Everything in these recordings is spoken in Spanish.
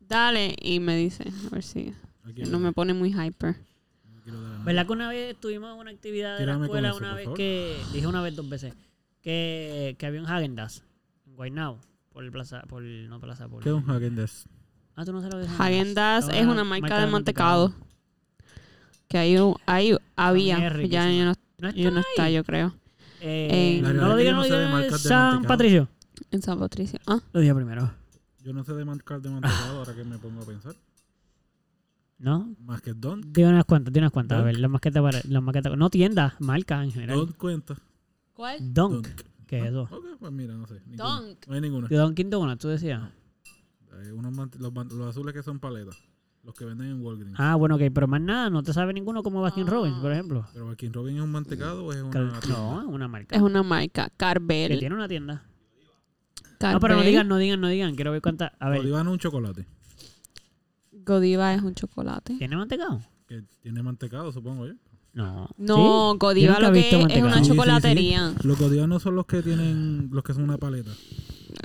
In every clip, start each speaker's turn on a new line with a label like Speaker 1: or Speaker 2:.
Speaker 1: dale, y me dice, a ver si
Speaker 2: Tranquilo.
Speaker 1: no me pone muy hyper.
Speaker 2: No quiero dar a nadie.
Speaker 3: ¿Verdad que una vez tuvimos una actividad de la
Speaker 2: Tírame con
Speaker 3: escuela,
Speaker 2: eso,
Speaker 3: una
Speaker 2: por
Speaker 3: vez
Speaker 2: favor.
Speaker 3: que, dije una vez dos veces, que, que había un Hagendas en Guaynabo, por el plaza, por, no plaza, por...
Speaker 2: ¿Qué es un Hagendas?
Speaker 3: Ah, tú no sabes lo que es
Speaker 1: Hagendas
Speaker 3: Ahora,
Speaker 1: es una marca de mantecado. Que ahí, ahí
Speaker 3: También
Speaker 1: había,
Speaker 3: es
Speaker 1: ya
Speaker 3: riquísima.
Speaker 1: yo no,
Speaker 3: No está
Speaker 1: yo no está,
Speaker 3: ahí.
Speaker 1: yo creo.
Speaker 3: Eh,
Speaker 1: Eh,
Speaker 2: La
Speaker 3: no lo
Speaker 2: realidad es que
Speaker 3: digas, no
Speaker 2: no
Speaker 3: lo
Speaker 2: sé de
Speaker 3: digas.
Speaker 2: marcas de
Speaker 3: San
Speaker 2: mantecado.
Speaker 3: Patricio.
Speaker 1: En San Patricio. Ah,
Speaker 3: Lo dije primero.
Speaker 2: Yo no sé de marcas de
Speaker 3: Ah.
Speaker 2: mantecado ahora que me pongo a pensar.
Speaker 3: ¿No?
Speaker 2: Más que Don.
Speaker 3: Tiene unas cuantas, tiene unas cuantas. A
Speaker 2: Dunk.
Speaker 3: ver, las maquetas para... Las maquetas... No tiendas, marcas en general.
Speaker 2: Don cuenta.
Speaker 1: ¿cuál?
Speaker 3: Dunk.
Speaker 2: Dunk.
Speaker 3: ¿Qué es eso?
Speaker 2: Ok, pues mira, no sé. ninguna.
Speaker 1: Donk.
Speaker 2: No hay ninguna.
Speaker 3: De Dunkin' Donuts, tú decías.
Speaker 2: Hay unos mant- los, man- los azules que son paletas. Los que venden en Walgreens.
Speaker 3: Ah, bueno, ok, pero más nada, no te sabe ninguno como Baskin
Speaker 1: Ah.
Speaker 3: Robbins, por ejemplo.
Speaker 2: Pero Baskin Robin es un mantecado o es
Speaker 3: Que-
Speaker 2: una.
Speaker 3: no, es una marca.
Speaker 1: Es una marca,
Speaker 3: Que
Speaker 1: Carvel.
Speaker 3: tiene una tienda.
Speaker 1: Carvel.
Speaker 3: No, pero no digan, no digan, no digan. Quiero ver cuántas. A ver,
Speaker 2: Odivan un chocolate.
Speaker 1: Godiva es un chocolate.
Speaker 3: ¿tiene mantecado?
Speaker 2: Que tiene mantecado, supongo yo.
Speaker 3: No.
Speaker 1: No,
Speaker 3: Yo
Speaker 1: Godiva
Speaker 3: nunca
Speaker 1: lo
Speaker 3: he
Speaker 1: que
Speaker 3: visto
Speaker 1: es es
Speaker 3: mantecado.
Speaker 1: una
Speaker 3: Sí,
Speaker 2: sí, sí.
Speaker 1: chocolatería.
Speaker 2: Los que odivan no son los que tienen. Los que son una paleta.
Speaker 3: ¿Sí?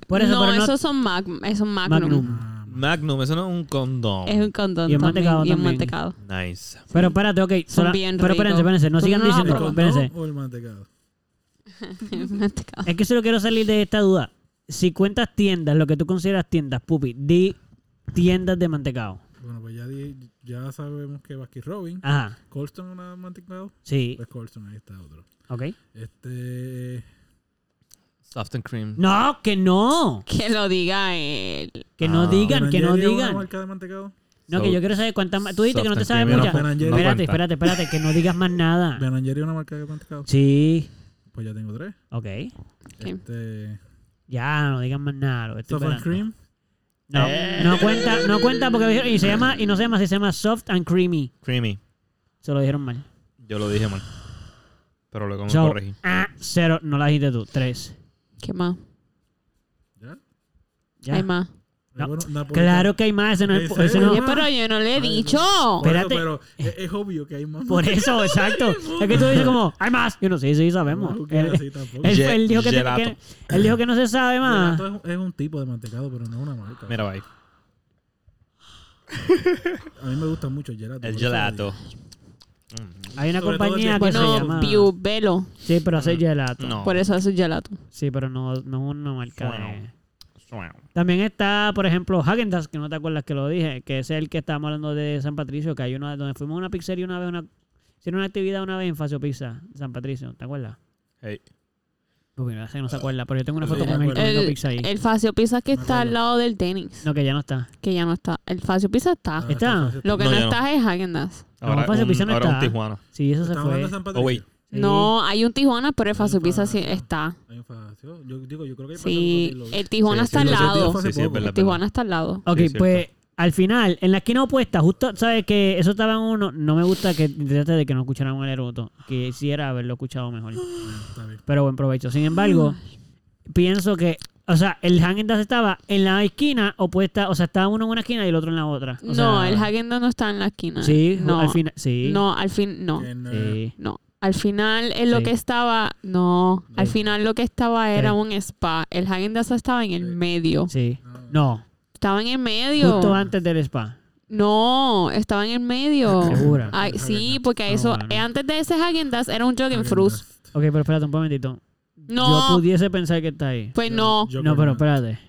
Speaker 3: Por eso,
Speaker 1: no,
Speaker 3: pero no.
Speaker 1: esos son mag esos Magnum.
Speaker 3: Magnum.
Speaker 2: Ah,
Speaker 4: Magnum, eso no es un condón.
Speaker 1: Es un condón
Speaker 3: Y es
Speaker 1: también,
Speaker 3: mantecado
Speaker 1: y es
Speaker 3: también.
Speaker 1: mantecado.
Speaker 4: Nice.
Speaker 3: Pero espérate, ok.
Speaker 1: Son
Speaker 3: sola-
Speaker 1: bien
Speaker 3: pero espérense,
Speaker 1: ricos.
Speaker 3: espérense, no
Speaker 1: Tú
Speaker 3: sigan
Speaker 1: no lo has
Speaker 3: diciendo.
Speaker 2: ¿El
Speaker 1: probado.
Speaker 3: Ah, Espérense.
Speaker 2: condón o el mantecado?
Speaker 1: Mantecado.
Speaker 3: Es que solo quiero salir de esta duda. Si cuentas tiendas, lo que tú consideras tiendas, pupi, di tiendas de mantecado.
Speaker 2: Bueno, pues ya, di- ya sabemos que Baskin Robin.
Speaker 3: Ajá.
Speaker 2: Colston es una mantecado.
Speaker 3: Sí,
Speaker 2: Pues Colston, ahí está otro.
Speaker 3: ok.
Speaker 2: Este.
Speaker 4: Soft and cream.
Speaker 3: No, que no.
Speaker 1: Que lo diga él.
Speaker 3: Que no
Speaker 4: Ah.
Speaker 3: digan, que no
Speaker 2: ¿Benangeli es
Speaker 3: digan.
Speaker 2: una marca de mantecado?
Speaker 3: No, que yo quiero saber cuántas más. Tú dijiste que no te
Speaker 4: Soft and
Speaker 3: sabes
Speaker 4: cream.
Speaker 3: muchas.
Speaker 2: No, pero Angeli-
Speaker 3: espérate,
Speaker 4: No cuenta.
Speaker 3: espérate, espérate, que no digas más nada.
Speaker 2: ¿Benangeli es una marca de mantecado?
Speaker 3: Sí,
Speaker 2: Pues ya tengo tres.
Speaker 3: ok.
Speaker 1: ¿Qué?
Speaker 2: Este.
Speaker 3: Ya, no digas más nada. lo estoy
Speaker 2: Soft and
Speaker 3: esperando.
Speaker 2: Cream.
Speaker 3: No,
Speaker 4: Eh.
Speaker 3: no cuenta, no cuenta porque dijeron- y se llama, y no se llama, así, se llama soft and creamy.
Speaker 4: Creamy.
Speaker 3: Se lo dijeron mal.
Speaker 4: Yo lo dije mal. Pero luego me
Speaker 3: So,
Speaker 4: corregí.
Speaker 3: ah, cero, no la dijiste tú. Tres.
Speaker 1: ¿Qué más?
Speaker 2: ¿Ya?
Speaker 3: Ya.
Speaker 1: Hay más.
Speaker 3: No.
Speaker 2: Eh, bueno, Napolitano.
Speaker 3: Claro que hay más, ese no es-
Speaker 2: Ese-
Speaker 3: ese no-
Speaker 1: Oye, pero yo no le he
Speaker 2: Ay, no.
Speaker 1: dicho.
Speaker 2: Por eso,
Speaker 3: espérate.
Speaker 2: Pero es, es obvio que hay más.
Speaker 3: Por eso, exacto. Es que tú dices como, hay más. Yo no sé, sí, sabemos.
Speaker 2: No, que
Speaker 3: Él,
Speaker 2: así tampoco.
Speaker 3: él-
Speaker 4: Ye-
Speaker 3: él dijo que, te-
Speaker 4: gelato.
Speaker 3: que- él dijo que no se sabe más.
Speaker 2: Gelato es, un- es un tipo de mantecado, pero no es una marca.
Speaker 4: Mira, bye.
Speaker 2: A mí me gusta mucho el gelato.
Speaker 4: El
Speaker 2: por eso lo
Speaker 4: gelato.
Speaker 2: digo.
Speaker 3: Hay una
Speaker 2: Sobre
Speaker 3: compañía
Speaker 2: todo
Speaker 3: que
Speaker 2: el
Speaker 3: se
Speaker 2: tiempo.
Speaker 3: llama.
Speaker 1: Bueno, Piu Velo.
Speaker 3: Sí, pero hace gelato.
Speaker 4: Mm, No.
Speaker 1: Por eso hace gelato.
Speaker 3: Sí, pero no, no es una marca de...
Speaker 4: Bueno. Suau.
Speaker 3: También está, por ejemplo, Häagen-Dazs, que no te acuerdas que lo dije, que es el que estábamos hablando de San Patricio, que hay una donde fuimos a una pizzería una vez, una, hicieron una actividad una vez en Facio Pizza, San Patricio, ¿te acuerdas?
Speaker 4: Hey.
Speaker 3: Uy, no sé, no se acuerda, pero yo tengo una foto
Speaker 2: Sí, me
Speaker 3: con él
Speaker 2: acuerdo.
Speaker 3: comiendo
Speaker 1: El,
Speaker 3: pizza ahí.
Speaker 1: el Facio Pizza que
Speaker 2: Me
Speaker 1: está al
Speaker 2: acuerdo.
Speaker 1: lado del tenis.
Speaker 3: No, que ya no está.
Speaker 1: Que ya no está. El Facio Pizza está.
Speaker 2: Ah,
Speaker 3: Está.
Speaker 2: fácil.
Speaker 1: Lo que
Speaker 4: No,
Speaker 1: no,
Speaker 4: ya
Speaker 1: está es Häagendas.
Speaker 4: Ahora,
Speaker 3: Facio
Speaker 4: un,
Speaker 3: Pizza no
Speaker 4: ahora un
Speaker 3: está.
Speaker 4: Tijuana.
Speaker 3: Sí, eso se
Speaker 2: Estamos
Speaker 3: fue.
Speaker 2: hablando de San
Speaker 4: Oh, wait.
Speaker 2: Patricio.
Speaker 3: Sí.
Speaker 1: No, hay un Tijuana, pero el Facio
Speaker 2: Ah,
Speaker 1: Pizza sí
Speaker 2: está.
Speaker 1: está.
Speaker 2: Hay un facio. Yo digo, yo creo que hay
Speaker 1: Sí,
Speaker 2: facio,
Speaker 3: eh,
Speaker 1: el Tijuana
Speaker 4: Sí,
Speaker 1: está
Speaker 4: sí,
Speaker 1: al
Speaker 4: lo sé,
Speaker 1: lado.
Speaker 2: tío,
Speaker 4: Sí, sí, es
Speaker 1: El
Speaker 4: verdad. es verdad.
Speaker 1: Tijuana está al lado.
Speaker 3: Ok,
Speaker 4: Sí, es cierto.
Speaker 3: pues al final, en la esquina opuesta, justo, ¿sabes que Eso estaba en uno. No me gusta que trate de que no escucháramos el eroto. Quisiera haberlo escuchado mejor.
Speaker 2: Ah, Está bien.
Speaker 3: Pero buen provecho. Sin embargo,
Speaker 1: Mm.
Speaker 3: pienso que, o sea, el Häagen-Dazs estaba en la esquina opuesta, o sea, estaba uno en una esquina y el otro en la otra. O
Speaker 1: No,
Speaker 3: sea,
Speaker 1: el Häagen-Dazs no está en la esquina.
Speaker 3: Sí,
Speaker 1: no,
Speaker 3: al final, sí.
Speaker 1: No, al fin, no.
Speaker 2: En, eh,
Speaker 3: Sí.
Speaker 1: No. Al final es lo
Speaker 3: Sí.
Speaker 1: que estaba, no, al
Speaker 2: No.
Speaker 1: final lo que estaba era
Speaker 3: Sí.
Speaker 1: un spa. El Hagen Dazs estaba en el
Speaker 2: Sí.
Speaker 1: medio.
Speaker 3: Sí.
Speaker 2: ah,
Speaker 3: No,
Speaker 1: Estaba en el medio.
Speaker 3: justo antes del spa.
Speaker 1: No, estaba en el medio.
Speaker 3: Segura.
Speaker 1: Ay,
Speaker 2: El
Speaker 1: sí,
Speaker 2: Häagen-Dazs.
Speaker 1: porque
Speaker 3: Ah,
Speaker 1: eso eh,
Speaker 3: bueno.
Speaker 1: antes de ese Hagen Dazs era un Jogging
Speaker 2: Häagen-Dazs.
Speaker 1: Fruits.
Speaker 3: Ok, pero espérate un momentito. Yo
Speaker 1: No,
Speaker 3: pudiese pensar que está ahí.
Speaker 1: pues
Speaker 2: Yo-
Speaker 1: no.
Speaker 2: yo
Speaker 3: no,
Speaker 2: creo
Speaker 3: pero
Speaker 2: que no.
Speaker 3: espérate.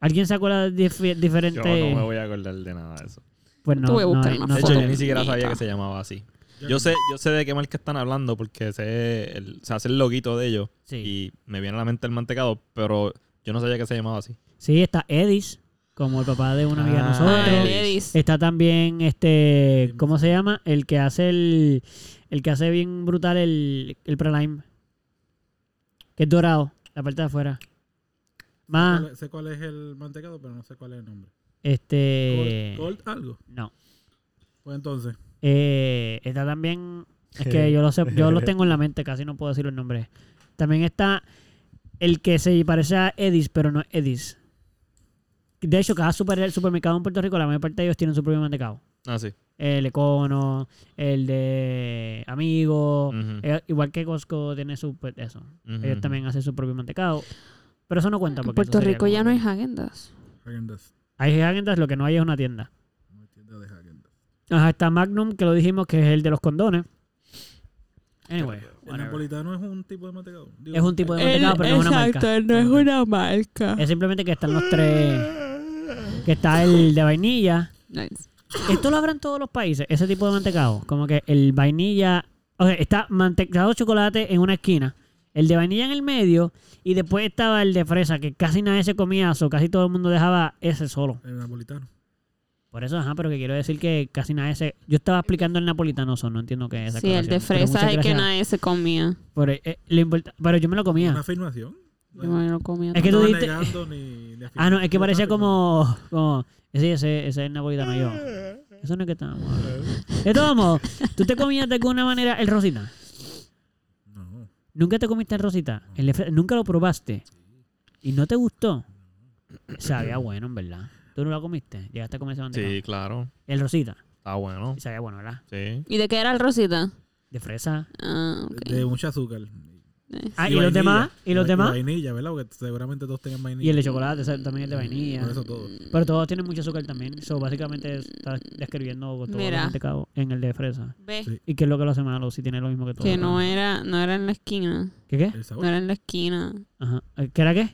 Speaker 3: ¿Alguien sacó las dif-
Speaker 4: Yo
Speaker 3: diferentes...?
Speaker 4: no me voy a acordar de nada de eso.
Speaker 3: Pues no,
Speaker 1: Te voy a
Speaker 3: no
Speaker 1: buscar
Speaker 3: hay-
Speaker 1: una
Speaker 3: no
Speaker 4: De
Speaker 3: hay
Speaker 4: hecho,
Speaker 1: foto.
Speaker 4: yo ni siquiera sabía
Speaker 1: Mira.
Speaker 4: que se llamaba así.
Speaker 2: Ya
Speaker 4: Yo
Speaker 2: no.
Speaker 4: sé, yo sé de qué marca están hablando porque sé el, se hace el loguito de ellos
Speaker 3: Sí.
Speaker 4: y me viene a la mente el mantecado, pero yo no sabía que se llamaba así.
Speaker 3: Sí, está Edis, como el papá de una amiga de
Speaker 4: Ah,
Speaker 3: nosotros.
Speaker 1: Ah, el
Speaker 4: Edis.
Speaker 1: Edis.
Speaker 3: Está también este, ¿cómo se llama? El que hace el el que hace bien brutal el el prelime. Que es dorado, la parte de afuera. Más
Speaker 2: Cuál es- Sé cuál es el mantecado, pero no sé cuál es el nombre.
Speaker 3: este
Speaker 2: Gold, Gold algo.
Speaker 3: no.
Speaker 2: Pues entonces.
Speaker 3: Eh, está también es que yo lo sé, yo lo tengo en la mente, casi no puedo decir los nombres. También está el que se parece a Edis, pero no es Edis. De hecho, cada super, supermercado en Puerto Rico, la mayor parte de ellos tienen su propio mantecado.
Speaker 4: Ah, sí.
Speaker 3: el Econo, el de Amigo,
Speaker 4: Ujú.
Speaker 3: eh, igual que Costco tiene su pues, eso.
Speaker 4: Ujú.
Speaker 3: Ellos también hacen su propio mantecado, pero eso no cuenta
Speaker 1: En
Speaker 3: porque
Speaker 1: Puerto
Speaker 3: eso sería
Speaker 1: Rico
Speaker 3: como
Speaker 1: ya no
Speaker 3: que-
Speaker 1: hay Hagen Dazs.
Speaker 2: Häagen-Dazs.
Speaker 3: Hay Häagen-Dazs, lo que no hay es una tienda.
Speaker 2: Una tienda de Häagen-Dazs.
Speaker 3: Ajá, está Magnum, que lo dijimos que es el de los condones. Anyway,
Speaker 2: El
Speaker 3: whatever.
Speaker 2: napolitano es un tipo de mantecado. Digo,
Speaker 3: es un tipo de
Speaker 1: Él-
Speaker 3: mantecado, pero no es una marca.
Speaker 1: exacto, él no es una marca.
Speaker 3: Es simplemente que están los tres. Que está el de vainilla.
Speaker 1: Nice.
Speaker 3: Esto lo habrá en todos los países, ese tipo de mantecado. Como que el vainilla. O sea, está mantecado de chocolate en una esquina. El de vainilla en el medio. Y después estaba el de fresa, que casi nadie se comía. O casi todo el mundo dejaba ese solo.
Speaker 2: El napolitano.
Speaker 3: Por eso, ajá, pero que quiero decir que casi nadie se. Yo estaba explicando el napolitano, eso, no entiendo qué es esa
Speaker 1: Sí, el de
Speaker 3: aclaración, pero
Speaker 1: fresa
Speaker 3: muchas
Speaker 1: es que
Speaker 3: gracias.
Speaker 1: nadie se comía.
Speaker 3: Por- eh, lo importa- pero yo me lo
Speaker 2: Una
Speaker 3: comía.
Speaker 2: afirmación.
Speaker 1: Yo me lo comía.
Speaker 3: Es que tú
Speaker 2: no
Speaker 3: dijiste-
Speaker 2: negando ni, ni
Speaker 3: Ah, no, es que
Speaker 2: afirmando.
Speaker 3: parecía como. como sí, ese, ese es el napolitano yo. Eso no es que estábamos hablando. De todos modos, ¿tú te comías de alguna manera el rosita?
Speaker 2: No.
Speaker 3: ¿Nunca te comiste el rosita? El de fre- ¿Nunca lo probaste? ¿Y no te gustó? Sabía bueno, en verdad. ¿Tú no lo comiste? ¿Llegaste a comer ese mantecado?
Speaker 4: Sí, claro.
Speaker 3: El rosita.
Speaker 4: Está bueno.
Speaker 3: Y sabía bueno, ¿verdad?
Speaker 4: Sí.
Speaker 1: ¿Y de qué era el Rosita?
Speaker 3: De fresa.
Speaker 1: Ah, ok.
Speaker 2: De mucho azúcar.
Speaker 3: Ah, ¿y, los
Speaker 2: vainilla.
Speaker 3: demás? ¿Y los demás?
Speaker 2: vainilla, ¿verdad? Porque seguramente todos tenían vainilla.
Speaker 3: Y el de chocolate, ese también el de vainilla.
Speaker 2: Por eso todo.
Speaker 3: Pero todos tienen mucho azúcar también. So, básicamente estás describiendo todo el
Speaker 1: Mira.
Speaker 3: mantecado en el de fresa.
Speaker 1: Ve,
Speaker 2: Sí.
Speaker 3: ¿Y qué es lo que lo hace malo si tiene lo mismo que todo?
Speaker 1: que no era, no era en la esquina.
Speaker 3: ¿Qué qué?
Speaker 2: El sabor.
Speaker 1: No era en la esquina.
Speaker 3: Ajá. Eh, ¿Qué era qué?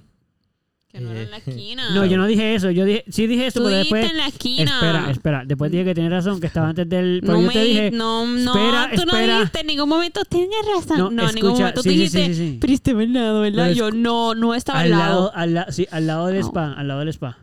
Speaker 1: Que no era en la esquina.
Speaker 3: Eh, No, yo no dije eso. Yo dije, sí dije eso,
Speaker 1: Ah. Tú
Speaker 3: pero
Speaker 1: dijiste
Speaker 3: después.
Speaker 1: en la esquina.
Speaker 3: Espera, espera. Después dije que tienes razón, que estaba antes del. Pero
Speaker 1: no
Speaker 3: yo
Speaker 1: me
Speaker 3: te
Speaker 1: di-
Speaker 3: dije.
Speaker 1: no, no,
Speaker 3: espera,
Speaker 1: tú
Speaker 3: espera.
Speaker 1: no dijiste en ningún momento, tienes razón.
Speaker 3: No,
Speaker 1: No, en ningún
Speaker 3: escucha,
Speaker 1: momento.
Speaker 3: sí,
Speaker 1: tú
Speaker 3: sí,
Speaker 1: dijiste,
Speaker 3: sí, sí, sí.
Speaker 1: pero este velado, ¿verdad?
Speaker 3: Pero
Speaker 1: yo no, no estaba al
Speaker 3: Al
Speaker 1: lado.
Speaker 3: lado, al la- sí, al lado del
Speaker 1: No.
Speaker 3: spa, al lado del spa.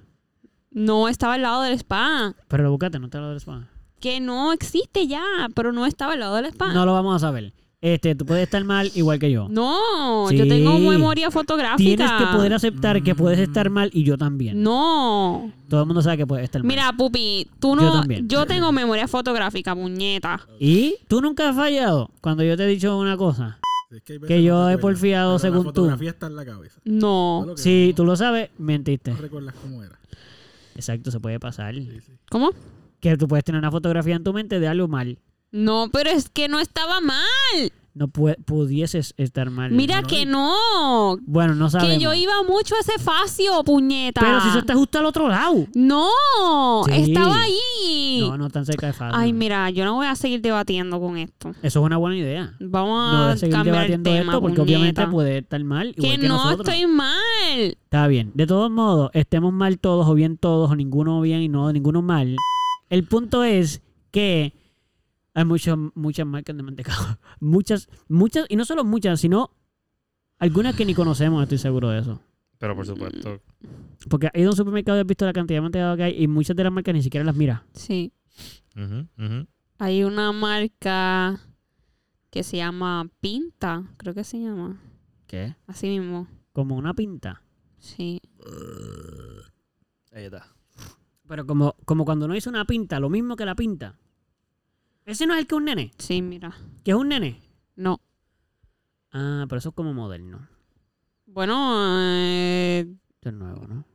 Speaker 1: No estaba al lado del spa.
Speaker 3: Pero lo buscaste, no está al lado del spa.
Speaker 1: Que no existe ya, pero no estaba al lado del spa.
Speaker 3: No lo vamos a saber. Este, tú puedes estar mal igual que yo.
Speaker 1: No,
Speaker 3: Sí.
Speaker 1: yo tengo memoria fotográfica.
Speaker 3: Tienes que poder aceptar que
Speaker 2: Mm.
Speaker 3: puedes estar mal y yo también.
Speaker 1: No.
Speaker 3: Todo el mundo sabe que puedes estar mal.
Speaker 1: Mira, Pupi, tú
Speaker 3: Yo
Speaker 1: no.
Speaker 3: también.
Speaker 1: yo tengo memoria fotográfica, muñeta.
Speaker 3: Y tú nunca has fallado cuando yo te he dicho una cosa.
Speaker 2: Es que, hay
Speaker 3: Que
Speaker 2: veces
Speaker 3: yo
Speaker 2: no
Speaker 3: he
Speaker 2: te acuerdas,
Speaker 3: porfiado
Speaker 2: pero
Speaker 3: según tú.
Speaker 2: La fotografía está en la cabeza.
Speaker 1: No.
Speaker 2: Solo que
Speaker 3: Si
Speaker 2: no-
Speaker 3: tú lo sabes, mentiste.
Speaker 2: No recuerdas cómo era.
Speaker 3: Exacto, se puede pasar.
Speaker 2: Sí, sí.
Speaker 1: ¿Cómo?
Speaker 3: Que tú puedes tener una fotografía en tu mente de algo mal.
Speaker 1: No, pero es que no estaba mal.
Speaker 3: No pu- pudieses estar mal.
Speaker 1: Mira
Speaker 2: no,
Speaker 1: que
Speaker 2: y-
Speaker 1: no.
Speaker 3: Bueno, no sabemos.
Speaker 1: Que yo iba mucho a ese facio, puñeta.
Speaker 3: Pero si eso está justo al otro lado.
Speaker 1: No,
Speaker 3: Sí.
Speaker 1: estaba ahí.
Speaker 3: No, no tan cerca de Fabio.
Speaker 1: Ay, mira, yo no voy a seguir debatiendo con esto.
Speaker 3: Eso es una buena idea.
Speaker 1: Vamos
Speaker 3: No
Speaker 1: a
Speaker 3: de seguir
Speaker 1: cambiar el
Speaker 3: debatiendo
Speaker 1: tema,
Speaker 3: esto porque
Speaker 1: puñeta.
Speaker 3: obviamente puede estar mal. Igual
Speaker 1: que
Speaker 3: que,
Speaker 1: no
Speaker 3: nosotros.
Speaker 1: estoy mal.
Speaker 3: Está bien. De todos modos, estemos mal todos o bien todos o ninguno bien y no ninguno mal. El punto es que hay muchas muchas marcas de mantecado. Muchas, muchas, y no solo muchas, sino algunas que ni conocemos, estoy seguro de eso.
Speaker 4: Pero por supuesto.
Speaker 3: Porque he ido a un supermercado y he visto la cantidad de mantecado que hay y muchas de las marcas ni siquiera las mira.
Speaker 1: Sí,
Speaker 4: Ujú, ujú.
Speaker 1: hay una marca que se llama Pinta, creo que se llama.
Speaker 3: ¿Qué?
Speaker 1: Así mismo.
Speaker 3: Como una pinta.
Speaker 1: Sí.
Speaker 4: Ahí está.
Speaker 3: Pero como, como cuando no hizo una pinta, lo mismo que la pinta. Ese no es el que es un nene,
Speaker 1: Sí, mira.
Speaker 3: que es un nene.
Speaker 1: No.
Speaker 3: Ah, pero eso es como moderno.
Speaker 1: Bueno, eh,
Speaker 3: Esto es nuevo, ¿no?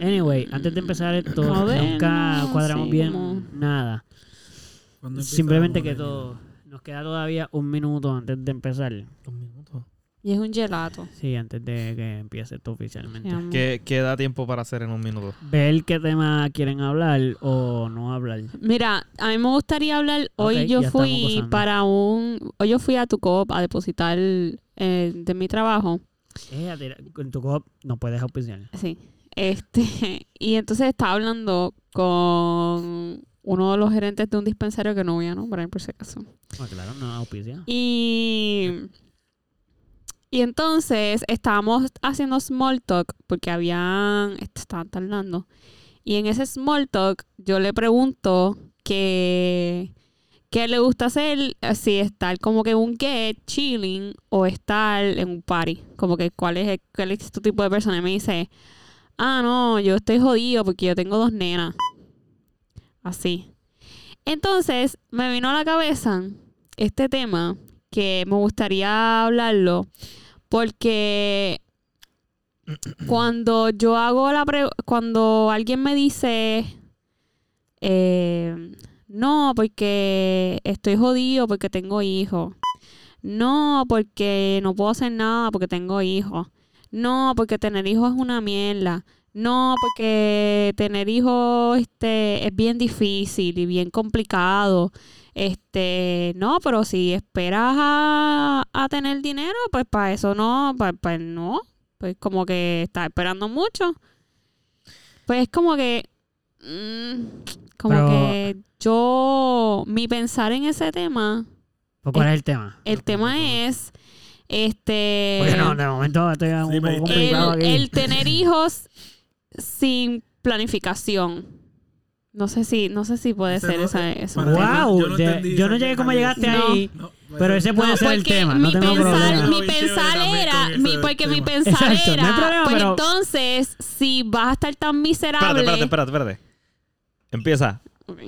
Speaker 3: Anyway, antes de empezar esto,
Speaker 1: Moderno,
Speaker 3: nunca cuadramos
Speaker 1: sí,
Speaker 3: bien
Speaker 1: como-
Speaker 3: nada.
Speaker 2: ¿Cuándo empieza
Speaker 3: Simplemente
Speaker 2: la
Speaker 3: que
Speaker 2: modernidad?
Speaker 3: todo. Nos queda todavía un minuto antes de empezar.
Speaker 4: Un minuto.
Speaker 1: y es un gelato.
Speaker 3: Sí, antes de que empiece esto oficialmente.
Speaker 1: mi amor.
Speaker 4: ¿Qué, qué da tiempo para hacer en un minuto?
Speaker 3: Ver qué tema quieren hablar o no hablar.
Speaker 1: Mira, a mí me gustaría hablar. Hoy
Speaker 3: Ok,
Speaker 1: yo
Speaker 3: ya estamos
Speaker 1: fui
Speaker 3: gozando.
Speaker 1: para un. Hoy yo fui a tu coop a depositar eh, de mi trabajo.
Speaker 3: Eh, a tira- en tu cop no puedes auspiciar.
Speaker 1: Sí. Este. Y entonces estaba hablando con uno de los gerentes de un dispensario que no voy a nombrar por si acaso.
Speaker 3: Ah, claro, no auspicia.
Speaker 1: Y. Y entonces estábamos haciendo small talk porque habían. Estaban tardando. Y en ese small talk yo le pregunto que. ¿Qué le gusta hacer? eh, Si estar como que en un get, chilling, o estar en un party. Como que cuál es, el- cuál es tu tipo de persona. Y me dice, ah, no, yo estoy jodido porque yo tengo dos nenas. Así. Entonces me vino a la cabeza este tema que me gustaría hablarlo porque cuando yo hago la pre- cuando alguien me dice eh, no porque estoy jodido porque tengo hijos no porque no puedo hacer nada porque tengo hijos no porque tener hijos es una mierda no, porque tener hijos este, es bien difícil y bien complicado. Este, no, pero si esperas a, a tener dinero, pues para eso no, pues, pues no, pues como que estás esperando mucho. Pues es como que, mm, como
Speaker 3: Pero-
Speaker 1: que yo, mi pensar en ese tema,
Speaker 3: Pues, ¿Cuál es el tema?
Speaker 1: el tema es, este...
Speaker 3: Porque no, de momento estoy un
Speaker 2: Sí, me
Speaker 3: poco
Speaker 2: diste-
Speaker 3: complicado
Speaker 1: el,
Speaker 3: aquí.
Speaker 1: el tener hijos sin planificación. No sé si, no sé si puede
Speaker 2: Ese
Speaker 1: ser
Speaker 2: no- eh,
Speaker 1: esa, esa
Speaker 2: para mí
Speaker 1: no.
Speaker 3: Wow,
Speaker 2: Yo no
Speaker 3: de-
Speaker 2: entendí
Speaker 3: yo no
Speaker 2: esa
Speaker 3: llegué como
Speaker 2: mentalidad.
Speaker 3: llegaste
Speaker 1: No.
Speaker 3: ahí,
Speaker 2: No, pues,
Speaker 3: pero ese puede
Speaker 1: No,
Speaker 3: ser el
Speaker 1: porque
Speaker 3: tema.
Speaker 1: mi
Speaker 3: No tengo
Speaker 1: pensar,
Speaker 3: problema.
Speaker 1: mi
Speaker 2: No, y
Speaker 1: pensar
Speaker 2: chévere también
Speaker 1: era,
Speaker 2: con
Speaker 1: mi-
Speaker 2: ese
Speaker 1: porque mi
Speaker 2: tema.
Speaker 1: pensar
Speaker 3: Exacto, no hay
Speaker 1: era,
Speaker 3: problema,
Speaker 1: pues
Speaker 3: pero-
Speaker 1: entonces, si vas a estar tan
Speaker 4: Espérate,
Speaker 1: miserable,
Speaker 4: espérate, espérate, espérate. Empieza.
Speaker 1: Ok.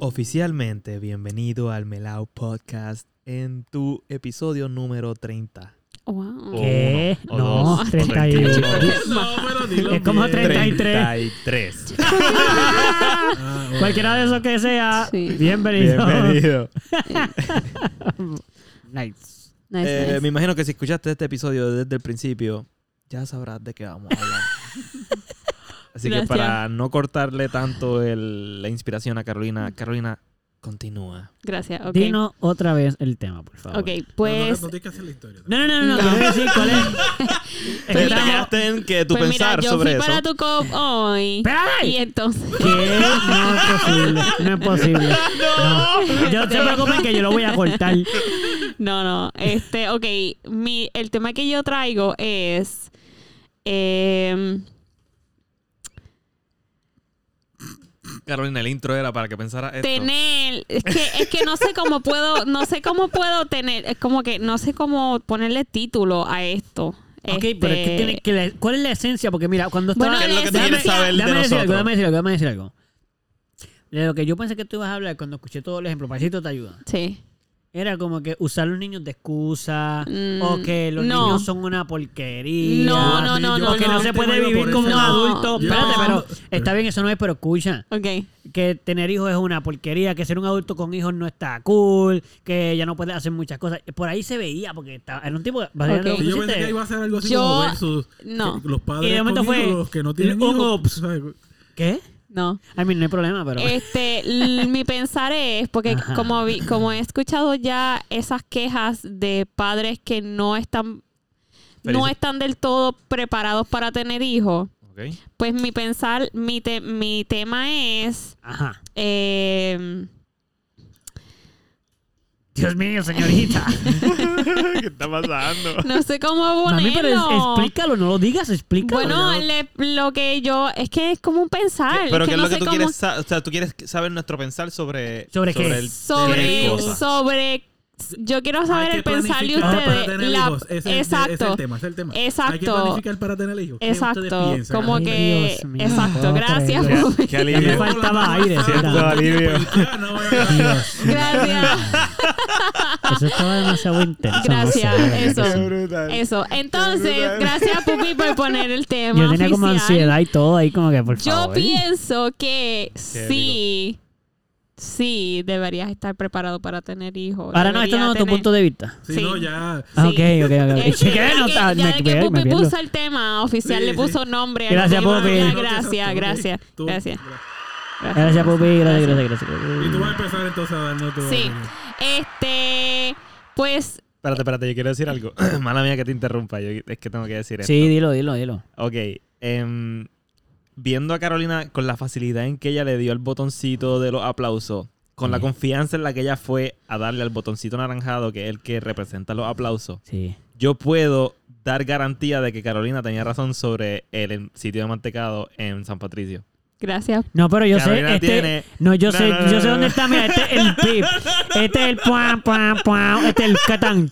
Speaker 4: Oficialmente, bienvenido al Melao Podcast en tu episodio número 30.
Speaker 1: Oh, Wow.
Speaker 3: ¿Qué?
Speaker 4: O
Speaker 3: No,
Speaker 4: uno, o dos, o
Speaker 3: 30 y-
Speaker 4: treinta y-
Speaker 2: No, pero dilo
Speaker 3: Es como
Speaker 2: bien.
Speaker 4: 33.
Speaker 2: Ah, bueno.
Speaker 3: Cualquiera de esos que sea,
Speaker 1: Sí.
Speaker 3: bienvenido.
Speaker 4: Bienvenido.
Speaker 3: Nice.
Speaker 1: Nice,
Speaker 4: Eh,
Speaker 1: nice.
Speaker 4: Me imagino que si escuchaste este episodio desde el principio, ya sabrás de qué vamos a hablar. Así que
Speaker 1: Gracias.
Speaker 4: para no cortarle tanto el- la inspiración a Carolina, Carolina, continúa.
Speaker 1: Gracias, ok.
Speaker 3: Dinos otra vez el tema, por favor.
Speaker 1: Ok,
Speaker 2: Pero No,
Speaker 1: pues,
Speaker 2: no tienes que hacer la historia.
Speaker 3: No, no, no, no, no.
Speaker 1: No.
Speaker 3: tengo que decir cuál es.
Speaker 1: Pues
Speaker 4: Eh,
Speaker 1: mira,
Speaker 4: te
Speaker 3: Estamos-
Speaker 4: quedaste en que tu
Speaker 1: pues mira,
Speaker 4: pensar
Speaker 1: yo fui
Speaker 4: sobre eso.
Speaker 1: para tu cop hoy.
Speaker 3: ¡Espérate!
Speaker 1: Y entonces,
Speaker 3: ¿Qué? No es posible. No es posible. No. Yo no se preocupen que yo lo voy a cortar.
Speaker 1: No, no. Este, ok. Mi, el tema que yo traigo es. em,
Speaker 4: Carolina, el intro era para que pensara esto.
Speaker 1: tener. Es que, es que no sé cómo puedo. No sé cómo puedo tener. Es como que no sé cómo ponerle título a esto.
Speaker 3: Ok, pero es que
Speaker 1: Este,
Speaker 3: tiene que la- ¿cuál es la esencia? Porque mira, cuando
Speaker 1: Bueno,
Speaker 3: estaba...
Speaker 1: ¿Qué es lo que tú
Speaker 3: déjame-
Speaker 1: quieres saber
Speaker 4: de
Speaker 3: déjame decir algo,
Speaker 4: nosotros?
Speaker 3: déjame decir algo, déjame decir algo. De lo que yo pensé que tú ibas a hablar cuando escuché todo el ejemplo, Paisito te ayuda.
Speaker 1: Sí.
Speaker 3: Era como que usar los niños de excusa
Speaker 1: Mm,
Speaker 3: o que los
Speaker 1: no.
Speaker 3: niños son una porquería.
Speaker 1: No, no, no, no,
Speaker 3: Porque no,
Speaker 1: no.
Speaker 3: se puede vivir como un
Speaker 1: No,
Speaker 3: adulto.
Speaker 1: yo-
Speaker 3: Espérate, pero está bien, eso no es, pero escucha.
Speaker 1: Ok.
Speaker 3: Que tener hijos es una porquería, que ser un adulto con hijos no está cool, que ya no puedes hacer muchas cosas. Por ahí se veía, porque estaba, era un tipo... básicamente
Speaker 1: Ok.
Speaker 3: lo que
Speaker 2: Y Pues yo
Speaker 3: tú
Speaker 2: pensé
Speaker 3: hiciste.
Speaker 2: que iba a ser algo así
Speaker 1: Yo-
Speaker 2: como versus
Speaker 1: no.
Speaker 2: que los padres
Speaker 3: Y de momento
Speaker 2: con
Speaker 3: fue
Speaker 2: hijos, los que no tienen
Speaker 3: un
Speaker 2: hijos,
Speaker 3: ops.
Speaker 2: ¿sabes?
Speaker 3: ¿Qué?
Speaker 1: No.
Speaker 3: I mean, no hay problema, pero...
Speaker 1: Este, l- mi pensar es, porque
Speaker 3: Ajá.
Speaker 1: como, vi- como he escuchado ya esas quejas de padres que no están, no
Speaker 4: Felices.
Speaker 1: están del todo preparados para tener hijos,
Speaker 4: Ok.
Speaker 1: pues mi pensar, mi, te- mi tema es,
Speaker 3: Ajá.
Speaker 1: eh,
Speaker 3: Dios mío, señorita.
Speaker 4: ¿Qué está pasando?
Speaker 1: no sé cómo
Speaker 3: Mami, pero es-
Speaker 1: ponerlo.
Speaker 3: explícalo, no lo digas, explícalo.
Speaker 1: bueno, le- lo que yo, es que es como un pensar. Ah, es
Speaker 4: Pero ¿qué
Speaker 1: que
Speaker 4: es
Speaker 1: no
Speaker 4: lo que
Speaker 1: sé
Speaker 4: tú
Speaker 1: cómo-
Speaker 4: quieres saber? O sea, tú quieres saber nuestro pensar sobre...
Speaker 3: ¿Sobre qué?
Speaker 4: el- qué
Speaker 1: sobre,
Speaker 4: cosa.
Speaker 1: sobre, yo quiero saber
Speaker 2: Hay
Speaker 1: el
Speaker 2: que
Speaker 1: pensar de
Speaker 2: planificar para
Speaker 1: ustedes.
Speaker 2: Ah, tener
Speaker 1: la-
Speaker 2: hijos. Ese es el- ese es
Speaker 1: exacto.
Speaker 2: el tema, ese es el tema. Hay que
Speaker 1: Exacto.
Speaker 2: planificar para tener hijos. ¿Qué ustedes
Speaker 1: Exacto,
Speaker 2: piensan?
Speaker 1: como
Speaker 3: Ay,
Speaker 1: que
Speaker 3: Dios mío,
Speaker 1: exacto,
Speaker 3: puedo
Speaker 1: gracias,
Speaker 3: creerlo.
Speaker 1: Bobby.
Speaker 4: Qué
Speaker 3: Ya me
Speaker 4: alivio.
Speaker 3: faltaba aire.
Speaker 4: Siento
Speaker 3: ¿verdad?
Speaker 4: alivio.
Speaker 2: Ya, ah, no, no, no.
Speaker 1: gracias,
Speaker 3: Eso estaba demasiado intenso.
Speaker 1: Gracias,
Speaker 3: no sé.
Speaker 1: eso.
Speaker 3: Sí.
Speaker 1: eso. Entonces, gracias Pupi por poner el tema.
Speaker 3: Yo tenía como
Speaker 1: oficial.
Speaker 3: ansiedad y todo ahí como que, por
Speaker 1: Yo
Speaker 3: favor.
Speaker 1: pienso que sí, sí deberías estar preparado para tener hijos.
Speaker 3: Ahora no, esto no es tu punto de vista.
Speaker 2: Si
Speaker 1: Sí.
Speaker 2: no, ya.
Speaker 3: Ah,
Speaker 1: Sí.
Speaker 3: ok, ok, ok.
Speaker 1: Es que,
Speaker 3: Chequé,
Speaker 1: ya
Speaker 3: no
Speaker 1: que-
Speaker 3: está-
Speaker 1: ya
Speaker 3: me-
Speaker 1: que
Speaker 3: me- me
Speaker 1: Pupi
Speaker 3: pierdo.
Speaker 1: puso el tema oficial,
Speaker 2: Sí,
Speaker 1: le
Speaker 2: sí.
Speaker 1: puso nombre. al
Speaker 3: Gracias,
Speaker 1: tema.
Speaker 3: Pupi.
Speaker 1: Ah,
Speaker 2: No,
Speaker 1: Gracias,
Speaker 2: exacto,
Speaker 1: gracias,
Speaker 2: ok. Tú-
Speaker 1: gracias.
Speaker 3: Gracias, Pupi. Gracias, gracias, gracias.
Speaker 2: Y tú vas a empezar entonces a darnos tu.
Speaker 1: Sí, este, pues
Speaker 4: Espérate, espérate, yo quiero decir algo. Mala mía que te interrumpa, yo es que tengo que decir esto.
Speaker 3: Sí, dilo, dilo, dilo.
Speaker 4: Ok. em, viendo a Carolina con la facilidad en que ella le dio el botoncito de los aplausos, con la confianza en la que ella fue a darle al botoncito naranjado, que es el que representa los aplausos,
Speaker 3: Sí.
Speaker 4: yo puedo dar garantía de que Carolina tenía razón sobre el en- sitio de mantecado en San Patricio.
Speaker 1: gracias.
Speaker 3: No, pero yo
Speaker 4: Carolina
Speaker 3: sé, este,
Speaker 4: tiene-
Speaker 3: no, yo
Speaker 4: No,
Speaker 3: sé,
Speaker 4: no, no,
Speaker 3: yo
Speaker 4: no,
Speaker 3: sé
Speaker 4: no.
Speaker 3: dónde está, mira, este es el pip, este es el puan, puan, puan, este es el catán,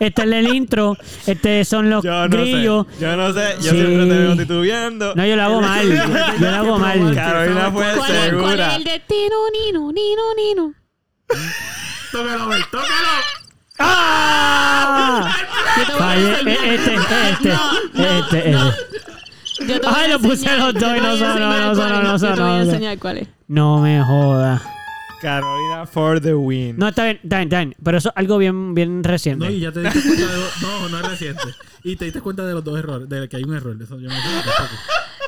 Speaker 3: este es el intro, este son los grillos.
Speaker 4: yo no sé,
Speaker 3: yo Sí. siempre te veo
Speaker 4: titubeando.
Speaker 3: No, yo lo hago mal, yo lo hago mal.
Speaker 4: Carolina fue
Speaker 1: ¿Cuál es, cuál es
Speaker 4: segura.
Speaker 1: el destino, Nino, Nino, Nino?
Speaker 2: Tócalo, Bel, tócalo.
Speaker 3: ¡Ah!
Speaker 1: Yo te voy a
Speaker 3: Fallé.
Speaker 1: enseñar.
Speaker 3: Eh, Este, este, este. este, este.
Speaker 1: Yo te voy
Speaker 3: Ay,
Speaker 1: a
Speaker 3: lo puse
Speaker 1: enseñar-
Speaker 3: los dos
Speaker 1: yo te
Speaker 3: y no
Speaker 1: voy a enseñar
Speaker 3: sonó, no sonó,
Speaker 1: cuál es.
Speaker 3: no
Speaker 1: Yo te voy
Speaker 3: sonó.
Speaker 1: a enseñar cuál es.
Speaker 3: No me jodas.
Speaker 4: Carolina for the win.
Speaker 3: No, está bien, está bien, está bien. Pero eso es algo bien, bien
Speaker 2: No, y
Speaker 3: reciente.
Speaker 2: ya te diste cuenta de... No, no es reciente. Y te diste cuenta de los dos errores, de que hay un error. Eso yo no sé tampoco.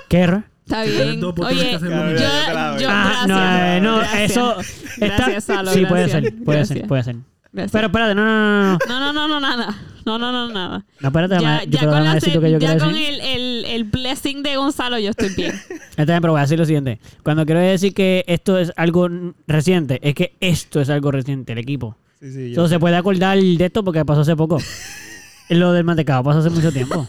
Speaker 3: ¿Qué error?
Speaker 1: Está
Speaker 2: Tienes
Speaker 1: bien.
Speaker 2: dos oportunidades
Speaker 1: Oye,
Speaker 2: que
Speaker 1: yo, yo,
Speaker 2: hacer lo mismo.
Speaker 4: Yo te la doy.
Speaker 1: gracias.
Speaker 3: Ah, no, eh, no,
Speaker 1: Gracias.
Speaker 3: eso. Está...
Speaker 1: Gracias, Salo,
Speaker 3: Sí, puede
Speaker 1: gracias.
Speaker 3: ser, puede ser,
Speaker 1: Gracias.
Speaker 3: puede ser.
Speaker 1: Gracias.
Speaker 3: Pero espérate, no, no, no, no.
Speaker 1: no, no, no, no, nada. No, no, no, nada.
Speaker 3: No, espérate,
Speaker 1: Ya,
Speaker 3: déjame- yo
Speaker 1: ya
Speaker 3: pero
Speaker 1: con,
Speaker 3: déjame
Speaker 1: la
Speaker 3: decir
Speaker 1: se-
Speaker 3: lo que yo
Speaker 1: ya
Speaker 3: quiero
Speaker 1: con
Speaker 3: decir.
Speaker 1: el, el, el blessing de Gonzalo yo estoy bien.
Speaker 3: Está bien, pero voy a decir lo siguiente. Cuando quiero decir que esto es algo n- reciente, es que esto es algo reciente, el equipo.
Speaker 4: Sí, sí, yo
Speaker 3: Entonces se puede acordar de esto porque pasó hace poco. lo del mantecado pasó hace mucho tiempo.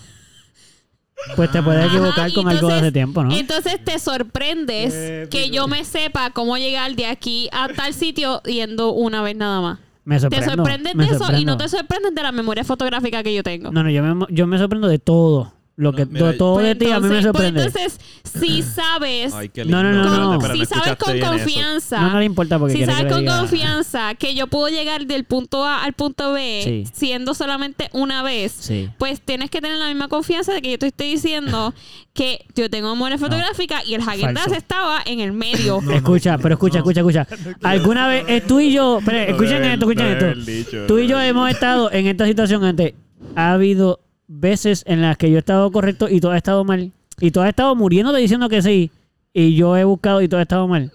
Speaker 3: Pues te puedes
Speaker 1: Ajá,
Speaker 3: equivocar
Speaker 1: y
Speaker 3: con algo de
Speaker 1: entonces-
Speaker 3: hace tiempo, ¿no?
Speaker 1: Entonces te sorprendes
Speaker 4: Eh,
Speaker 1: que
Speaker 4: digo.
Speaker 1: yo me sepa cómo llegar de aquí a tal sitio yendo una vez nada más.
Speaker 3: Me
Speaker 1: Te
Speaker 3: sorprendo.
Speaker 1: sorprendes de
Speaker 3: me
Speaker 1: eso y no
Speaker 3: sorprendo.
Speaker 1: te sorprendes de la memoria fotográfica que yo tengo.
Speaker 3: No, no, yo me, yo me sorprendo de todo. Lo que,
Speaker 4: No, mira,
Speaker 3: de todo
Speaker 1: Pues
Speaker 3: de ti a mí me
Speaker 1: entonces- pues
Speaker 3: sorprende.
Speaker 1: entonces, si sabes,
Speaker 4: Ay, qué
Speaker 3: No,
Speaker 4: lindo.
Speaker 3: no, no,
Speaker 4: Espérate,
Speaker 3: no.
Speaker 4: espérate,
Speaker 1: si sabes
Speaker 4: escuchaste
Speaker 1: con
Speaker 4: bien eso.
Speaker 1: confianza,
Speaker 3: No, no le importa porque
Speaker 1: si
Speaker 3: quiere que
Speaker 1: sabes
Speaker 3: le
Speaker 1: con
Speaker 3: diga-
Speaker 1: confianza que yo puedo llegar del punto A al punto B
Speaker 3: Sí.
Speaker 1: siendo solamente una vez,
Speaker 3: Sí.
Speaker 1: pues tienes que tener la misma confianza de que yo te estoy diciendo que yo tengo memoria fotográfica y el Haagen-Dazs
Speaker 3: Falso.
Speaker 1: estaba en el medio.
Speaker 2: No,
Speaker 3: escucha,
Speaker 2: no,
Speaker 3: pero escucha,
Speaker 2: no.
Speaker 3: escucha, escucha. Alguna vez, eh, tú y yo, pero
Speaker 4: No
Speaker 3: escuchen
Speaker 4: debe-
Speaker 3: esto,
Speaker 4: no
Speaker 3: escuchen
Speaker 4: debe haber
Speaker 3: esto.
Speaker 4: dicho,
Speaker 3: Tú y yo
Speaker 4: no debe
Speaker 3: hemos
Speaker 4: haber
Speaker 3: estado en esta situación antes. Ha habido veces en las que yo he estado correcto y tú has estado mal. Y tú has estado muriéndote diciendo que sí. Y yo he buscado y tú has estado mal.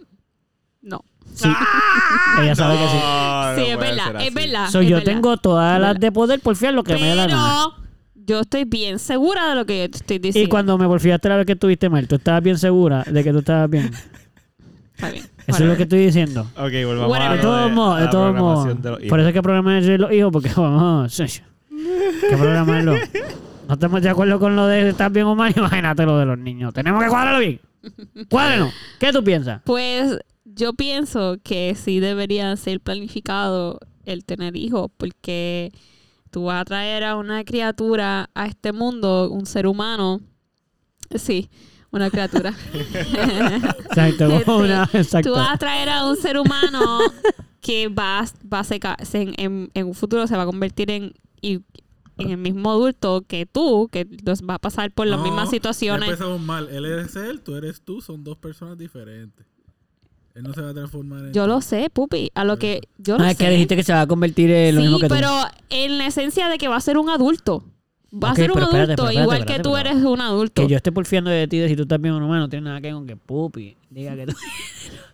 Speaker 1: No.
Speaker 3: Sí. Ella sabe que sí.
Speaker 4: Ah, No,
Speaker 1: sí,
Speaker 4: no
Speaker 1: es
Speaker 4: puede ser
Speaker 1: verdad,
Speaker 4: así.
Speaker 1: es verdad.
Speaker 3: So,
Speaker 1: Ah. es
Speaker 3: yo
Speaker 1: verdad.
Speaker 3: tengo todas las de poder porfiar lo que me dé la gana.
Speaker 1: Pero yo estoy bien segura de lo que yo te estoy
Speaker 3: Y
Speaker 1: diciendo.
Speaker 3: cuando me porfiaste la vez que estuviste mal, tú estabas bien segura de que tú estabas bien.
Speaker 1: Está bien.
Speaker 3: Eso es lo que estoy diciendo.
Speaker 4: Ok, volvamos
Speaker 1: Whatever.
Speaker 4: a
Speaker 3: De
Speaker 4: lo
Speaker 3: todos modos, de
Speaker 4: la
Speaker 3: todos modos.
Speaker 4: programación de los hijos.
Speaker 3: Por eso hay que programar el de los hijos, porque vamos, hay que programarlo. No estamos de acuerdo con lo de estar bien o mal, imagínate lo de los niños. Tenemos que cuadrarlo bien. Cuádrenlo. ¿Qué tú piensas?
Speaker 1: Pues yo pienso que sí debería ser planificado el tener hijos, porque tú vas a traer a una criatura a este mundo, un ser humano. Sí, una criatura.
Speaker 3: Exacto. una-
Speaker 1: Tú
Speaker 3: exacto.
Speaker 1: vas a traer a un ser humano que va, a- va a ser, ca- se- en, en un futuro se va a convertir en, y- en el mismo adulto que tú, que los va a pasar por las
Speaker 2: No,
Speaker 1: mismas
Speaker 2: ya
Speaker 1: situaciones.
Speaker 2: Empezamos mal. Él eres él, tú eres tú, son dos personas diferentes. Él no se va a transformar en.
Speaker 1: Yo lo sé, pupi. A lo que yo lo
Speaker 3: Ah, es
Speaker 1: sé.
Speaker 3: que dijiste que se va a convertir en lo
Speaker 1: sí,
Speaker 3: mismo que tú.
Speaker 1: pero en la esencia de que va a ser un adulto. Va
Speaker 3: Ok,
Speaker 1: a ser un
Speaker 3: pero
Speaker 1: adulto,
Speaker 3: espérate, pero espérate,
Speaker 1: igual que
Speaker 3: espérate,
Speaker 1: tú
Speaker 3: pero-
Speaker 1: eres un adulto.
Speaker 3: Que yo esté porfiando de ti de si tú estás bien o no, no tiene nada que ver con que pupi diga que tú...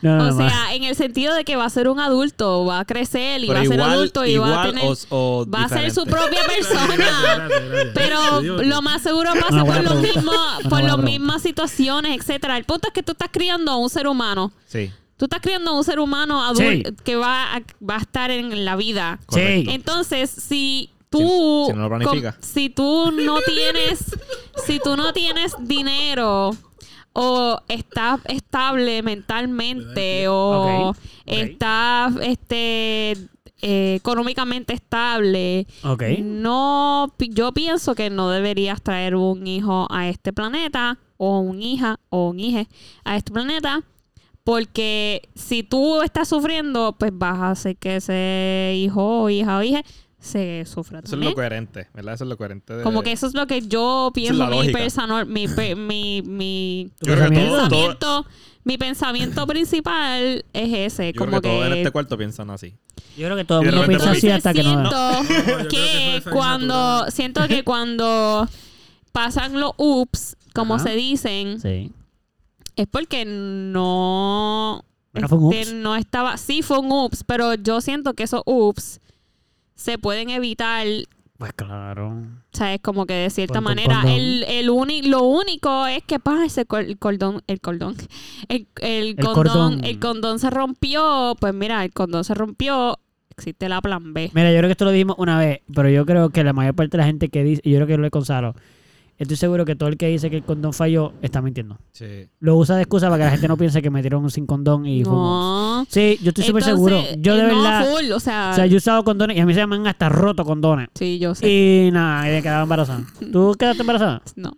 Speaker 3: No, no,
Speaker 1: o
Speaker 3: no. ma.
Speaker 1: sea, en el sentido de que va a ser un adulto, va a crecer y
Speaker 4: Pero
Speaker 1: va a ser
Speaker 4: igual-
Speaker 1: adulto y va a
Speaker 4: igual
Speaker 1: tener...
Speaker 4: o- o
Speaker 1: va a ser su
Speaker 4: diferente.
Speaker 1: propia persona. Pero lo más seguro
Speaker 3: Una
Speaker 1: pasa por
Speaker 3: buena
Speaker 1: los
Speaker 3: pregunta.
Speaker 1: mismos,
Speaker 3: Una
Speaker 1: por
Speaker 3: buena
Speaker 1: las
Speaker 3: pregunta.
Speaker 1: mismas situaciones, etcétera. El punto es que tú estás criando a un ser humano.
Speaker 4: Sí.
Speaker 1: Tú estás criando a un ser humano adulto que va a, va a estar en la vida.
Speaker 3: Sí.
Speaker 4: correcto.
Speaker 1: Entonces, si tú
Speaker 4: Si- si no lo planificas.
Speaker 1: com- si tú no tienes si tú no tienes dinero o estás estable mentalmente o
Speaker 3: Ok, ok.
Speaker 1: estás este eh, económicamente estable,
Speaker 3: Ok.
Speaker 1: no pi- yo pienso que no deberías traer un hijo a este planeta o un hija o un hije a este planeta porque si tú estás sufriendo, pues vas a hacer que ese hijo o hija o hija se sufra
Speaker 4: Eso es lo
Speaker 1: también.
Speaker 4: coherente, ¿verdad? Eso es lo coherente. de-
Speaker 1: ¿Eh? Como que eso es lo que yo pienso,
Speaker 4: la
Speaker 1: mi,
Speaker 4: lógica.
Speaker 1: personal, mi, pe- mi, mi
Speaker 4: Yo creo que todo, todo-
Speaker 1: pensamiento, mi pensamiento principal es ese.
Speaker 4: yo
Speaker 1: como
Speaker 4: creo que todos en
Speaker 1: que
Speaker 4: este cuarto piensan así.
Speaker 3: Yo creo que todo el
Speaker 4: Y de
Speaker 3: mundo piensa
Speaker 4: repente pupi-
Speaker 3: así hasta que no...
Speaker 1: siento
Speaker 2: creo
Speaker 1: que,
Speaker 2: que eso es
Speaker 1: cuando
Speaker 2: natural.
Speaker 1: siento que cuando pasan los ups, como
Speaker 3: Ajá.
Speaker 1: se dicen,
Speaker 3: Sí.
Speaker 1: es porque no
Speaker 3: Bueno, fue un
Speaker 1: este,
Speaker 3: ups.
Speaker 1: no estaba sí fue un ups pero yo siento que esos ups se pueden evitar
Speaker 3: Pues claro.
Speaker 1: sabes como que de cierta
Speaker 3: Con- con
Speaker 1: manera
Speaker 3: condón.
Speaker 1: el, el uni- lo único es que pasa el cordón el cordón el, el
Speaker 3: El
Speaker 1: condón
Speaker 3: cordón.
Speaker 1: el condón se rompió pues mira el condón se rompió existe la plan B
Speaker 3: Mira, yo creo que esto lo dijimos una vez, pero yo creo que la mayor parte de la gente que dice, y yo creo que lo es Gonzalo, estoy seguro que todo el que dice que el condón falló está mintiendo.
Speaker 4: Sí.
Speaker 3: Lo usa de excusa para que la gente no piense que metieron sin condón y fumó.
Speaker 1: no
Speaker 3: Sí, yo estoy súper seguro.
Speaker 1: Entonces,
Speaker 3: Yo de
Speaker 1: eh, no,
Speaker 3: verdad.
Speaker 1: full, o sea,
Speaker 3: O sea, yo he usado condones y a mí se me han hasta roto condones.
Speaker 1: sí yo sé
Speaker 3: Y nada, y me quedaba embarazada. ¿Tú quedaste embarazada?
Speaker 1: no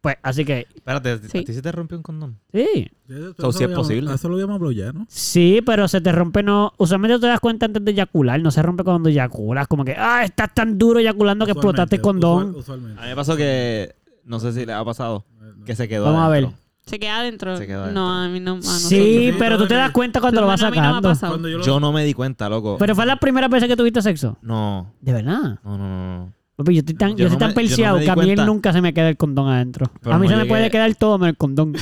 Speaker 3: Pues, así que,
Speaker 4: Espérate, ¿a
Speaker 1: Sí.
Speaker 4: ti se te rompió un condón?
Speaker 3: sí.
Speaker 2: Eso
Speaker 4: si es
Speaker 2: lo habíamos-
Speaker 4: posible.
Speaker 2: Eso lo habíamos hablado ya, ¿no?
Speaker 3: Sí, pero se te rompe, no. Usualmente te das cuenta antes de eyacular, no se rompe cuando eyaculas. Como que, ah, estás tan duro eyaculando que explotaste el
Speaker 2: Usualmente,
Speaker 3: condón.
Speaker 2: usual- usualmente.
Speaker 1: Ah,
Speaker 4: A mí me pasó que, no sé si le ha pasado, que se quedó
Speaker 3: Vamos a ver.
Speaker 4: adentro.
Speaker 1: Se queda adentro.
Speaker 4: Se queda
Speaker 1: No,
Speaker 4: adentro.
Speaker 1: a mí no. a nosotros
Speaker 3: sí,
Speaker 1: no.
Speaker 3: pero tú te das cuenta cuando
Speaker 1: Por
Speaker 3: lo
Speaker 1: lo
Speaker 3: vas
Speaker 1: menos a mí no me ha
Speaker 3: sacando.
Speaker 1: pasado.
Speaker 2: Cuando yo lo-
Speaker 4: Yo no me di cuenta, loco.
Speaker 3: pero fue la primera vez que tuviste sexo.
Speaker 4: No,
Speaker 3: De verdad.
Speaker 4: no, no, no. no.
Speaker 3: Papi, yo estoy tan, yo
Speaker 4: Yo no
Speaker 3: soy tan
Speaker 4: me- yo no me
Speaker 3: perseado
Speaker 4: di
Speaker 3: que a mí
Speaker 4: cuenta.
Speaker 3: nunca se me queda el condón adentro.
Speaker 4: Pero
Speaker 3: a mí
Speaker 4: no
Speaker 3: se me
Speaker 4: llegué-
Speaker 3: puede quedar todo menos el condón.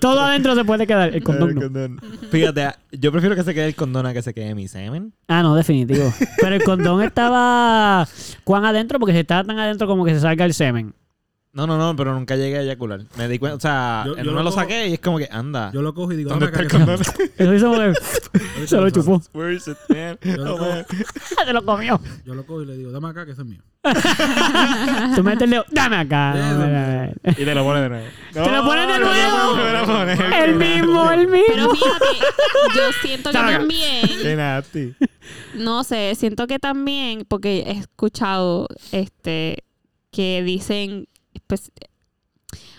Speaker 3: todo adentro se puede quedar, el condón no.
Speaker 4: Fíjate, yo prefiero que se quede el condón a que se quede mi semen.
Speaker 3: Ah, no, definitivo. Pero el condón estaba cuán adentro, porque si estaba tan adentro como que se salga el semen.
Speaker 4: No, no, no, pero nunca llegué a eyacular. Me di cuenta, o sea,
Speaker 2: Yo-
Speaker 4: en
Speaker 2: yo
Speaker 4: una
Speaker 2: lo
Speaker 4: lo
Speaker 2: cojo-
Speaker 4: saqué y es como que, anda.
Speaker 2: Yo lo cojo y digo,
Speaker 4: ¿Dónde
Speaker 2: "Anda
Speaker 4: está el
Speaker 2: acá, que
Speaker 4: condón?
Speaker 3: Eso hizo como que
Speaker 2: se-
Speaker 3: se lo chupó.
Speaker 4: Where is it, man?
Speaker 2: Yo lo, cojo,
Speaker 3: se lo comió.
Speaker 2: yo lo cojo y le digo, dame acá que eso es mío.
Speaker 3: Tú metes el dedo, dame acá.
Speaker 2: Eso.
Speaker 3: Dame, dame.
Speaker 4: Y te lo pones de nuevo.
Speaker 3: ¡Te lo pones de nuevo! El
Speaker 4: El
Speaker 3: mismo, el mismo.
Speaker 1: Pero fíjate, yo siento que también,
Speaker 4: Qué nasty.
Speaker 1: no sé, siento que también, porque he escuchado este que dicen, pues,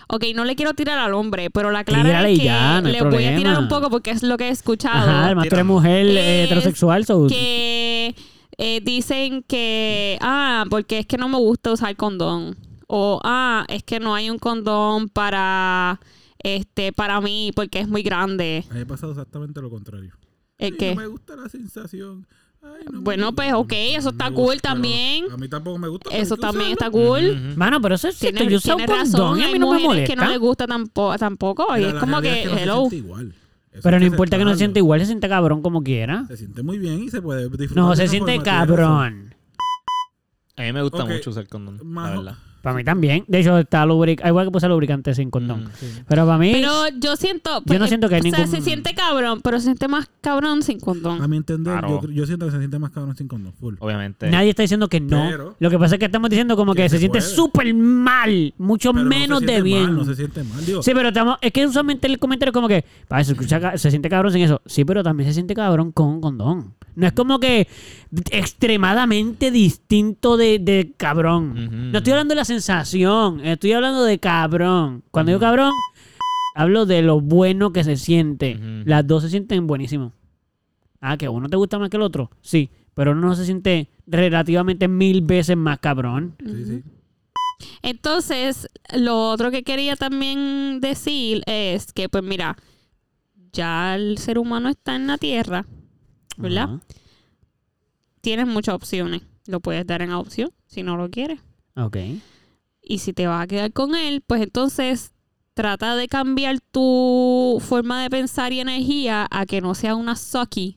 Speaker 1: ok, no le quiero tirar al hombre, pero la clara
Speaker 3: Tírale
Speaker 1: es que
Speaker 3: ya, no hay
Speaker 1: le voy a tirar
Speaker 3: problema.
Speaker 1: un poco porque es lo que he escuchado.
Speaker 3: Ajá, además tú eres mujer eh,
Speaker 1: Es
Speaker 3: heterosexual, so...
Speaker 1: que eh, dicen que, ah, porque es que no me gusta usar condón. O, ah, es que no hay un condón para, este, para mí porque es muy grande.
Speaker 2: A mí me ha pasado exactamente lo contrario.
Speaker 1: Eh,
Speaker 2: Ay,
Speaker 1: que-
Speaker 2: No me gusta la sensación. Ay, no me
Speaker 1: Bueno,
Speaker 2: gusta,
Speaker 1: pues,
Speaker 2: no
Speaker 1: ok,
Speaker 2: me gusta,
Speaker 1: eso
Speaker 2: no
Speaker 1: está
Speaker 2: me
Speaker 1: cool
Speaker 2: gusta, pero
Speaker 1: también.
Speaker 2: A mí tampoco me gusta. pero hay
Speaker 1: Eso
Speaker 2: que
Speaker 1: también está
Speaker 2: usarlo.
Speaker 1: cool.
Speaker 3: Mano, pero eso es cierto.
Speaker 1: Tienes,
Speaker 3: Yo usé un
Speaker 1: tienes razón,
Speaker 3: condón y a
Speaker 1: hay
Speaker 3: mí no me
Speaker 1: mujeres que no
Speaker 3: molesta.
Speaker 1: les gusta tampoco. tampoco y
Speaker 2: Mira,
Speaker 1: es
Speaker 2: la
Speaker 1: como
Speaker 2: realidad
Speaker 1: que,
Speaker 2: es se
Speaker 1: hello.
Speaker 2: siente igual. Eso
Speaker 3: Pero
Speaker 2: hay
Speaker 3: no importa que no se
Speaker 2: aceptarlo.
Speaker 3: siente igual, se siente cabrón como quiera.
Speaker 2: Se siente muy bien y se puede disfrutar.
Speaker 3: No,
Speaker 2: de
Speaker 3: se
Speaker 2: esa
Speaker 3: siente
Speaker 2: forma, tienes
Speaker 3: cabrón.
Speaker 4: A mí me gusta
Speaker 2: Ok.
Speaker 4: mucho usar condón, la
Speaker 2: Majo.
Speaker 4: verdad.
Speaker 3: Para mí también. De hecho, está lubricante. Igual que puse lubricante sin condón.
Speaker 4: Mm.
Speaker 3: Pero para mí,
Speaker 1: Pero yo siento. pues,
Speaker 3: Yo no siento que hay
Speaker 1: o sea,
Speaker 3: ningún-
Speaker 1: se siente cabrón, pero se siente más cabrón sin condón.
Speaker 2: razón. A mi entender,
Speaker 4: Claro.
Speaker 2: yo, yo siento que se siente más cabrón sin condón. Full.
Speaker 4: Obviamente.
Speaker 3: nadie está diciendo que no.
Speaker 2: Pero-
Speaker 3: Lo que pasa es que estamos diciendo como que,
Speaker 2: Que
Speaker 3: se,
Speaker 2: se
Speaker 3: siente
Speaker 2: puede.
Speaker 3: súper mal. Mucho
Speaker 2: Pero no se
Speaker 3: menos de
Speaker 2: siente
Speaker 3: bien.
Speaker 2: mal, no se siente mal. Digo,
Speaker 3: Sí, pero estamos, es que usualmente el comentario es como que "Pa, se, escucha ca- se siente cabrón sin eso. Sí, pero también se siente cabrón con un condón. No es como que extremadamente distinto de, de cabrón.
Speaker 4: Ujú,
Speaker 3: No estoy
Speaker 4: ujú.
Speaker 3: hablando de la sensación, estoy hablando de cabrón. Cuando digo cabrón, hablo de lo bueno que se siente.
Speaker 4: Ujú.
Speaker 3: Las dos se sienten buenísimo. Ah, que uno te gusta más que el otro. Sí, pero uno se siente relativamente mil veces más cabrón.
Speaker 2: sí, sí.
Speaker 1: Entonces, lo otro que quería también decir es que, pues mira, ya el ser humano está en la Tierra, ¿verdad? Tienes muchas opciones. Lo puedes dar en adopción si no lo quieres.
Speaker 3: Ajá. Ah, Ok.
Speaker 1: Y si te vas a quedar con él, pues entonces trata de cambiar tu forma de pensar y energía a que no sea una sucky.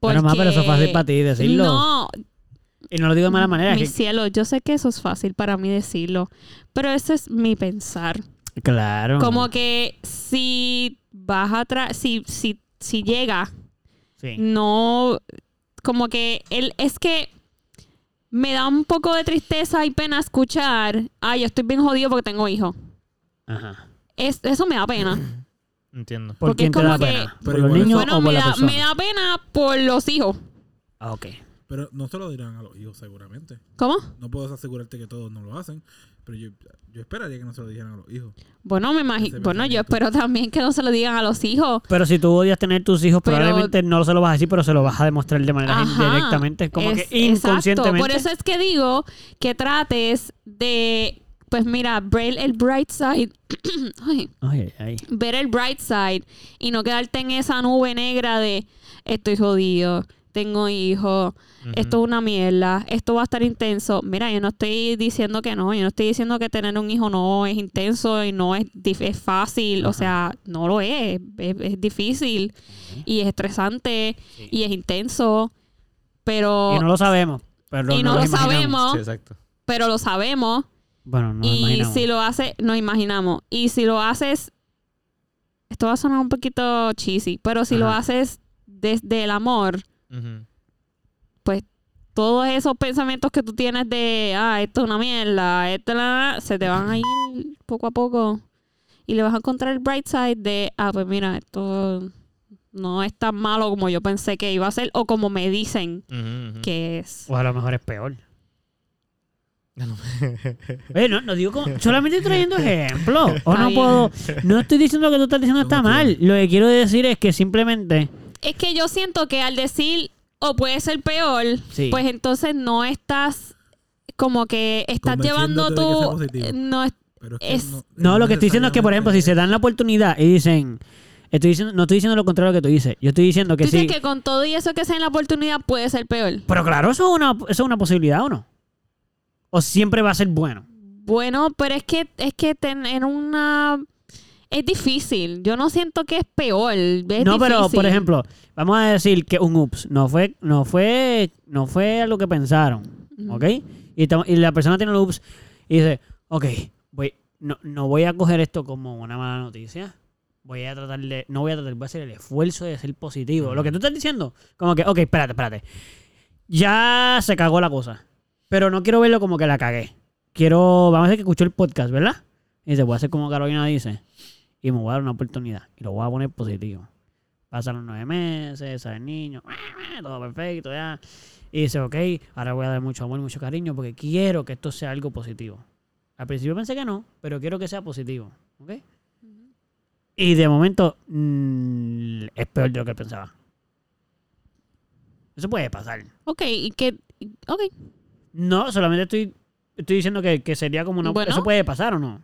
Speaker 3: Pero, ma, pero eso es fácil para ti decirlo.
Speaker 1: No,
Speaker 3: Y no lo digo de mala manera. es
Speaker 1: mi
Speaker 3: que-
Speaker 1: cielo, yo sé que eso es fácil para mí decirlo, pero ese es mi pensar.
Speaker 3: Claro.
Speaker 1: Como que si vas a tra- si, si, si llega,
Speaker 3: Sí.
Speaker 1: no, como que él, es que me da un poco de tristeza y pena escuchar, ay, yo estoy bien jodido porque tengo hijos.
Speaker 3: Ajá.
Speaker 1: Es, eso me da pena.
Speaker 4: Entiendo.
Speaker 3: ¿Por
Speaker 1: Porque
Speaker 3: quién
Speaker 1: es
Speaker 3: te da
Speaker 1: como que-
Speaker 3: pena? ¿Por
Speaker 2: Pero
Speaker 3: los
Speaker 2: igual
Speaker 3: niños
Speaker 1: bueno,
Speaker 3: o
Speaker 1: me
Speaker 3: por la
Speaker 1: da,
Speaker 3: persona?
Speaker 1: me da pena por los hijos.
Speaker 3: Ah, ok.
Speaker 2: Pero no se lo dirán a los hijos seguramente.
Speaker 1: ¿Cómo?
Speaker 2: No puedo asegurarte que todos no lo hacen, pero yo, yo esperaría que no se lo dijeran a los hijos.
Speaker 1: Bueno, me
Speaker 2: Ese
Speaker 1: imagino. Bueno, yo
Speaker 2: pensamiento.
Speaker 1: espero también que no se lo digan a los hijos.
Speaker 3: Pero si tú odias tener tus hijos,
Speaker 1: Pero-
Speaker 3: probablemente no se lo vas a decir, pero se lo vas a demostrar de manera
Speaker 1: Ajá.
Speaker 3: indirectamente. Es como
Speaker 1: Es-
Speaker 3: que
Speaker 1: exacto.
Speaker 3: inconscientemente.
Speaker 1: Por eso es que digo que trates de, pues mira, ver el bright side, Ay,
Speaker 3: Ay, ay, ay.
Speaker 1: ver el bright side y no quedarte en esa nube negra de estoy jodido, tengo hijos, esto es una mierda, esto va a estar intenso. Mira, yo no estoy diciendo que no, yo no estoy diciendo que tener un hijo no es intenso y no es, dif- es fácil, o sea, no lo es, es, es difícil y es estresante y es intenso, pero
Speaker 3: Y no lo sabemos. Pero
Speaker 1: y no
Speaker 3: nos
Speaker 1: lo
Speaker 3: imaginamos.
Speaker 1: sabemos.
Speaker 4: Sí, exacto.
Speaker 1: pero lo sabemos
Speaker 3: Bueno, no lo
Speaker 1: y
Speaker 3: imaginamos.
Speaker 1: si lo haces, nos imaginamos. Y si lo haces, esto va a sonar un poquito cheesy, pero si lo
Speaker 3: Ajá.
Speaker 1: haces desde el amor,
Speaker 4: Ujú.
Speaker 1: todos esos pensamientos que tú tienes de, ah, esto es una mierda, esto es la... se te van a ir poco a poco. Y le vas a encontrar el bright side de, ah, pues mira, esto no es tan malo como yo pensé que iba a ser o como me dicen
Speaker 3: Mm.
Speaker 4: Ujú, ujú.
Speaker 1: que es.
Speaker 3: O a lo mejor es peor. Oye, no, no digo como. Solamente estoy trayendo ejemplos. O no
Speaker 1: bien.
Speaker 3: puedo. No estoy diciendo lo que tú estás diciendo está
Speaker 2: Como
Speaker 3: mal. Lo que quiero decir es que simplemente.
Speaker 1: Es que yo siento que al decir o puede ser peor,
Speaker 3: Sí.
Speaker 1: pues entonces no estás como que estás llevando
Speaker 2: Convenciéndote de que sea
Speaker 1: tu
Speaker 2: positivo.
Speaker 1: no es-
Speaker 2: Pero
Speaker 1: Es-
Speaker 3: No, lo que estoy diciendo es que, por ejemplo, si se dan la oportunidad y dicen. Estoy diciendo, no estoy diciendo lo contrario que tú dices. Yo estoy diciendo que
Speaker 1: tú
Speaker 3: sí.
Speaker 1: dices que con todo y eso que sea en la oportunidad puede ser peor.
Speaker 3: Pero claro, eso es, una, eso es una posibilidad o no. O siempre va a ser bueno.
Speaker 1: Bueno, pero es que es que tener una es difícil. Yo no siento que es peor. Es
Speaker 3: no, pero
Speaker 1: difícil.
Speaker 3: por ejemplo, vamos a decir que un ups no fue, no fue, no fue lo que pensaron,
Speaker 1: Ujú.
Speaker 3: ¿ok? Y, estamos- y la persona tiene el ups y dice, ok, voy, no, no voy a coger esto como una mala noticia. Voy a tratar de, no voy a tratar, voy a hacer el esfuerzo de ser positivo. Lo que tú estás diciendo, como que, ok, espérate, espérate. Ya se cagó la cosa. Pero no quiero verlo como que la cagué. Quiero, vamos a decir que escuchó el podcast, ¿verdad? Y dice, voy a hacer como Carolina dice. Y me voy a dar una oportunidad. Y lo voy a poner positivo. Pasan los nueve meses, sale el niño, todo perfecto, ya. Y dice, ok, ahora voy a dar mucho amor, mucho cariño, porque quiero que esto sea algo positivo. Al principio pensé que no, pero quiero que sea positivo, ¿ok? Y de momento mm, es peor de lo que pensaba. Eso puede pasar.
Speaker 1: Ok, y que ok.
Speaker 3: No, solamente estoy, estoy diciendo que, que sería como una...
Speaker 1: Bueno.
Speaker 3: Eso puede pasar o no.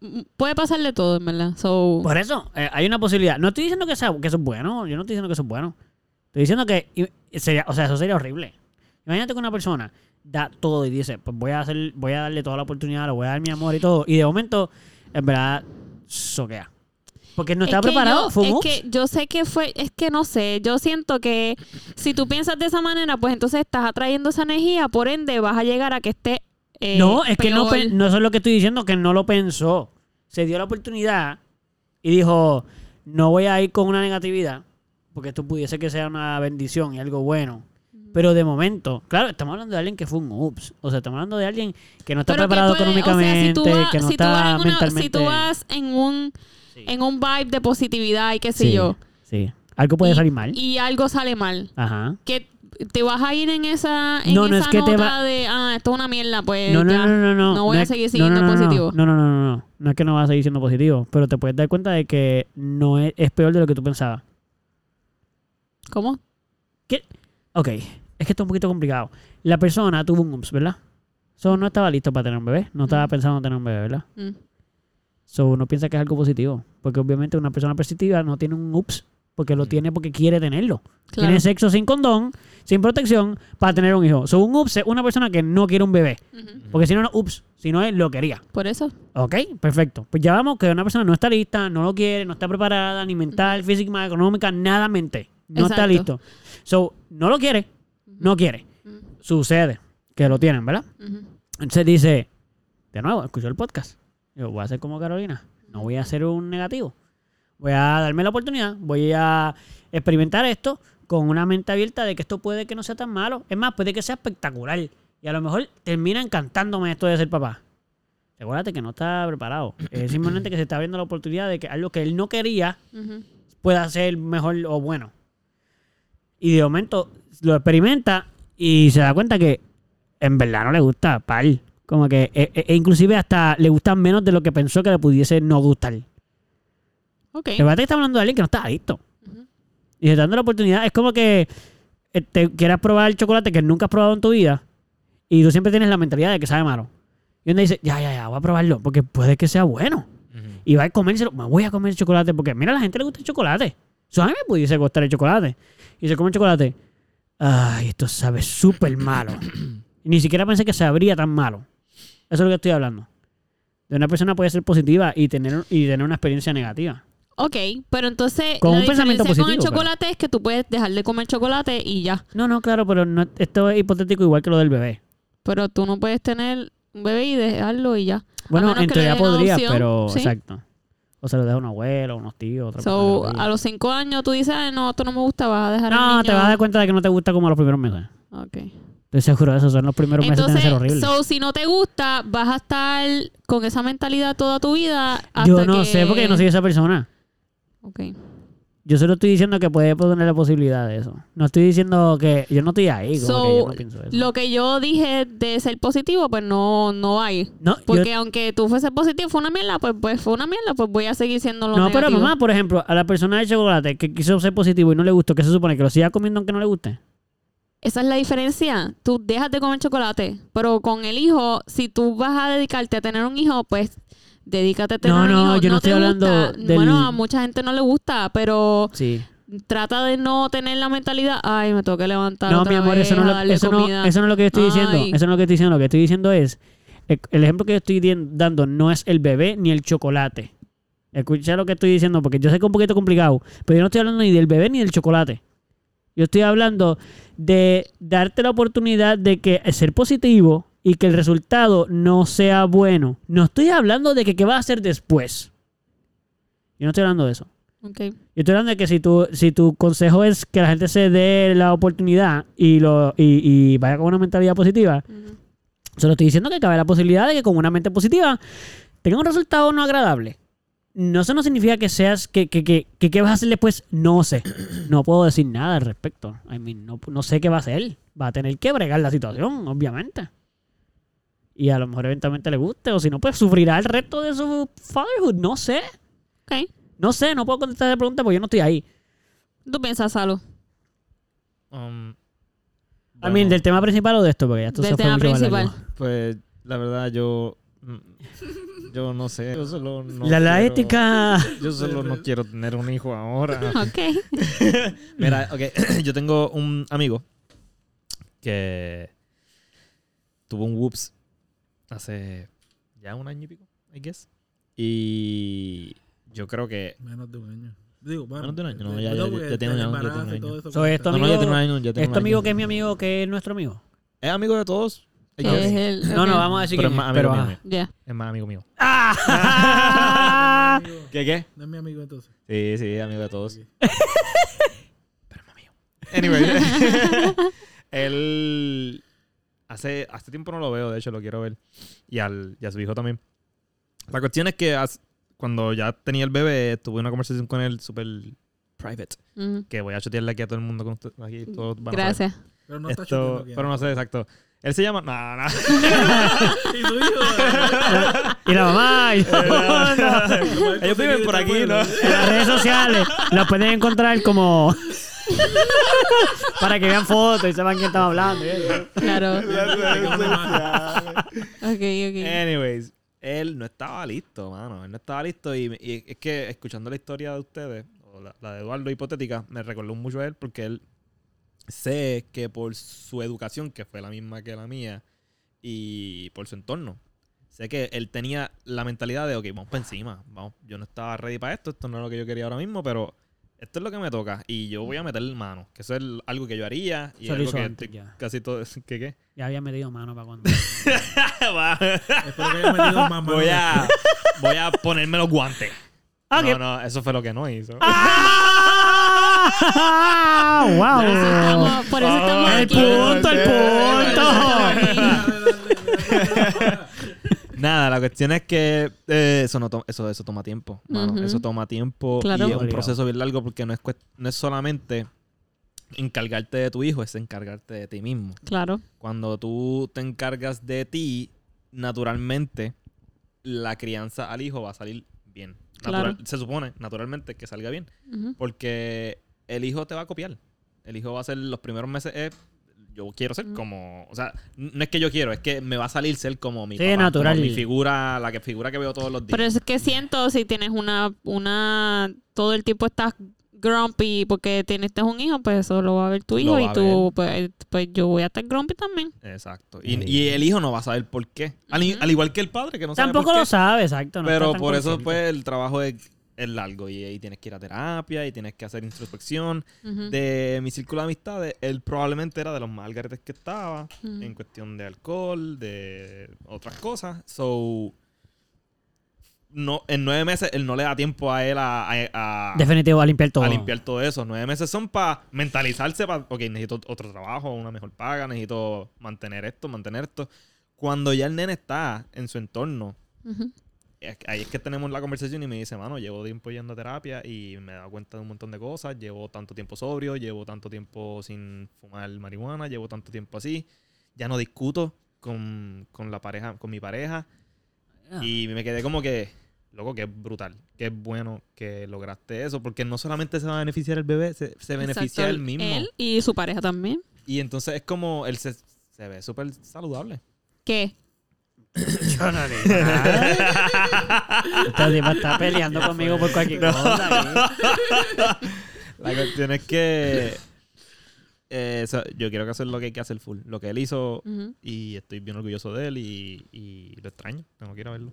Speaker 1: M- Puede pasarle todo, en verdad. So,
Speaker 3: Por eso, eh, hay una posibilidad. No estoy diciendo que, sea, que eso es bueno. Yo no estoy diciendo que eso es bueno. Estoy diciendo que y- sería, o sea, eso sería horrible. Imagínate que una persona da todo y dice, pues voy a hacer, voy a darle toda la oportunidad, le voy a dar mi amor y todo. Y de momento, en verdad, soquea. Porque no
Speaker 1: Es
Speaker 3: estaba
Speaker 1: que
Speaker 3: preparado.
Speaker 1: yo-
Speaker 3: fue un ups.
Speaker 1: es que yo sé que fue, es que no sé, yo siento que si tú piensas de esa manera, pues entonces estás atrayendo esa energía, por ende vas a llegar a que esté eh,
Speaker 3: no, es que no,
Speaker 1: peor.
Speaker 3: pe- no eso es lo que estoy diciendo, que no lo pensó. Se dio la oportunidad y dijo, no voy a ir con una negatividad, porque esto pudiese que sea una bendición y algo bueno. Pero de momento, claro, estamos hablando de alguien que fue un ups. O sea, estamos hablando de alguien que no está
Speaker 1: Pero que
Speaker 3: preparado
Speaker 1: puede- o sea, si
Speaker 3: económicamente,
Speaker 1: tú vas-
Speaker 3: que no
Speaker 1: si tú vas
Speaker 3: está
Speaker 1: en una-
Speaker 3: mentalmente.
Speaker 1: Si tú vas en un,
Speaker 3: Sí.
Speaker 1: en un vibe de positividad y qué sé
Speaker 3: Sí,
Speaker 1: yo.
Speaker 3: sí. Algo puede
Speaker 1: y-
Speaker 3: salir mal.
Speaker 1: Y algo sale mal.
Speaker 3: Ajá.
Speaker 1: Que te vas a ir en esa, en
Speaker 3: No, no,
Speaker 1: esa
Speaker 3: es que
Speaker 1: nota
Speaker 3: te va-
Speaker 1: de, ah, esto es una mierda, pues
Speaker 3: No, no,
Speaker 1: ya.
Speaker 3: no, no, no.
Speaker 1: No voy a
Speaker 3: es-
Speaker 1: seguir siguiendo
Speaker 3: no, no,
Speaker 1: positivo.
Speaker 3: No, no, no, no, no. No es que no vas a seguir siendo positivo, pero te puedes dar cuenta de que no es, es peor de lo que tú pensabas.
Speaker 1: ¿Cómo?
Speaker 3: Ok, es que esto es un poquito complicado. La persona tuvo un ups, ¿verdad? So, no estaba listo para tener un bebé. No estaba
Speaker 1: Ujú.
Speaker 3: pensando en tener un bebé, ¿verdad?
Speaker 1: Mm.
Speaker 3: So, uno piensa que es algo positivo. Porque obviamente una persona positiva no tiene un ups. Porque lo tiene porque quiere tenerlo.
Speaker 1: Claro.
Speaker 3: Tiene sexo sin condón, sin protección, para tener un hijo. So, un ups es una persona que no quiere un bebé.
Speaker 1: Ujú.
Speaker 3: Porque si no, no, ups. Si no, él lo quería.
Speaker 1: Por eso.
Speaker 3: Ok, perfecto. Pues ya vamos que una persona no está lista, no lo quiere, no está preparada, ni mental, física, económica, nada mente. No está
Speaker 1: Mm. Exacto.
Speaker 3: listo. So, no lo quiere, no quiere.
Speaker 1: Ujú.
Speaker 3: Sucede que lo tienen, ¿verdad?
Speaker 1: Ujú.
Speaker 3: Entonces dice, de nuevo, escuchó el podcast. Yo voy a hacer como Carolina. No voy a hacer un negativo. Voy a darme la oportunidad. Voy a experimentar esto con una mente abierta de que esto puede que no sea tan malo. Es más, puede que sea espectacular. Y a lo mejor termina encantándome esto de ser papá. Recuérdate que no está preparado. Es simplemente que se está abriendo la oportunidad de que algo que él no quería
Speaker 1: Ujú.
Speaker 3: pueda ser mejor o bueno. Y de momento lo experimenta y se da cuenta que en verdad no le gusta, pal. Como que, e, e- e inclusive hasta le gusta menos de lo que pensó que le pudiese no gustar.
Speaker 1: Ok.
Speaker 3: Recuerda que está hablando de alguien que no está adicto.
Speaker 1: Ujú.
Speaker 3: Y te dando la oportunidad. Es como que eh, te quieras probar el chocolate que nunca has probado en tu vida y tú siempre tienes la mentalidad de que sabe malo. Y uno dice, ya, ya, ya, voy a probarlo porque puede que sea bueno. Y va a comérselo. Me voy a comer el chocolate porque, mira, a la gente le gusta el chocolate. So, a mí me pudiese gustar el chocolate. Y se come el chocolate. Ay, esto sabe súper malo. Y Ni siquiera pensé que sabría tan malo. Eso es lo que estoy hablando. De una persona puede ser positiva y tener, y tener una experiencia negativa.
Speaker 1: Ok, pero entonces
Speaker 3: Con
Speaker 1: la
Speaker 3: un pensamiento
Speaker 1: diferencia con el
Speaker 3: positivo, pero-
Speaker 1: chocolate es que tú puedes dejar de comer chocolate y ya.
Speaker 3: No, no, claro, pero no- esto es hipotético igual que lo del bebé.
Speaker 1: Pero tú no puedes tener un bebé y dejarlo y ya.
Speaker 3: Bueno,
Speaker 1: menos
Speaker 3: en
Speaker 1: que le
Speaker 3: teoría
Speaker 1: den adopción,
Speaker 3: podría, pero
Speaker 1: sí.
Speaker 3: exacto. O se lo deja a un abuelo, unos tíos, otra
Speaker 1: So,
Speaker 3: persona que lo
Speaker 1: a los cinco años tú dices, "Ay, no, esto no me gusta, vas a dejar
Speaker 3: quiera.
Speaker 1: al
Speaker 3: No,
Speaker 1: niño".
Speaker 3: te vas a dar cuenta de que no te gusta como a los primeros meses.
Speaker 1: Ok.
Speaker 3: Estoy seguro de eso, son los primeros meses deben ser
Speaker 1: Entonces,
Speaker 3: horribles.
Speaker 1: so, si no te gusta, vas a estar con esa mentalidad toda tu vida hasta
Speaker 3: Yo no
Speaker 1: que-
Speaker 3: sé porque yo no soy esa persona.
Speaker 1: Ok.
Speaker 3: Yo solo estoy diciendo que puede poner la posibilidad de eso. No estoy diciendo que. Yo no estoy ahí. Como
Speaker 1: So,
Speaker 3: que yo no pienso eso.
Speaker 1: Lo que yo dije de ser positivo, pues no, no hay.
Speaker 3: no, yo-
Speaker 1: Porque aunque tú fuese positivo, fue una mierda, pues, pues fue una mierda, pues voy a seguir siendo lo
Speaker 3: no,
Speaker 1: negativo.
Speaker 3: pero mamá, por ejemplo, a la persona de chocolate que quiso ser positivo y no le gustó, ¿qué se supone? ¿Que lo siga comiendo aunque no le guste?
Speaker 1: Esa es la diferencia. Tú dejas de comer chocolate, pero con el hijo, si tú vas a dedicarte a tener un hijo, pues dedícate a tener
Speaker 3: No,
Speaker 1: un
Speaker 3: no,
Speaker 1: hijo.
Speaker 3: yo no
Speaker 1: te
Speaker 3: estoy hablando
Speaker 1: gusta.
Speaker 3: del-
Speaker 1: Bueno, a mucha gente no le gusta, pero
Speaker 3: Sí.
Speaker 1: trata de no tener la mentalidad, ay, me tengo que levantar
Speaker 3: No,
Speaker 1: otra
Speaker 3: mi amor,
Speaker 1: vez
Speaker 3: eso no,
Speaker 1: a
Speaker 3: lo,
Speaker 1: darle
Speaker 3: eso, no,
Speaker 1: comida".
Speaker 3: eso no es lo que yo estoy diciendo.
Speaker 1: Ay.
Speaker 3: Eso no es lo que estoy diciendo. Lo que estoy diciendo es. El, el ejemplo que yo estoy dien- dando no es el bebé ni el chocolate. Escucha lo que estoy diciendo, porque yo sé que es un poquito complicado, pero yo no estoy hablando ni del bebé ni del chocolate. Yo estoy hablando de darte la oportunidad de que eh, ser positivo y que el resultado no sea bueno. No estoy hablando de que qué vas a hacer después. Yo no estoy hablando de eso.
Speaker 1: Ok.
Speaker 3: Yo estoy hablando de que si tu, si tu consejo es que la gente se dé la oportunidad y, lo, y, y vaya con una mentalidad positiva,
Speaker 1: Ujú.
Speaker 3: solo estoy diciendo que cabe la posibilidad de que con una mente positiva tenga un resultado no agradable. No, eso no significa que seas, que, que, que, que qué vas a hacer después, no sé. No puedo decir nada al respecto. I mean, no, no sé qué va a hacer. Va a tener que bregar la situación, obviamente. Y a lo mejor eventualmente le guste, o si no, pues sufrirá el resto de su fatherhood, no sé.
Speaker 1: Ok.
Speaker 3: No sé, no puedo contestar esa pregunta porque yo no estoy ahí.
Speaker 1: ¿Tú piensas, Salo?
Speaker 4: Um,
Speaker 3: I mean,
Speaker 4: bueno,
Speaker 3: del tema principal o de esto, porque ya esto
Speaker 1: Del
Speaker 3: se fue
Speaker 1: tema
Speaker 3: mucho más
Speaker 1: principal.
Speaker 3: largo.
Speaker 4: Pues la verdad yo... mm, Yo no sé. Yo solo no
Speaker 3: la la
Speaker 4: quiero-
Speaker 3: ética.
Speaker 4: Yo solo no quiero tener un hijo ahora.
Speaker 1: Ok.
Speaker 4: Mira, ok, yo tengo un amigo que tuvo un whoops hace ya un año y pico, I guess. Y yo creo que...
Speaker 2: Menos de un año. Digo, bueno,
Speaker 4: Menos de un año, no,
Speaker 2: de-
Speaker 4: ya-
Speaker 2: de-
Speaker 4: ya-
Speaker 2: porque
Speaker 4: ya tiene un año, ya
Speaker 2: embarazo
Speaker 4: tiene un
Speaker 2: y todo
Speaker 4: año.
Speaker 2: eso
Speaker 3: So,
Speaker 2: cuenta.
Speaker 3: esto
Speaker 4: No, no, ya
Speaker 3: amigo-
Speaker 4: tengo un año, ya tengo
Speaker 3: Este
Speaker 4: un
Speaker 3: amigo
Speaker 4: año.
Speaker 3: que es mi amigo, que es nuestro amigo.
Speaker 4: Es amigo de todos. I
Speaker 1: Que
Speaker 4: guess.
Speaker 1: es el-
Speaker 3: No,
Speaker 1: ok.
Speaker 3: no, vamos a decir
Speaker 4: Pero es
Speaker 3: quién
Speaker 4: más amigo mío, mío.
Speaker 3: ajá.
Speaker 1: Ya.
Speaker 4: Es más amigo mío.
Speaker 3: ¡Ah!
Speaker 2: No es mi amigo,
Speaker 4: ¿Qué, qué?
Speaker 2: No es mi amigo entonces.
Speaker 4: Sí, sí, es amigo de todos.
Speaker 2: Ok.
Speaker 4: Pero es más mío. Anyway. él... Hace, hace tiempo no lo veo, de hecho lo quiero ver. Y, al, y a su hijo también. La cuestión es que as- cuando ya tenía el bebé, tuve una conversación con él súper private.
Speaker 1: Ujú.
Speaker 4: Que voy a chotearle aquí a todo el mundo. Con usted- aquí todos van a saber.
Speaker 1: Gracias.
Speaker 2: Pero no está
Speaker 4: Esto-
Speaker 2: chupando
Speaker 4: pero no sé exacto. Él se llama... No, no.
Speaker 2: Y su hijo.
Speaker 3: Y la mamá, y
Speaker 4: Ellos viven por aquí, ¿no?
Speaker 3: en las redes sociales la pueden encontrar como. para que vean fotos y sepan quién estamos hablando. ¿eh?
Speaker 1: Claro.
Speaker 2: ¿no?
Speaker 1: Ok, ok.
Speaker 4: Anyways, él no estaba listo, mano. Él no estaba listo. Y, y es que escuchando la historia de ustedes, o la, la de Eduardo hipotética, me recordó mucho a él porque él sé que por su educación, que fue la misma que la mía, y por su entorno, sé que él tenía la mentalidad de, ok, vamos para encima. Vamos, yo no estaba ready para esto, esto no es lo que yo quería ahora mismo, pero esto es lo que me toca y yo voy a meterle mano. Que eso es algo que yo haría y
Speaker 3: Eso lo
Speaker 4: algo
Speaker 3: hizo
Speaker 4: que
Speaker 3: antes,
Speaker 4: estoy
Speaker 3: ya.
Speaker 4: casi todo... ¿Qué qué?
Speaker 3: Ya había metido mano para cuando.
Speaker 2: Espero que haya metido más
Speaker 4: Voy
Speaker 2: mano.
Speaker 4: a, voy a ponerme los guantes.
Speaker 1: Ah,
Speaker 3: Ok.
Speaker 4: No, no, eso fue lo que no hizo.
Speaker 3: ¡Ah!
Speaker 1: Por eso
Speaker 3: ¡Wow!
Speaker 1: estamos, por
Speaker 4: oh.
Speaker 1: eso estamos
Speaker 4: El
Speaker 1: aquí.
Speaker 4: punto, el
Speaker 1: punto.
Speaker 4: Nada, la cuestión es que eh, eso, no to- eso, eso toma tiempo. mano.
Speaker 1: Ujú.
Speaker 4: Eso toma tiempo
Speaker 1: Claro.
Speaker 4: y es un
Speaker 3: Obligado.
Speaker 4: proceso bien largo porque no es, cuest- no es solamente encargarte de tu hijo, es encargarte de ti mismo.
Speaker 1: Claro.
Speaker 4: Cuando tú te encargas de ti, naturalmente la crianza al hijo va a salir bien. Natural-
Speaker 1: Claro.
Speaker 4: Se supone, naturalmente, que salga bien.
Speaker 1: Ujú.
Speaker 4: Porque el hijo te va a copiar. El hijo va a ser los primeros meses. eh, yo quiero ser
Speaker 1: Mm.
Speaker 4: como. O sea, n- no es que yo quiero, es que me va a salir ser como mi.
Speaker 3: Sí,
Speaker 4: papá,
Speaker 3: natural.
Speaker 4: como mi figura, la que, figura que veo todos los días.
Speaker 1: Pero es que siento si tienes una, una, todo el tiempo estás grumpy porque tienes un hijo, pues eso lo va a ver tu
Speaker 4: Lo
Speaker 1: hijo
Speaker 4: va
Speaker 1: y
Speaker 4: a
Speaker 1: tú, pues, pues yo voy a estar grumpy también.
Speaker 4: Exacto. Y, y el hijo no va a saber por qué. Al, i-
Speaker 1: Ujú.
Speaker 4: al igual que el padre, que no sabe.
Speaker 3: Tampoco
Speaker 4: por
Speaker 3: lo
Speaker 4: qué.
Speaker 3: sabe, exacto. no
Speaker 4: Pero
Speaker 3: está tan
Speaker 4: por eso,
Speaker 3: consciente.
Speaker 4: pues, el trabajo es, es largo. Y, y tienes que ir a terapia, y tienes que hacer introspección.
Speaker 1: Ujú.
Speaker 4: De mi círculo de amistades, él probablemente era de los más algaretes que estaba.
Speaker 1: Ujú.
Speaker 4: en cuestión de alcohol, de otras cosas. So, no, en nueve meses él no le da tiempo a él a, a- a-
Speaker 3: Definitivo, a limpiar todo.
Speaker 4: a limpiar todo eso. Nueve meses son para mentalizarse, para, ok, necesito otro trabajo, una mejor paga, necesito mantener esto, mantener esto. Cuando ya el nene está en su entorno,
Speaker 1: Ujú.
Speaker 4: eh, ahí es que tenemos la conversación y me dice, mano, llevo tiempo yendo a terapia y me he dado cuenta de un montón de cosas. Llevo tanto tiempo sobrio, llevo tanto tiempo sin fumar marihuana, llevo tanto tiempo así. Ya no discuto con, con la pareja, con mi pareja.
Speaker 1: Ah.
Speaker 4: Y me quedé como que, loco, que es brutal, que es bueno que lograste eso, porque no solamente se va a beneficiar el bebé, se, se beneficia
Speaker 1: Exacto,
Speaker 4: él mismo.
Speaker 1: Él y su pareja también.
Speaker 4: Y entonces es como, él se, se ve súper saludable.
Speaker 1: ¿Qué?
Speaker 3: Esta tipa Este está peleando conmigo por cualquier cosa. ¿eh?
Speaker 4: La cuestión es que eh, o sea, yo quiero que hacer lo que hay que hacer full, lo que él hizo
Speaker 1: Ujú.
Speaker 4: y estoy bien orgulloso de él y, y lo extraño, tengo que ir a verlo,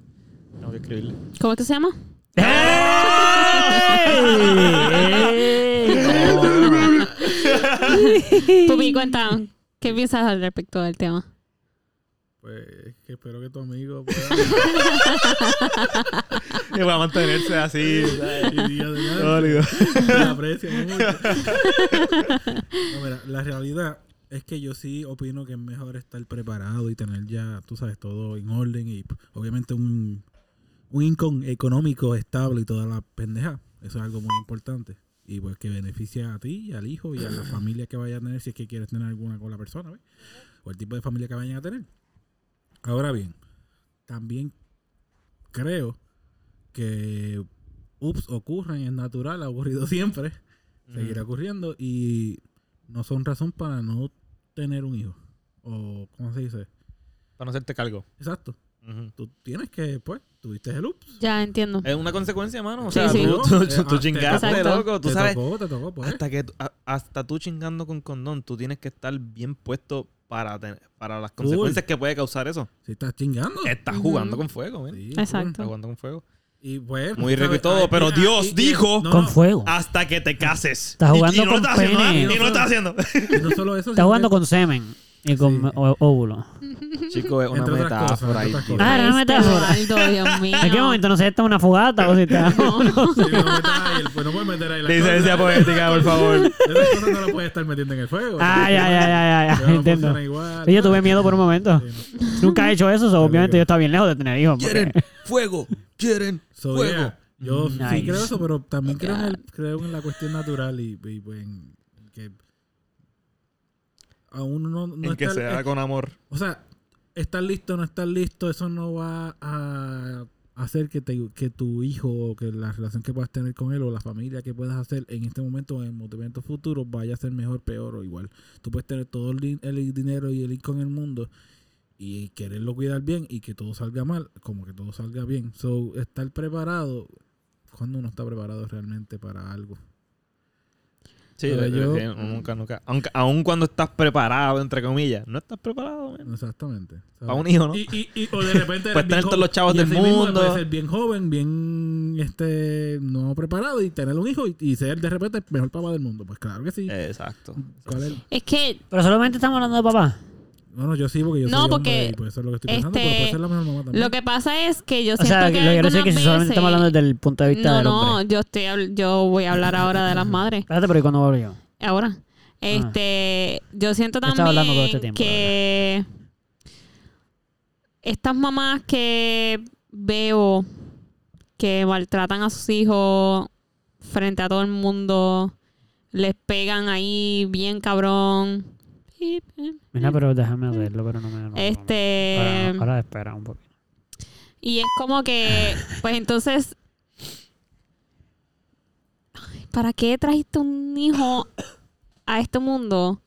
Speaker 4: tengo que escribirle.
Speaker 1: ¿Cómo es que se llama?
Speaker 3: ¡Ey! ¡Ey! No.
Speaker 1: Pupi, cuéntame. ¿Qué piensas al respecto del tema?
Speaker 2: Pues que espero que tu amigo pueda.
Speaker 4: Y va a mantenerse así.
Speaker 2: y diga de nada. Te aprecio mucho. No, mira, la realidad es que yo sí opino que es mejor estar preparado y tener ya, tú sabes, todo en orden y p- obviamente un, un income económico estable y toda la pendeja. Eso es algo muy importante. Y pues que beneficia a ti, y al hijo y a la familia que vayas a tener, si es que quieres tener alguna con la persona, ¿ves? O el tipo de familia que vayan a tener. Ahora bien, también creo que ups ocurren, es natural, ha ocurrido siempre, seguirá ocurriendo y no son razón para no tener un hijo. O, ¿cómo se dice?
Speaker 4: Para no hacerte cargo.
Speaker 2: Exacto. Tú tienes que, pues, tuviste el ups.
Speaker 1: Ya entiendo.
Speaker 4: Es una consecuencia, mano. O
Speaker 1: Sí,
Speaker 4: sea,
Speaker 1: sí.
Speaker 4: tú, tú- tú-
Speaker 2: Ah,
Speaker 4: tú
Speaker 2: te
Speaker 4: chingaste,
Speaker 1: tocó.
Speaker 4: loco. Tú
Speaker 2: te
Speaker 4: sabes,
Speaker 2: tocó, te tocó, pues.
Speaker 4: hasta, que, tú- a- hasta tú chingando con condón, tú tienes que estar bien puesto para, tener- para las
Speaker 2: Full.
Speaker 4: consecuencias que puede causar eso.
Speaker 2: Si estás chingando.
Speaker 4: Estás
Speaker 1: Ujú.
Speaker 4: jugando con fuego, ¿ven?
Speaker 2: Sí, pues.
Speaker 4: Estás
Speaker 1: Exacto.
Speaker 4: jugando con fuego.
Speaker 2: Y pues,
Speaker 4: Muy rico y
Speaker 2: ¿sabes?
Speaker 4: todo,
Speaker 2: Ay,
Speaker 4: pero
Speaker 2: mira,
Speaker 4: Dios
Speaker 2: y- y-
Speaker 4: dijo-
Speaker 2: no,
Speaker 3: Con
Speaker 2: no,
Speaker 3: fuego.
Speaker 4: Hasta que te cases.
Speaker 3: Estás
Speaker 4: Y-
Speaker 3: jugando
Speaker 4: y no
Speaker 3: con
Speaker 4: lo estás haciendo,
Speaker 3: pene.
Speaker 4: ¿ah? Y no lo estás haciendo.
Speaker 2: Y no solo eso.
Speaker 3: Está
Speaker 2: sino
Speaker 3: jugando
Speaker 2: que-
Speaker 3: con semen y con
Speaker 2: Sí.
Speaker 3: ó- óvulo.
Speaker 4: Chico, es una
Speaker 2: Entre otras cosas, entre
Speaker 4: metáfora. ahí,
Speaker 2: otras
Speaker 4: tío.
Speaker 2: cosas.
Speaker 3: Ah, era una
Speaker 1: Este
Speaker 3: metáfora.
Speaker 1: Waldo, Dios mío.
Speaker 3: ¿En qué momento no sé si está una fogata o si está
Speaker 2: Sí, no metas ahí el- pues, no puedes meter ahí las
Speaker 4: Licencia
Speaker 2: cosas.
Speaker 4: poética, por favor.
Speaker 2: Esas cosas no las puedes estar metiendo en el fuego.
Speaker 3: Ay, ay, ay, ay, ay,
Speaker 2: Pero
Speaker 3: ay,
Speaker 2: no
Speaker 3: entiendo.
Speaker 2: funciona igual.
Speaker 3: Sí, yo tuve miedo por un momento.
Speaker 2: Sí,
Speaker 3: Nunca he hecho eso, so, obviamente yo estaba bien lejos de tener hijos. porque-
Speaker 4: fuego. Quieren
Speaker 2: So, yeah, Yo
Speaker 3: Mm,
Speaker 2: sí
Speaker 3: nice.
Speaker 2: creo eso, pero también creo en, el-
Speaker 1: God.
Speaker 2: creo en la cuestión natural y, y, pues, en que aún no, no
Speaker 4: En que
Speaker 2: estar-
Speaker 4: se haga
Speaker 2: eh,
Speaker 4: con amor.
Speaker 2: o sea, estar listo, no estar listo, eso no va a hacer que, te, que tu hijo o que la relación que puedas tener con él o la familia que puedas hacer en este momento o en momentos futuros vaya a ser mejor, peor o igual. Tú puedes tener todo el, din- el dinero y el ir con el mundo y quererlo cuidar bien y que todo salga mal, como que todo salga bien. So, estar preparado cuando uno está preparado realmente para algo.
Speaker 4: Sí,
Speaker 2: Pero
Speaker 4: de- de-
Speaker 2: yo-
Speaker 4: de- nunca, nunca. Aunque, aun cuando estás preparado, entre comillas, no estás preparado, man.
Speaker 2: Exactamente. ¿sabes?
Speaker 4: Para un hijo, ¿no?
Speaker 2: Y, y, y- o de repente eres bien
Speaker 4: Puedes tener todos
Speaker 2: joven.
Speaker 4: los chavos
Speaker 2: Y
Speaker 4: del
Speaker 2: así mismo
Speaker 4: mundo.
Speaker 2: Puedes ser bien joven, bien este no preparado y tener un hijo y, y ser de repente el mejor papá del mundo. Pues claro que sí.
Speaker 4: Eh, Exacto.
Speaker 2: ¿Cuál es?
Speaker 1: Es que
Speaker 3: Pero solamente estamos hablando de papá.
Speaker 2: No, no, yo sí, porque yo
Speaker 1: No,
Speaker 2: soy
Speaker 1: porque,
Speaker 2: hombre y pues eso es lo que estoy pensando.
Speaker 1: este,
Speaker 2: pero puede ser la mejor mamá también.
Speaker 1: lo que pasa es que yo
Speaker 3: O
Speaker 1: siento
Speaker 3: sea, lo
Speaker 1: que
Speaker 3: que quiero decir es que si
Speaker 1: algunas
Speaker 3: solamente estamos hablando
Speaker 1: veces-
Speaker 3: desde el punto de vista
Speaker 1: no,
Speaker 3: del
Speaker 1: no,
Speaker 3: hombre.
Speaker 1: yo estoy, habl- yo voy a hablar ahora de las madres.
Speaker 3: Espérate, pero ¿y cuándo hablo yo?
Speaker 1: Ahora, este, yo siento
Speaker 3: Ah. Yo
Speaker 1: también
Speaker 3: estaba hablando todo este tiempo,
Speaker 1: que estas mamás que veo que maltratan a sus hijos frente a todo el mundo, les pegan ahí bien cabrón.
Speaker 3: Mira, pero déjame hacerlo, pero no me... no, no, no.
Speaker 1: Este-
Speaker 3: Ahora, ahora espera un poquito.
Speaker 1: Y es como que, pues entonces, ay, ¿para qué trajiste un hijo a este mundo?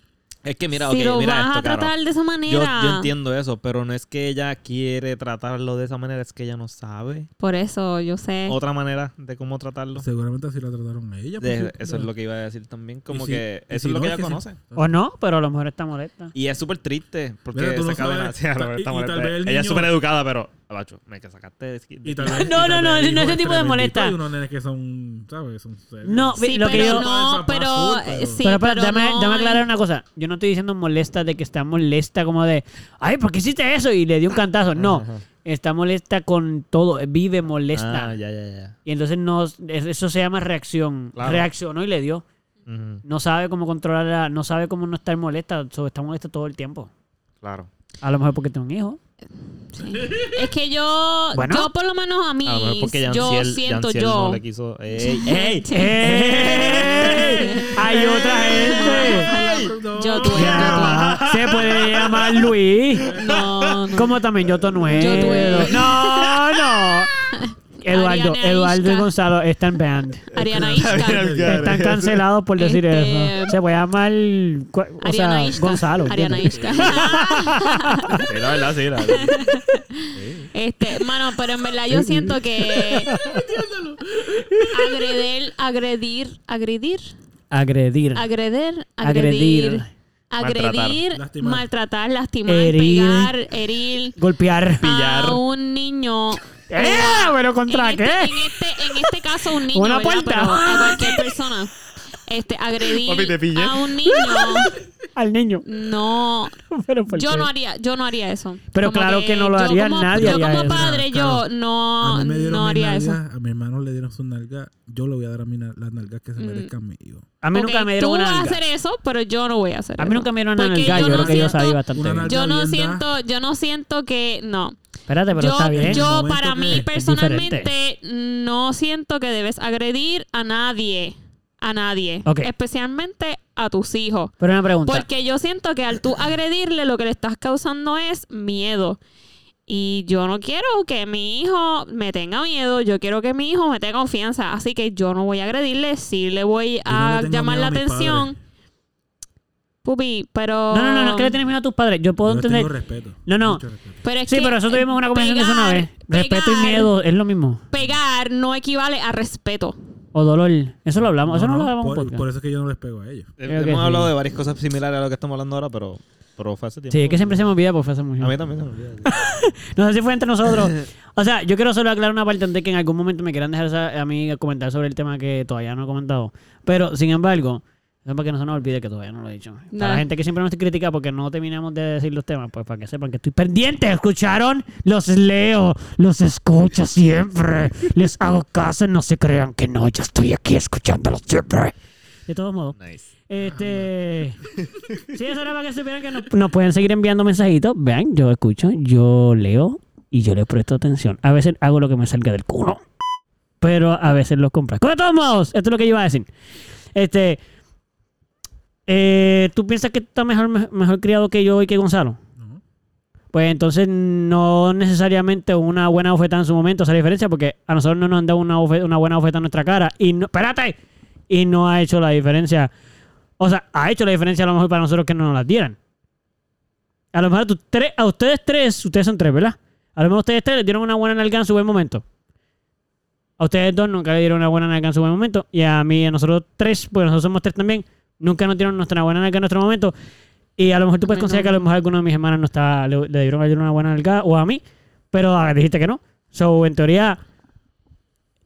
Speaker 4: Es que mira,
Speaker 1: si
Speaker 4: ok,
Speaker 1: lo
Speaker 4: mira
Speaker 1: vas
Speaker 4: esto,
Speaker 1: a
Speaker 4: Caro.
Speaker 1: tratar de esa
Speaker 4: Yo,
Speaker 1: manera.
Speaker 4: yo entiendo eso, pero no es que ella quiere tratarlo de esa manera, es que ella no sabe
Speaker 1: Por eso, yo sé.
Speaker 4: otra manera de cómo tratarlo.
Speaker 2: Seguramente así la trataron a ella.
Speaker 4: De- eso es lo que iba a decir también, como
Speaker 2: si-
Speaker 4: que
Speaker 2: y
Speaker 4: eso
Speaker 2: si
Speaker 4: es lo
Speaker 2: no,
Speaker 4: que
Speaker 2: es
Speaker 4: ella
Speaker 2: que si-
Speaker 4: conoce.
Speaker 3: O no, pero a lo mejor está molesta.
Speaker 4: Y es súper triste porque
Speaker 2: Mira, tú no
Speaker 4: esa cadena-
Speaker 2: sabes.
Speaker 4: sí, a lo mejor
Speaker 2: Y-
Speaker 4: está
Speaker 2: y tal
Speaker 4: molesta.
Speaker 2: vez el
Speaker 4: Ella es
Speaker 2: niño-
Speaker 4: súper educada, pero, abacho, me que sacaste de esquí.
Speaker 2: Y tal vez-
Speaker 3: No,
Speaker 2: y
Speaker 3: no,
Speaker 2: tal
Speaker 3: no,
Speaker 2: vez el
Speaker 3: no,
Speaker 2: hijo
Speaker 3: ese
Speaker 2: es
Speaker 3: tipo de
Speaker 2: tremendito
Speaker 3: molesta.
Speaker 2: Y unos nenes que son, ¿sabes? Son serios.
Speaker 3: No,
Speaker 1: Sí,
Speaker 3: vi- lo que
Speaker 1: pero
Speaker 3: yo...
Speaker 1: no,
Speaker 2: Papá
Speaker 1: pero,
Speaker 2: azul,
Speaker 1: eh, sí,
Speaker 3: pero, espera,
Speaker 1: pero
Speaker 3: déjame,
Speaker 1: no
Speaker 3: déjame
Speaker 1: es-
Speaker 3: aclarar una cosa. Yo no estoy diciendo molesta de que está molesta como de, ay, ¿por qué hiciste eso? Y le di un cantazo. No,
Speaker 4: Ajá.
Speaker 3: está molesta con todo, vive molesta.
Speaker 4: Ah, ya, ya, ya.
Speaker 3: Y entonces no, eso se llama reacción.
Speaker 4: Claro.
Speaker 3: Reaccionó y le dio.
Speaker 4: Ujú,
Speaker 3: No sabe cómo controlar, la- no sabe cómo no estar molesta, so, está molesta todo el tiempo.
Speaker 4: claro.
Speaker 3: A lo mejor porque tiene un hijo.
Speaker 1: sí. Es que yo,
Speaker 3: Bueno.
Speaker 1: yo por lo menos a mí,
Speaker 4: A lo mejor Ah, porque Yanciel,
Speaker 1: yo siento
Speaker 4: Yanciel
Speaker 1: yo.
Speaker 4: no le quiso. eh, ¡Ey! ¡Ey!
Speaker 1: Sí.
Speaker 3: ¡Ey! ¡Hay otra gente!
Speaker 1: Yo tuve,
Speaker 3: Ya va. Se puede llamar Luis.
Speaker 1: No, no.
Speaker 3: Como también yo tonuelo.
Speaker 1: Yo tuedo.
Speaker 3: No, no. Eduardo,
Speaker 1: Ariana
Speaker 3: Eduardo y
Speaker 1: Ishka.
Speaker 3: Gonzalo están banned.
Speaker 1: Ariana Ishka.
Speaker 3: Están cancelados por decir
Speaker 1: Este-
Speaker 3: eso. Se puede llamar cua- o
Speaker 1: Ariana
Speaker 3: sea,
Speaker 1: Ishka.
Speaker 3: Gonzalo.
Speaker 1: Ariana Ishka.
Speaker 3: ¿entiendes?
Speaker 4: Sí, la verdad, sí, la verdad.
Speaker 1: Este, mano, pero en verdad yo siento que. Agredir, agredir, agredir,
Speaker 3: Agredir.
Speaker 1: agreder,
Speaker 3: Agredir.
Speaker 1: agredir. Agredir, maltratar,
Speaker 2: Lastimar.
Speaker 1: lastimar,
Speaker 3: Herir.
Speaker 1: pegar, herir
Speaker 3: Golpear.
Speaker 4: Pillar.
Speaker 1: a un niño.
Speaker 3: ¡Eh! ¿Pero contra
Speaker 1: en,
Speaker 3: qué?
Speaker 1: Este, en, este, en este caso, un niño.
Speaker 3: Una
Speaker 1: ¿verdad?
Speaker 3: puerta.
Speaker 1: Pero a cualquier persona. Este, agredir
Speaker 4: Papi, te pillé.
Speaker 1: a un niño.
Speaker 3: Al niño.
Speaker 1: No.
Speaker 3: Pero ¿por
Speaker 1: Yo
Speaker 3: qué?
Speaker 1: no haría, yo no haría eso.
Speaker 3: Pero claro que no lo
Speaker 1: yo
Speaker 3: haría,
Speaker 1: como-
Speaker 3: nadie
Speaker 1: Yo
Speaker 3: haría
Speaker 1: como
Speaker 3: eso.
Speaker 1: padre, yo
Speaker 2: Claro.
Speaker 1: no, no haría eso.
Speaker 2: A mi hermano le dieron su nalga. Yo le voy a dar a mi na- las nalgas que se
Speaker 1: Mm.
Speaker 2: merezcan mi hijo.
Speaker 3: A mí
Speaker 1: Ok,
Speaker 3: nunca me dieron
Speaker 1: tú
Speaker 3: una
Speaker 1: vas a
Speaker 3: nalga.
Speaker 1: hacer eso, pero yo no voy a hacer
Speaker 3: A mí
Speaker 1: eso.
Speaker 3: nunca me dieron una
Speaker 1: Porque
Speaker 3: nalga. Yo,
Speaker 1: no
Speaker 3: creo que yo
Speaker 1: siento-
Speaker 3: sabía bastante
Speaker 2: una
Speaker 3: bien.
Speaker 2: nalga.
Speaker 1: Yo no
Speaker 2: Bien, da.
Speaker 1: siento, yo no siento que no.
Speaker 3: Espérate, pero
Speaker 1: yo,
Speaker 3: está bien.
Speaker 2: En el
Speaker 1: yo
Speaker 2: momento
Speaker 1: para
Speaker 2: que
Speaker 1: mí
Speaker 2: es
Speaker 1: personalmente no siento que debes agredir a nadie, a nadie,
Speaker 3: Ok.
Speaker 1: especialmente a tus hijos,
Speaker 3: Pero una pregunta.
Speaker 1: porque yo siento que al tú agredirle lo que le estás causando es miedo. Y yo no quiero que mi hijo me tenga miedo, yo quiero que mi hijo me tenga confianza, así que yo no voy a agredirle, sí le voy
Speaker 2: no
Speaker 1: a
Speaker 2: le tengo
Speaker 1: llamar
Speaker 2: miedo
Speaker 1: la
Speaker 2: a mis
Speaker 1: atención. Pupi, pero
Speaker 3: No, no, no, no es que le tenés miedo a tus padres. Yo puedo
Speaker 2: Yo les tengo
Speaker 3: entender.
Speaker 2: respeto.
Speaker 3: No, no.
Speaker 2: Mucho respeto.
Speaker 1: Pero es
Speaker 3: Sí,
Speaker 1: que
Speaker 3: pero eso tuvimos una conversación de eso una
Speaker 1: pegar-
Speaker 3: vez. Respeto y
Speaker 1: pegar-
Speaker 3: miedo es lo mismo.
Speaker 1: Pegar no equivale a respeto.
Speaker 3: O dolor. Eso lo hablamos. Eso no, lo hablamos en
Speaker 2: por,
Speaker 3: podcast.
Speaker 2: por eso es que yo no les pego a ellos.
Speaker 3: Creo que
Speaker 4: Hemos
Speaker 3: sí.
Speaker 4: hablado de varias cosas similares a lo que estamos hablando ahora, pero, pero fue hace tiempo.
Speaker 3: Sí, es que siempre se me olvida porque fue hace mucho
Speaker 4: A mí
Speaker 3: tiempo.
Speaker 4: también se me olvida.
Speaker 3: No sé si fue entre nosotros. O sea, yo quiero solo aclarar una parte antes de que en algún momento me quieran dejar esa- a mí comentar sobre el tema que todavía no he comentado. Pero, sin embargo, eso es para que no se nos olvide que todavía no lo he dicho. Para la
Speaker 1: Dale.
Speaker 3: gente que siempre nos critica porque no terminamos de decir los temas, pues para que sepan que estoy pendiente. ¿Escucharon? Los leo, los escucho siempre. Les hago caso, no se crean que no. Yo estoy aquí escuchándolos siempre. De todos modos.
Speaker 4: Nice.
Speaker 3: Este. sí, eso era para que supieran que nos, nos pueden seguir enviando mensajitos. Vean, yo escucho, yo leo y yo les presto atención. A veces hago lo que me salga del culo, pero a veces los compras. Pero De todos modos, esto es lo que yo iba a decir. Este. eh, ¿Tú piensas que tú estás mejor, me- mejor criado que yo y que Gonzalo?
Speaker 2: No.
Speaker 3: Pues entonces no necesariamente una buena bofetada en su momento hace la diferencia porque a nosotros no nos han dado una, bofe- una buena bofetada en nuestra cara y no, ¡Espérate! Y no ha hecho la diferencia. O sea, ha hecho la diferencia a lo mejor para nosotros que no nos la dieran. A lo mejor a, tus tres, a ustedes tres, ustedes son tres, ¿verdad? A lo mejor a ustedes tres les dieron una buena nalga en su buen momento. A ustedes dos nunca le dieron una buena nalga en su buen momento. Y a mí, a nosotros tres, porque nosotros somos tres también, nunca nos dieron nuestra buena nalga en nuestro momento. Y a lo mejor tú puedes
Speaker 1: Bueno.
Speaker 3: considerar que a lo mejor alguno de mis hermanas no está, le, le dieron a alguien una buena nalga o a mí, pero ah, dijiste que no. So, en teoría,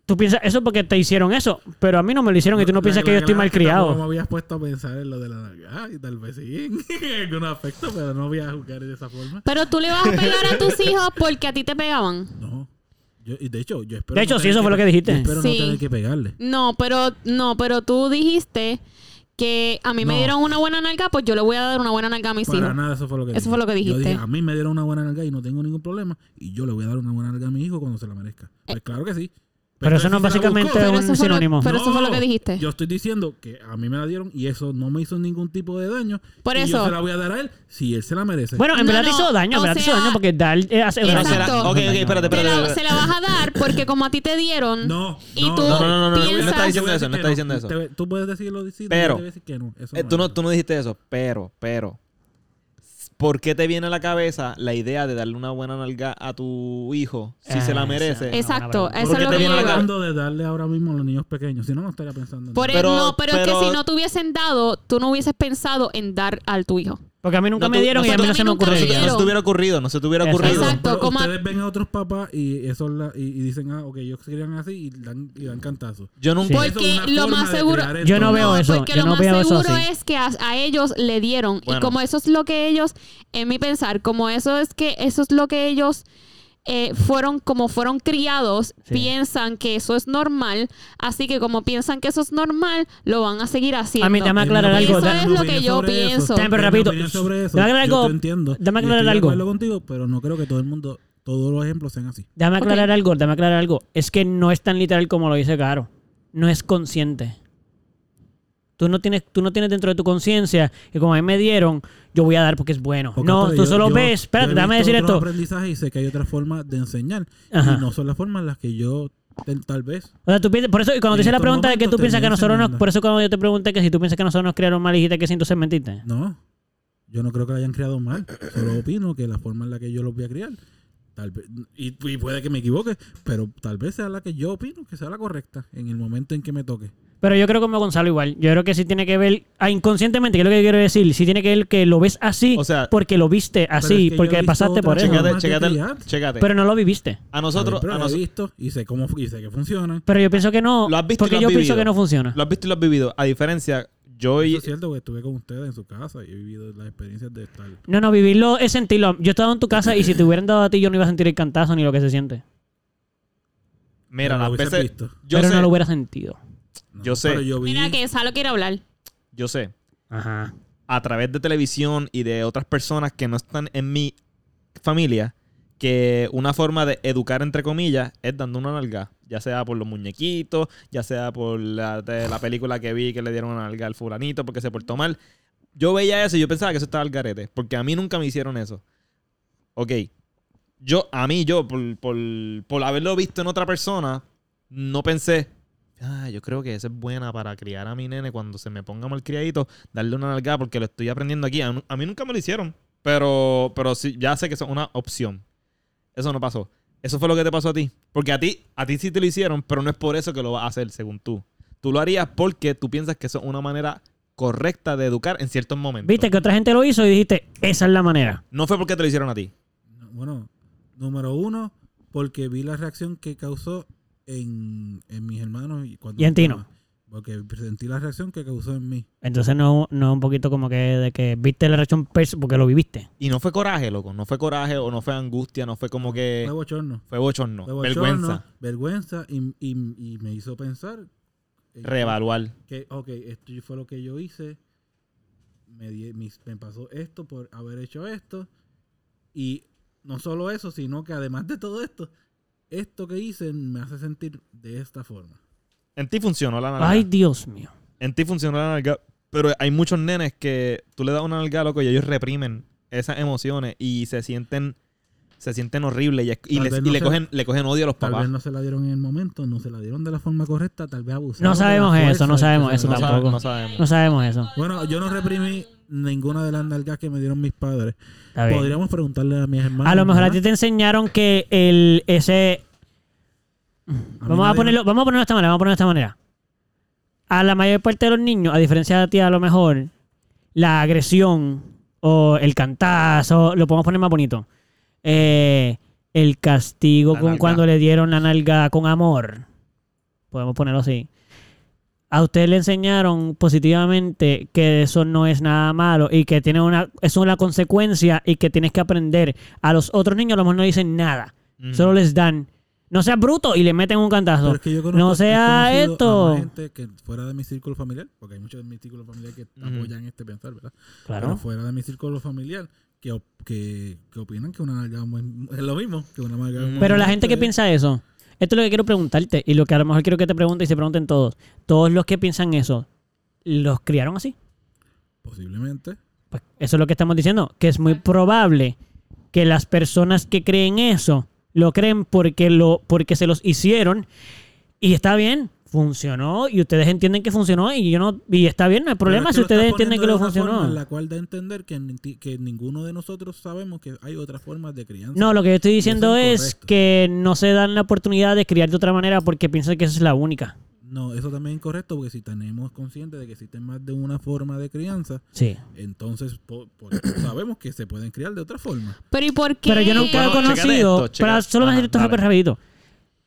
Speaker 3: tú piensas eso porque te hicieron eso, pero a mí no me lo hicieron y tú no
Speaker 2: La-
Speaker 3: piensas
Speaker 2: la
Speaker 3: que yo estoy
Speaker 2: clave
Speaker 3: mal
Speaker 2: es que tampoco
Speaker 3: criado.
Speaker 2: me habías puesto a pensar en lo de la nalga. Y tal vez sí, en algún aspecto, pero no voy a jugar de esa forma.
Speaker 1: Pero tú le vas a pegar a tus hijos porque a ti te pegaban.
Speaker 2: No. Yo, y de hecho, yo espero.
Speaker 3: De hecho,
Speaker 2: no
Speaker 3: sí,
Speaker 2: tener
Speaker 3: eso fue lo que
Speaker 2: pe-
Speaker 3: dijiste.
Speaker 2: yo espero
Speaker 1: Sí.
Speaker 2: no tener que pegarle.
Speaker 1: No, pero no, pero tú dijiste que a mí me
Speaker 2: No.
Speaker 1: dieron una buena nalga, pues yo le voy a dar una buena nalga a mis
Speaker 2: Para
Speaker 1: hijos.
Speaker 2: nada, eso fue lo que
Speaker 1: Eso fue lo que
Speaker 2: Yo dije,
Speaker 1: dijiste.
Speaker 2: a mí me dieron una buena nalga y no tengo ningún problema. Y yo le voy a dar una buena nalga a mi hijo cuando se la merezca.
Speaker 1: Eh.
Speaker 2: Pues claro que sí.
Speaker 3: Pero eso
Speaker 2: él
Speaker 3: no
Speaker 2: sí se la
Speaker 3: básicamente
Speaker 2: buscó.
Speaker 3: es
Speaker 1: Pero
Speaker 3: un
Speaker 1: eso fue lo-
Speaker 3: sinónimo.
Speaker 1: pero eso fue lo
Speaker 2: No,
Speaker 1: que dijiste.
Speaker 2: Yo estoy diciendo que a mí me la dieron y eso no me hizo ningún tipo de daño.
Speaker 1: Por
Speaker 2: Y
Speaker 1: eso.
Speaker 2: yo se la voy a dar a él si él se la merece.
Speaker 3: Bueno, en
Speaker 1: No,
Speaker 3: verdad te
Speaker 1: no,
Speaker 3: hizo daño, en
Speaker 1: o
Speaker 3: verdad te hizo
Speaker 1: sea,
Speaker 3: daño porque dar eh, hace
Speaker 1: Pero
Speaker 4: Pero
Speaker 3: daño.
Speaker 1: será-
Speaker 4: será...
Speaker 1: Exacto.
Speaker 4: Ok, ok, espérate,
Speaker 1: Te
Speaker 4: espérate.
Speaker 1: la-
Speaker 4: espérate.
Speaker 1: se la vas a dar porque como a ti te dieron.
Speaker 2: no,
Speaker 1: y
Speaker 2: no,
Speaker 1: tú
Speaker 2: no, no,
Speaker 4: no, no, no, no
Speaker 1: piensas-
Speaker 4: está diciendo
Speaker 2: Te voy a
Speaker 4: eso, no
Speaker 2: decir
Speaker 4: está
Speaker 2: que
Speaker 4: diciendo eso.
Speaker 2: Te- tú puedes decirlo, sí,
Speaker 4: Pero-
Speaker 2: yo te voy a decir que no. Eso
Speaker 4: Eh, tú, no,
Speaker 2: es.
Speaker 4: tú no dijiste eso, pero, pero. ¿Por qué te viene a la cabeza la idea de darle una buena nalga a tu hijo si
Speaker 3: Ah,
Speaker 4: se la
Speaker 3: sí.
Speaker 4: merece?
Speaker 3: Es-
Speaker 1: Exacto,
Speaker 3: Porque
Speaker 1: eso es
Speaker 4: te
Speaker 1: lo que
Speaker 4: viene
Speaker 1: yo
Speaker 4: la
Speaker 1: iba.
Speaker 4: cara.
Speaker 2: hablando de darle ahora mismo a los niños pequeños. Si no, no estaría pensando en
Speaker 1: Por
Speaker 2: nada.
Speaker 1: el-
Speaker 4: Pero-
Speaker 1: no, pero, es
Speaker 4: pero-
Speaker 1: que si no te hubiesen dado, tú no hubieses pensado en dar al tu hijo.
Speaker 3: Porque a mí nunca
Speaker 4: No,
Speaker 3: me
Speaker 4: tú-
Speaker 3: dieron
Speaker 4: no,
Speaker 3: y a mí
Speaker 4: tú-
Speaker 3: no se me
Speaker 1: a mí nunca me
Speaker 3: ocurriría.
Speaker 4: No
Speaker 1: dieron.
Speaker 4: se te hubiera ocurrido, no se te hubiera
Speaker 3: Exacto.
Speaker 4: ocurrido.
Speaker 1: Exacto.
Speaker 2: Pero
Speaker 1: como a-
Speaker 2: ustedes ven a otros papás y eso la, y, y dicen, ah, ok, ellos se crían así y dan, y dan cantazos.
Speaker 4: Yo nunca.
Speaker 3: Sí.
Speaker 2: Eso es
Speaker 1: Porque
Speaker 2: una
Speaker 1: lo
Speaker 2: forma
Speaker 1: más
Speaker 2: de
Speaker 1: seguro.
Speaker 2: crear
Speaker 3: Yo no
Speaker 2: esto.
Speaker 3: veo eso,
Speaker 1: Porque
Speaker 3: yo
Speaker 1: lo
Speaker 3: no
Speaker 1: más
Speaker 3: veo eso
Speaker 1: seguro
Speaker 3: así.
Speaker 1: es que a, a ellos le dieron.
Speaker 4: Bueno.
Speaker 1: Y como eso es lo que ellos, en mi pensar, como eso es que eso es lo que ellos eh, fueron como fueron criados,
Speaker 3: Sí.
Speaker 1: piensan que eso es normal, así que como piensan que eso es normal, lo van a seguir haciendo.
Speaker 3: A mí, dame aclarar
Speaker 1: Eso
Speaker 3: algo.
Speaker 1: es
Speaker 3: da-
Speaker 1: lo que yo pienso.
Speaker 3: Dame, pero rapidito, dame aclarar
Speaker 2: Yo
Speaker 3: algo.
Speaker 2: te entiendo.
Speaker 3: Dame
Speaker 2: y
Speaker 3: aclarar
Speaker 2: estoy de
Speaker 3: algo.
Speaker 2: acuerdo contigo, pero no creo que todo el mundo, todos los ejemplos sean así.
Speaker 3: Dame
Speaker 1: Ok.
Speaker 3: aclarar algo, dame aclarar algo. Es que no es tan literal como lo dice Caro. No es consciente. Tú no tienes, tú no tienes dentro de tu conciencia que como a mí me dieron, yo voy a dar porque es bueno.
Speaker 2: Porque,
Speaker 3: no,
Speaker 2: pero
Speaker 3: tú
Speaker 2: yo-
Speaker 3: solo
Speaker 2: yo-
Speaker 3: ves.
Speaker 2: yo
Speaker 3: Espérate,
Speaker 2: he
Speaker 3: dame
Speaker 2: visto
Speaker 3: decir
Speaker 2: otros
Speaker 3: esto.
Speaker 2: aprendizajes y sé que hay otras formas de enseñar.
Speaker 3: Ajá.
Speaker 2: Y no son las formas en las que yo, tal- tal vez,
Speaker 3: O sea, tú piensas, por eso, y cuando te
Speaker 2: En
Speaker 3: hice la
Speaker 2: estos
Speaker 3: pregunta de que
Speaker 2: momentos
Speaker 3: tú
Speaker 2: te
Speaker 3: piensas que
Speaker 2: estoy
Speaker 3: nosotros nos,
Speaker 2: enseñando.
Speaker 3: por eso cuando yo te pregunté que si tú piensas que nosotros nos criaron mal, dijiste que sí, entonces mentiste.
Speaker 2: No, yo no creo que la hayan criado mal. Solo opino que la forma en la que yo los voy a criar, tal vez, y, y puede que me equivoque, pero tal vez sea la que yo opino que sea la correcta en el momento en que me toque.
Speaker 3: Pero yo creo como Gonzalo igual. Yo creo que sí tiene que ver, ah, inconscientemente, que es lo que quiero decir, sí tiene que ver que lo ves así
Speaker 4: O sea,
Speaker 3: porque lo viste
Speaker 2: Pero
Speaker 3: así,
Speaker 2: es que yo
Speaker 3: porque
Speaker 2: he visto
Speaker 3: pasaste por
Speaker 2: otra
Speaker 3: eso.
Speaker 2: forma.
Speaker 4: chécate,
Speaker 2: de criar.
Speaker 4: chécate, chécate.
Speaker 3: Pero no lo viviste.
Speaker 4: a nosotros,
Speaker 2: Pero
Speaker 4: a
Speaker 2: lo he
Speaker 4: nosotros,
Speaker 2: visto y sé cómo y sé que funciona.
Speaker 3: Pero yo pienso que no.
Speaker 4: Lo has visto y
Speaker 3: porque
Speaker 4: lo has
Speaker 3: yo pienso
Speaker 4: vivido.
Speaker 3: que no funciona.
Speaker 4: lo has visto y lo has vivido. A diferencia, yo
Speaker 2: Eso
Speaker 4: y
Speaker 2: es cierto que estuve con ustedes en su casa y he vivido las experiencias de estar.
Speaker 3: No, no, vivirlo es sentirlo. Yo estaba en tu casa y si te hubieran dado a ti, yo no iba a sentir el cantazo ni lo que se siente.
Speaker 4: Mira,
Speaker 2: No
Speaker 4: las
Speaker 2: lo hubiese
Speaker 4: veces.
Speaker 2: visto.
Speaker 4: Yo
Speaker 3: pero
Speaker 4: sé,
Speaker 3: no lo hubiera sentido.
Speaker 2: No,
Speaker 4: Yo sé.
Speaker 2: Pero yo vi,
Speaker 1: Mira que Salo quiere hablar.
Speaker 4: yo sé.
Speaker 3: Ajá.
Speaker 4: A través de televisión y de otras personas que no están en mi familia, que una forma de educar, entre comillas, es dando una nalga. Ya sea por los muñequitos, ya sea por la, de la película que vi que le dieron una nalga al fulanito porque se portó mal. Yo veía eso y yo pensaba que eso estaba al garete, porque a mí nunca me hicieron eso. Ok. Yo, a mí, yo, por, por, por haberlo visto en otra persona, no pensé, ah, yo creo que esa es buena para criar a mi nene cuando se me ponga mal criadito, darle una nalgada porque lo estoy aprendiendo aquí. A, a mí nunca me lo hicieron, pero, pero sí, ya sé que eso es una opción. Eso no pasó. Eso fue lo que te pasó a ti. Porque a ti, a ti sí te lo hicieron, pero no es por eso que lo vas a hacer, según tú. Tú lo harías porque tú piensas que eso es una manera correcta de educar en ciertos momentos.
Speaker 3: Viste que otra gente lo hizo y dijiste, esa es la manera.
Speaker 4: No fue porque te lo hicieron a ti.
Speaker 2: no, bueno, número uno, porque vi la reacción que causó en, en mis hermanos y cuando
Speaker 3: Y en ti no.
Speaker 2: Porque sentí la reacción que causó en mí.
Speaker 3: Entonces no, no un poquito como que de que viste la reacción pers- porque lo viviste.
Speaker 4: Y no fue coraje, loco. No fue coraje o no fue angustia, no fue como que...
Speaker 2: Fue bochorno.
Speaker 4: Fue bochorno.
Speaker 2: Fue bochorno,
Speaker 4: Eh, vergüenza.
Speaker 2: Vergüenza y, y- y me hizo pensar eh,
Speaker 4: Reevaluar.
Speaker 2: que, ok, esto fue lo que yo hice, me, di- mis- me pasó esto por haber hecho esto, y no solo eso, sino que además de todo esto, esto que hice me hace sentir de esta forma.
Speaker 4: En ti funcionó la nalga.
Speaker 3: Ay, Dios mío.
Speaker 4: En ti funcionó la nalga. Pero hay muchos nenes que tú le das una nalga, loco, y ellos reprimen esas emociones y se sienten se sienten horribles y, es- y
Speaker 2: Tal
Speaker 4: les-
Speaker 2: vez
Speaker 4: y
Speaker 2: no
Speaker 4: le,
Speaker 2: se-
Speaker 4: cogen, le cogen odio a los
Speaker 2: Tal
Speaker 4: papás.
Speaker 2: vez no se la dieron en el momento, no se la dieron de la forma correcta, tal vez abusaron.
Speaker 3: No
Speaker 2: de la
Speaker 3: sabemos
Speaker 2: fuerza,
Speaker 3: eso, no
Speaker 2: de que
Speaker 3: sabemos
Speaker 2: se
Speaker 3: eso
Speaker 2: la-
Speaker 4: sabe-
Speaker 3: tampoco.
Speaker 4: no sabemos.
Speaker 3: No sabemos eso.
Speaker 2: Bueno, yo no reprimí ninguna de las nalgas que me dieron mis padres.
Speaker 3: Está bien.
Speaker 2: Podríamos preguntarle a mis hermanos.
Speaker 3: A lo mejor a
Speaker 2: ¿no?
Speaker 3: ti te enseñaron que el ese
Speaker 2: mí
Speaker 3: vamos a
Speaker 2: nadie-
Speaker 3: ponerlo, vamos a ponerlo de esta manera, vamos a ponerlo de esta manera. A la mayor parte de los niños, a diferencia de ti, a lo mejor, la agresión o el cantazo, lo podemos poner más bonito. Eh, el castigo
Speaker 4: La
Speaker 3: con
Speaker 4: nalga.
Speaker 3: cuando le dieron la nalga con amor. Podemos ponerlo así. A ustedes le enseñaron positivamente que eso no es nada malo y que tiene una, es una consecuencia y que tienes que aprender. A los otros niños a lo mejor no dicen nada.
Speaker 4: Mm.
Speaker 3: Solo les dan. No seas bruto y le meten un
Speaker 2: Pero
Speaker 3: cantazo.
Speaker 2: es que yo
Speaker 3: no
Speaker 2: he
Speaker 3: sea
Speaker 2: conocido
Speaker 3: esto.
Speaker 2: a más gente que fuera de mi círculo familiar, porque hay muchos de mi círculo familiar que
Speaker 4: Ujú.
Speaker 2: apoyan este pensar, ¿verdad? Pero
Speaker 3: Claro.
Speaker 2: fuera de mi círculo familiar, que, op- que, que opinan que una nalga es muy- es lo mismo que una nalga es muy
Speaker 3: Pero la
Speaker 2: fuerte.
Speaker 3: gente que piensa eso, esto es lo que quiero preguntarte y lo que a lo mejor quiero que te pregunte y se pregunten todos. Todos los que piensan eso, ¿los criaron así?
Speaker 2: Posiblemente.
Speaker 3: Pues eso es lo que estamos diciendo, que es muy probable que las personas que creen eso lo creen porque lo porque se los hicieron y está bien, funcionó y ustedes entienden que funcionó y yo no y está bien, no hay
Speaker 2: Pero
Speaker 3: problema
Speaker 2: es
Speaker 3: si
Speaker 2: lo
Speaker 3: ustedes
Speaker 2: estás
Speaker 3: entienden que
Speaker 2: poniendo
Speaker 3: lo
Speaker 2: de una forma en
Speaker 3: funcionó.
Speaker 2: la cual da a entender que, ni- que ninguno de nosotros sabemos que hay otras formas de crianza.
Speaker 3: No, lo que yo estoy diciendo
Speaker 2: es
Speaker 3: es
Speaker 2: incorrecto.
Speaker 3: que no se dan la oportunidad de criar de otra manera porque piensan que esa es la única.
Speaker 2: No, eso también es incorrecto, porque si tenemos conscientes de que existen más de una forma de crianza,
Speaker 3: Sí.
Speaker 2: entonces po- po- sabemos que se pueden criar de otra forma.
Speaker 1: Pero ¿y por qué?
Speaker 3: Pero yo nunca he
Speaker 4: Bueno, chécate
Speaker 3: conocido.
Speaker 4: esto, chécate.
Speaker 3: pero solo me
Speaker 4: Ajá,
Speaker 3: decir esto
Speaker 4: dale.
Speaker 3: súper rapidito.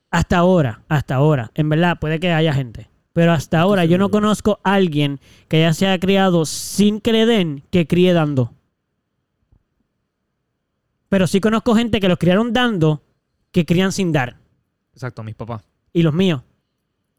Speaker 3: Hasta ahora, hasta ahora, en verdad, puede que haya gente. Pero hasta ahora yo no
Speaker 2: seguro.
Speaker 3: conozco a alguien que ya se haya criado sin que le den, que críe dando. Pero sí conozco gente que los criaron dando que crían sin dar.
Speaker 4: Exacto, mis papás.
Speaker 3: Y los míos.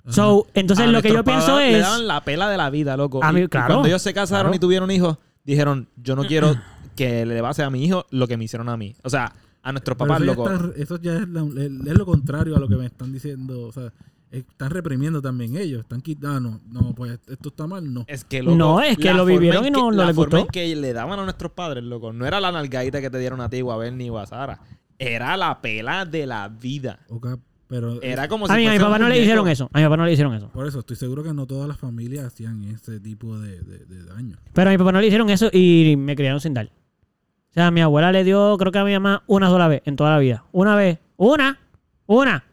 Speaker 2: Ajá.
Speaker 3: So, entonces
Speaker 4: A
Speaker 3: lo que yo
Speaker 4: Ah, nuestros
Speaker 3: pienso
Speaker 4: padres
Speaker 3: es.
Speaker 4: Le daban la pela de la vida, loco.
Speaker 3: A
Speaker 4: Y-
Speaker 3: mí,
Speaker 4: y
Speaker 3: claro,
Speaker 4: cuando ellos se casaron
Speaker 3: claro.
Speaker 4: y tuvieron hijos, dijeron, yo no quiero que le pase a mi hijo lo que me hicieron a mí. O sea, a nuestros
Speaker 2: Pero
Speaker 4: papás,
Speaker 2: eso ya
Speaker 4: loco.
Speaker 2: está- eso ya es, la- es- es lo contrario a lo que me están diciendo. O sea, están reprimiendo también ellos. Están quitando. No, no, pues esto está mal, no.
Speaker 4: Es que, loco,
Speaker 3: No, es que
Speaker 4: la
Speaker 3: lo
Speaker 4: forma
Speaker 3: vivieron
Speaker 4: en
Speaker 3: y no- no
Speaker 4: la
Speaker 3: les gustó.
Speaker 4: forma en que le daban a nuestros padres, loco. No era la nalgadita que te dieron a ti, Guabel ni Guasara. Era la pela de la vida.
Speaker 2: Ok, pero
Speaker 4: Era como si
Speaker 3: A mí, a mi
Speaker 4: fuese
Speaker 3: papá
Speaker 4: un
Speaker 3: no le
Speaker 4: muñeco.
Speaker 3: hicieron eso. A mi papá no le hicieron eso.
Speaker 2: por eso estoy seguro que no todas las familias hacían ese tipo de, de- de daño.
Speaker 3: Pero a mi papá no le hicieron eso y me criaron sin dar. O sea, mi abuela le dio, creo que a mi mamá, una sola vez en toda la vida. Una vez. Una. Una.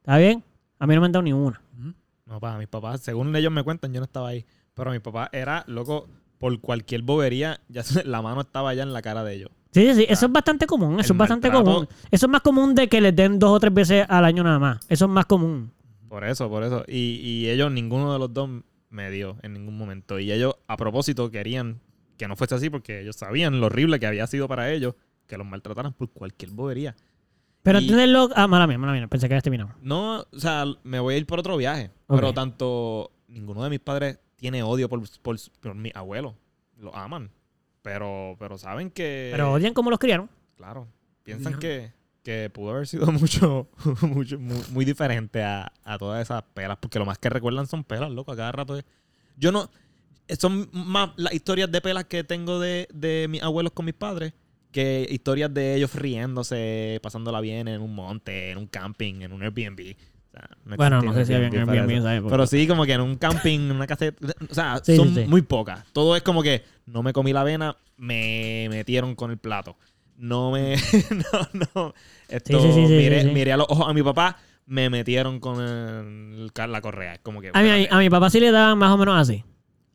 Speaker 3: ¿Está bien? A mí no me han dado ni una.
Speaker 4: No, para mis papás, según ellos me cuentan, yo no estaba ahí. Pero mi papá era, loco, por cualquier bobería, ya se- la mano estaba ya en la cara de ellos.
Speaker 3: Sí, sí, sí. Eso es bastante común. Eso
Speaker 4: El
Speaker 3: es bastante
Speaker 4: maltrato-
Speaker 3: común. Eso es más común de que les den dos o tres veces al año nada más. Eso es más común.
Speaker 4: Por eso, por eso. Y, y ellos, ninguno de los dos me dio en ningún momento. Y ellos, a propósito, querían que no fuese así porque ellos sabían lo horrible que había sido para ellos que los maltrataran por cualquier bobería.
Speaker 3: Pero
Speaker 4: Y- Eh,
Speaker 3: entenderlo. Ah, mala mía, mala mía. Pensé que habías terminado.
Speaker 4: No, o sea, me voy a ir por otro viaje.
Speaker 3: Ok.
Speaker 4: Pero tanto ninguno de mis padres tiene odio por, por, por mi abuelo. Lo aman. Pero, pero saben que...
Speaker 3: Pero odian cómo los criaron.
Speaker 4: Claro. Piensan
Speaker 2: Ujú.
Speaker 4: que, que pudo haber sido mucho, mucho muy, muy diferente a, a todas esas pelas, porque lo más que recuerdan son pelas, loco, a cada rato. es- Yo no... eh, Son más las historias de pelas que tengo de, de mis abuelos con mis padres que historias de ellos riéndose, pasándola bien en un monte, en un camping, en un Airbnb. O sea,
Speaker 3: Bueno,
Speaker 4: existe
Speaker 3: no sé si había un
Speaker 4: para
Speaker 3: Airbnb,
Speaker 4: eso.
Speaker 3: ¿sabes? Porque-
Speaker 4: Pero sí, como que en un camping, en una caseta. O sea,
Speaker 3: Sí,
Speaker 4: son
Speaker 3: sí, sí.
Speaker 4: muy pocas. Todo es como que no me comí la avena, me metieron con el plato. No me. no, no. Esto,
Speaker 3: Sí, sí, sí, sí,
Speaker 4: miré,
Speaker 3: sí, sí.
Speaker 4: miré a los ojos a mi papá, me metieron con el- la correa. Es como que.
Speaker 3: A mí, a, mí-
Speaker 4: espérate,
Speaker 3: a mi papá sí le daban más o menos así.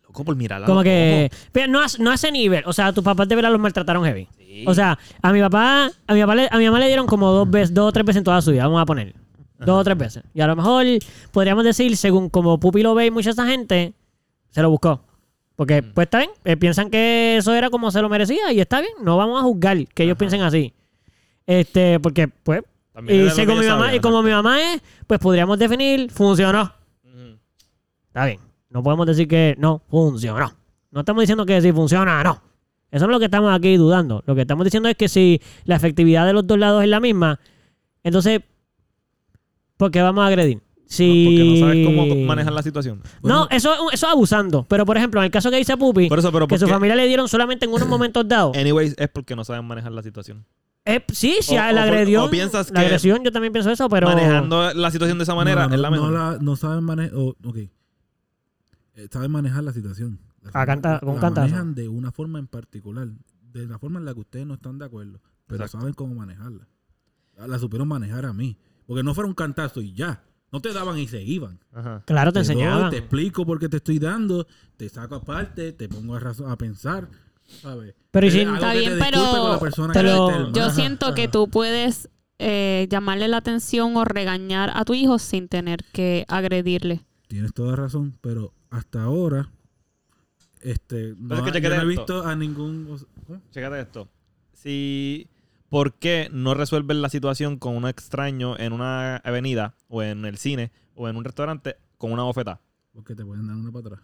Speaker 4: loco, por mirarla.
Speaker 3: Como que. Pero no, a- no a ese nivel. O sea, a tus papás de verdad los maltrataron heavy. O sea, a mi papá, a mi papá le- a mi mamá le dieron como dos veces, dos o tres veces en toda su vida, vamos a poner. Dos o tres veces. Y a lo mejor podríamos decir, según como Pupi lo ve y mucha esa gente, se lo buscó. Porque, pues está bien, eh, piensan que eso era como se lo merecía y está bien, no vamos a juzgar que ellos piensen así. Este, porque, pues, y según mi mamá, y como mi mamá es, pues podríamos definir, funcionó. Está bien. No podemos decir que no funcionó. No estamos diciendo que si funciona, no. Eso no es lo que estamos aquí dudando. Lo que estamos diciendo es que si la efectividad de los dos lados es la misma, entonces, ¿por qué vamos a agredir? Si...
Speaker 4: Porque no sabes cómo manejar la situación.
Speaker 3: No, eso, es un- eso es abusando. Pero, por ejemplo, en el caso que dice Pupi,
Speaker 4: Por eso, pero.
Speaker 3: que su
Speaker 4: porque-
Speaker 3: familia le dieron solamente en unos momentos dados.
Speaker 4: Anyways, es porque no saben manejar la situación.
Speaker 3: Eh, sí, si
Speaker 4: O-
Speaker 3: la
Speaker 4: o por-
Speaker 3: agresión...
Speaker 4: o piensas
Speaker 3: la
Speaker 4: que
Speaker 3: agresión, yo también pienso eso, pero...
Speaker 4: Manejando la situación de esa manera
Speaker 2: no, no,
Speaker 4: es la
Speaker 2: no
Speaker 4: mejor.
Speaker 2: la- no saben manejar. ok. Eh, saben manejar la situación. La,
Speaker 3: Ah, canta- con
Speaker 2: la
Speaker 3: cantazo.
Speaker 2: manejan de una forma en particular. De la forma en la que ustedes no están de acuerdo. Pero
Speaker 4: Exacto.
Speaker 2: saben cómo manejarla. La, la supieron manejar a mí. Porque no fuera un cantazo y ya. No te daban y se iban.
Speaker 4: Ajá.
Speaker 3: Claro, te
Speaker 2: doy,
Speaker 3: enseñaban.
Speaker 2: te explico por qué te estoy dando, te saco aparte, te pongo a, razo- a pensar, ¿sabes?
Speaker 3: Pero y
Speaker 2: Te-
Speaker 3: si-
Speaker 2: hago
Speaker 1: Está
Speaker 2: que
Speaker 1: bien,
Speaker 2: te disculpe
Speaker 1: pero-
Speaker 2: con la persona que
Speaker 3: pero-
Speaker 2: te esté el
Speaker 1: Yo
Speaker 2: mal.
Speaker 1: siento que tú puedes eh, llamarle la atención o regañar a tu hijo sin tener que agredirle.
Speaker 2: Tienes toda razón, pero hasta ahora este no,
Speaker 4: es que
Speaker 2: ha-
Speaker 4: te
Speaker 2: yo
Speaker 4: queda
Speaker 2: no he
Speaker 4: esto.
Speaker 2: visto a ningún o sea, ¿cómo?
Speaker 4: Chécate esto. Si, ¿Por qué no resuelven la situación con un extraño en una avenida o en el cine o en un restaurante con una bofetada?
Speaker 2: porque te pueden dar una para atrás.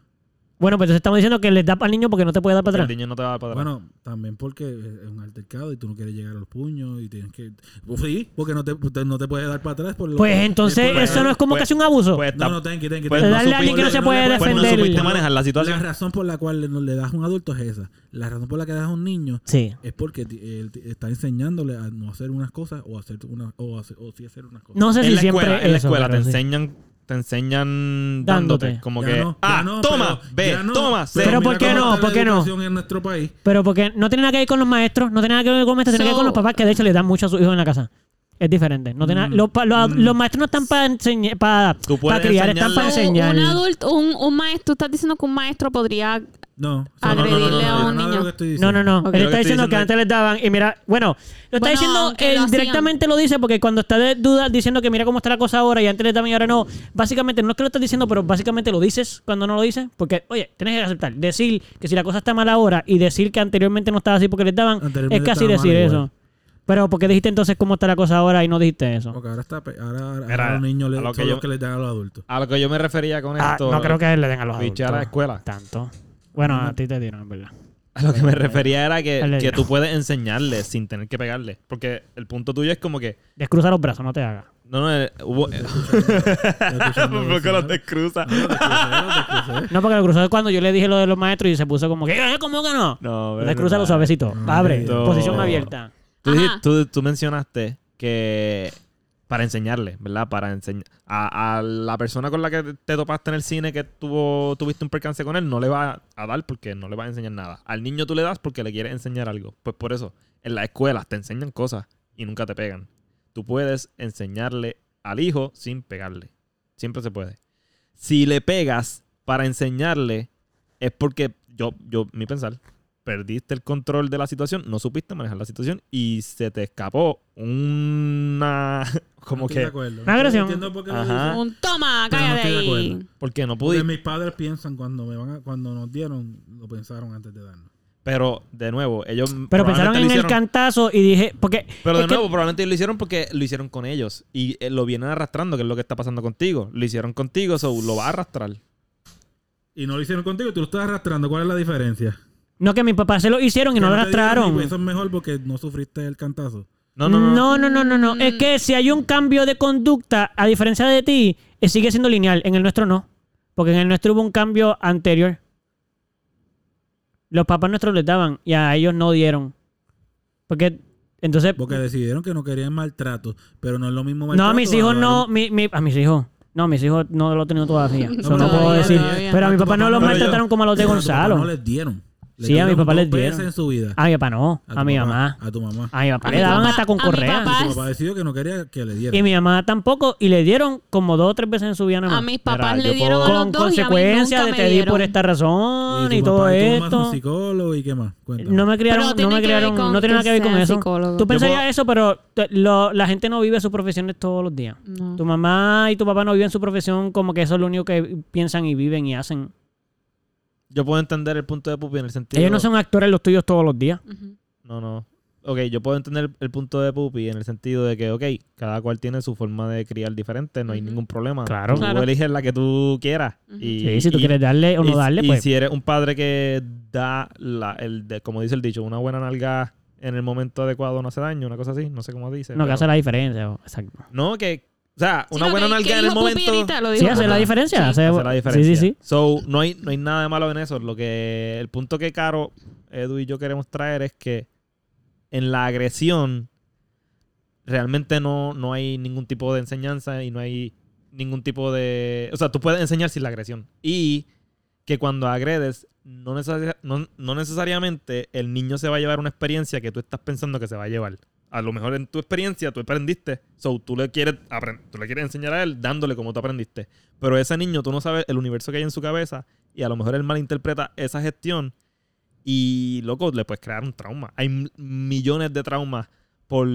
Speaker 3: Bueno, pues entonces estamos diciendo que les da para el niño porque no te puede dar
Speaker 4: Porque
Speaker 3: para
Speaker 4: El
Speaker 3: atrás.
Speaker 4: niño no te va a dar para atrás.
Speaker 2: Bueno, también porque es un altercado y tú no quieres llegar a los puños y tienes que Pues sí, porque no te, te- no te puedes dar para atrás por lo
Speaker 3: Pues
Speaker 2: que-
Speaker 3: entonces
Speaker 4: pues,
Speaker 3: eso no es como
Speaker 4: pues,
Speaker 3: casi un abuso.
Speaker 4: pues, está-
Speaker 2: no, no, tenki, tenki,
Speaker 4: Pues
Speaker 2: tenki.
Speaker 4: darle
Speaker 2: No
Speaker 4: a alguien que no
Speaker 2: supiste-
Speaker 4: se
Speaker 3: puede
Speaker 2: le
Speaker 4: pues no
Speaker 3: defender.
Speaker 4: supiste manejar la
Speaker 2: La
Speaker 4: situación.
Speaker 2: razón por la cual no le das a un adulto es esa. La razón por la que das a un niño
Speaker 3: Sí.
Speaker 2: es porque ti- él ti- está enseñándole a no hacer unas cosas o hacer una o, hacer- o sí hacer unas cosas.
Speaker 3: No sé si
Speaker 4: en la
Speaker 3: siempre
Speaker 4: escuela, en la
Speaker 3: eso,
Speaker 4: escuela te
Speaker 3: pero sí.
Speaker 4: enseñan, te enseñan dándote.
Speaker 3: Dándote.
Speaker 4: Como
Speaker 2: Ya
Speaker 4: que,
Speaker 2: no, ya
Speaker 4: ah,
Speaker 2: no,
Speaker 4: toma,
Speaker 2: pero-
Speaker 4: ve,
Speaker 2: ya no,
Speaker 4: toma,
Speaker 2: pero
Speaker 4: sé".
Speaker 3: Pero
Speaker 2: mira
Speaker 3: ¿por qué
Speaker 2: cómo
Speaker 3: no?
Speaker 2: está la
Speaker 3: ¿Por qué no?
Speaker 2: educación en nuestro país.
Speaker 3: Pero porque no tiene nada que ver con los maestros, no tiene nada que ver con los maestros, tiene que ver con los
Speaker 1: So-
Speaker 3: papás que de hecho le dan mucho a sus hijos en la casa. Es diferente. No tiene nada-
Speaker 2: Mm.
Speaker 3: los, pa- los-
Speaker 2: Mm.
Speaker 3: los maestros no están para enseñar, para
Speaker 4: Tú puedes
Speaker 3: criar, están para
Speaker 4: enseñarle-
Speaker 3: enseñar.
Speaker 1: Un adulto, un, un maestro, tú estás diciendo que un maestro podría...
Speaker 2: No,
Speaker 1: Agredirle a un
Speaker 2: nada de
Speaker 1: niño.
Speaker 2: lo que estoy
Speaker 3: No,
Speaker 2: diciendo.
Speaker 3: no, no.
Speaker 1: Ok.
Speaker 3: Él
Speaker 4: Lo
Speaker 3: está
Speaker 4: que estoy
Speaker 3: diciendo que
Speaker 4: diciendo
Speaker 3: antes les daban y mira, bueno, lo está
Speaker 1: Bueno,
Speaker 3: diciendo,
Speaker 1: aunque
Speaker 3: él
Speaker 1: lo hacían.
Speaker 3: directamente lo dice porque cuando está de duda diciendo que mira cómo está la cosa ahora y antes les daban y ahora no, básicamente no es que lo estás diciendo, pero básicamente lo dices cuando no lo dices, porque oye, tienes que aceptar, decir que si la cosa está mal ahora y decir que anteriormente no estaba así porque les daban, es
Speaker 2: Anteriormente
Speaker 3: casi
Speaker 2: estaba mal
Speaker 3: decir
Speaker 2: igual.
Speaker 3: eso. Pero, ¿por qué dijiste entonces cómo está la cosa ahora y no dijiste eso?
Speaker 2: Porque ahora está pe- ahora, ahora
Speaker 4: Era,
Speaker 2: los niños le,
Speaker 4: a lo que
Speaker 2: son
Speaker 4: yo-
Speaker 2: los que les dan a los adultos.
Speaker 4: A lo que yo me refería con
Speaker 3: Ah,
Speaker 4: esto.
Speaker 3: no creo que le den a los
Speaker 4: Bichar a la
Speaker 3: adultos.
Speaker 4: escuela.
Speaker 3: Tanto. Bueno, a ti te dieron, en verdad.
Speaker 4: A lo que me refería era
Speaker 3: Él le
Speaker 4: que, que
Speaker 3: dijo.
Speaker 4: tú puedes enseñarle sin tener que pegarle. Porque el punto tuyo es como que.
Speaker 3: Descruza los brazos, no te hagas.
Speaker 4: No, no, eh, hubo.
Speaker 2: Escuchando
Speaker 4: Porque los
Speaker 2: eso,
Speaker 4: descruza.
Speaker 2: ¿verdad?
Speaker 3: No, porque lo cruzó cuando yo le dije lo de los maestros y se puso como que, "Eh, ¿cómo que no?
Speaker 4: No,
Speaker 3: Lo descruza lo
Speaker 4: verdad.
Speaker 3: suavecito.
Speaker 2: No,
Speaker 3: Abre.
Speaker 4: no.
Speaker 3: Posición abierta.
Speaker 4: Tú,
Speaker 1: Ajá.
Speaker 4: dijiste- tú- tú mencionaste que para enseñarle, ¿verdad? Para enseñar a, a la persona con la que te topaste en el cine que tuvo tuviste un percance con él, no le va a dar porque no le va a enseñar nada. Al niño tú le das porque le quieres enseñar algo. Pues por eso, en las escuelas te enseñan cosas y nunca te pegan. Tú puedes enseñarle al hijo sin pegarle. Siempre se puede. Si le pegas para enseñarle, es porque yo, yo, mi pensar, perdiste el control de la situación, no supiste manejar la situación y se te escapó una... como
Speaker 2: Estoy de
Speaker 4: que...
Speaker 2: acuerdo.
Speaker 3: Una agresión.
Speaker 2: Entiendo por qué lo
Speaker 4: Ajá.
Speaker 2: dicen.
Speaker 1: Un toma,
Speaker 2: Pero no
Speaker 1: cállate
Speaker 2: estoy de
Speaker 1: ahí.
Speaker 2: acuerdo.
Speaker 4: Porque no
Speaker 2: Porque
Speaker 4: pude...
Speaker 2: mis padres piensan cuando me van a- cuando nos dieron, lo pensaron antes de darnos.
Speaker 4: Pero, de nuevo, ellos...
Speaker 3: Pero
Speaker 4: probablemente
Speaker 3: pensaron
Speaker 4: lo
Speaker 3: en el
Speaker 4: hicieron-
Speaker 3: cantazo y dije, porque
Speaker 4: Pero
Speaker 3: es
Speaker 4: de
Speaker 3: que-
Speaker 4: nuevo, probablemente lo hicieron porque lo hicieron con ellos. Y eh, lo vienen arrastrando, que es lo que está pasando contigo. Lo hicieron contigo, so lo va a arrastrar.
Speaker 2: Y no lo hicieron contigo, tú lo estás arrastrando. ¿Cuál es la diferencia?
Speaker 3: no que mis papás se lo hicieron y
Speaker 2: Que
Speaker 3: no lo
Speaker 2: te dieron,
Speaker 3: arrastraron.
Speaker 2: y Eso es mejor porque no sufriste el cantazo.
Speaker 4: pues, No, no, no.
Speaker 3: no, no, no, no. Es que si hay un cambio de conducta, a diferencia de ti, eh, sigue siendo lineal. En el nuestro no. Porque en el nuestro hubo un cambio anterior. Los papás nuestros les daban y a ellos no dieron. Porque entonces...
Speaker 2: Porque decidieron que no querían maltrato, pero no es lo mismo maltrato.
Speaker 3: No, a mis hijos
Speaker 2: dar
Speaker 3: no.
Speaker 2: un-
Speaker 3: mi- mi- a mis hijos. No, a mis hijos no lo he tenido todavía. Eso no,
Speaker 2: todavía,
Speaker 3: puedo decir.
Speaker 1: todavía.
Speaker 3: Pero a mi
Speaker 2: tu
Speaker 3: papá no los
Speaker 2: pero yo-
Speaker 3: maltrataron como a los de
Speaker 2: pero a tu papá
Speaker 3: Gonzalo.
Speaker 2: No les dieron. Le
Speaker 3: Sí, a mi
Speaker 2: dieron
Speaker 3: papá les
Speaker 2: dos veces
Speaker 3: dieron.
Speaker 2: en su vida.
Speaker 3: A mi papá no.
Speaker 2: tu
Speaker 3: A, mi mamá.
Speaker 2: A tu mamá.
Speaker 3: A mi papá
Speaker 1: A
Speaker 3: le
Speaker 1: mi
Speaker 3: daban
Speaker 1: papá-
Speaker 3: hasta con
Speaker 1: a mi
Speaker 3: correa.
Speaker 1: papá.
Speaker 2: Tu papá decidió que no quería que le dieran.
Speaker 3: Y mi mamá tampoco. Y le dieron como dos o tres veces en su vida nada
Speaker 1: A
Speaker 3: más. ah,
Speaker 1: mis papás
Speaker 4: Mira,
Speaker 1: le
Speaker 4: yo
Speaker 1: dieron
Speaker 4: puedo-
Speaker 1: a los
Speaker 3: Con
Speaker 1: dos y a mí
Speaker 3: consecuencias
Speaker 1: nunca
Speaker 3: de
Speaker 1: me
Speaker 3: te di por
Speaker 1: dieron.
Speaker 3: esta razón y,
Speaker 2: tu
Speaker 3: todo
Speaker 2: papá y tu mamá son
Speaker 3: esto.
Speaker 2: psicólogo y qué más. Cuéntame.
Speaker 3: No me criaron,
Speaker 1: Pero
Speaker 3: no
Speaker 1: tiene
Speaker 3: me
Speaker 1: que
Speaker 3: criaron,
Speaker 1: ver con
Speaker 3: no tiene nada
Speaker 1: que
Speaker 3: que ver con
Speaker 1: sea
Speaker 3: eso.
Speaker 1: psicólogo.
Speaker 3: Tú
Speaker 1: Yo
Speaker 3: pensarías
Speaker 4: puedo-
Speaker 3: eso, pero te- lo- la gente no vive sus profesiones todos los días.
Speaker 1: No.
Speaker 3: Tu mamá y tu papá no viven su profesión como que eso es lo único que piensan y viven y hacen.
Speaker 4: Yo puedo entender el punto de Pupi en el sentido...
Speaker 3: Ellos no son actores los tuyos todos los días.
Speaker 1: Ujú.
Speaker 4: No, no. Ok, yo puedo entender el punto de Pupi en el sentido de que, ok, cada cual tiene su forma de criar diferente, no hay
Speaker 1: Ujú.
Speaker 4: ningún problema.
Speaker 3: Claro.
Speaker 4: Tú
Speaker 1: Claro.
Speaker 4: eliges la que tú quieras.
Speaker 1: Ujú.
Speaker 4: y,
Speaker 3: Sí, si tú
Speaker 4: y-
Speaker 3: quieres darle o
Speaker 4: y-
Speaker 3: no darle,
Speaker 4: y
Speaker 3: pues.
Speaker 4: si eres un padre que da, la, el de- como dice el dicho, una buena nalga en el momento adecuado no hace daño, una cosa así, no sé cómo dice.
Speaker 3: no, que
Speaker 4: pero-
Speaker 3: hace la diferencia. o- Exacto.
Speaker 4: No, que, o sea,
Speaker 1: Sí,
Speaker 4: una
Speaker 1: lo
Speaker 4: buena
Speaker 1: que- que
Speaker 4: nalga en
Speaker 1: dijo
Speaker 4: el
Speaker 1: Pupi
Speaker 4: momento...
Speaker 1: ahorita lo
Speaker 3: Sí,
Speaker 1: dijo.
Speaker 3: hace la
Speaker 1: Ajá.
Speaker 3: diferencia.
Speaker 1: Sí.
Speaker 3: hace-
Speaker 4: hace la
Speaker 3: Sí,
Speaker 4: diferencia.
Speaker 3: sí, sí.
Speaker 4: So, no hay, no hay nada de malo en eso. Lo que el punto que Caro, Edu y yo queremos traer es que en la agresión realmente no, no hay ningún tipo de enseñanza y no hay ningún tipo de... O sea, tú puedes enseñar sin la agresión. Y que cuando agredes, no, necesari- no, no necesariamente el niño se va a llevar una experiencia que tú estás pensando que se va a llevar. A lo mejor en tu experiencia tú aprendiste, so tú le quieres, apren- tú le quieres enseñar a él dándole como tú aprendiste. Pero ese niño, tú no sabes el universo que hay en su cabeza y a lo mejor él malinterpreta esa gestión y, loco, le puedes crear un trauma. Hay m- millones de traumas por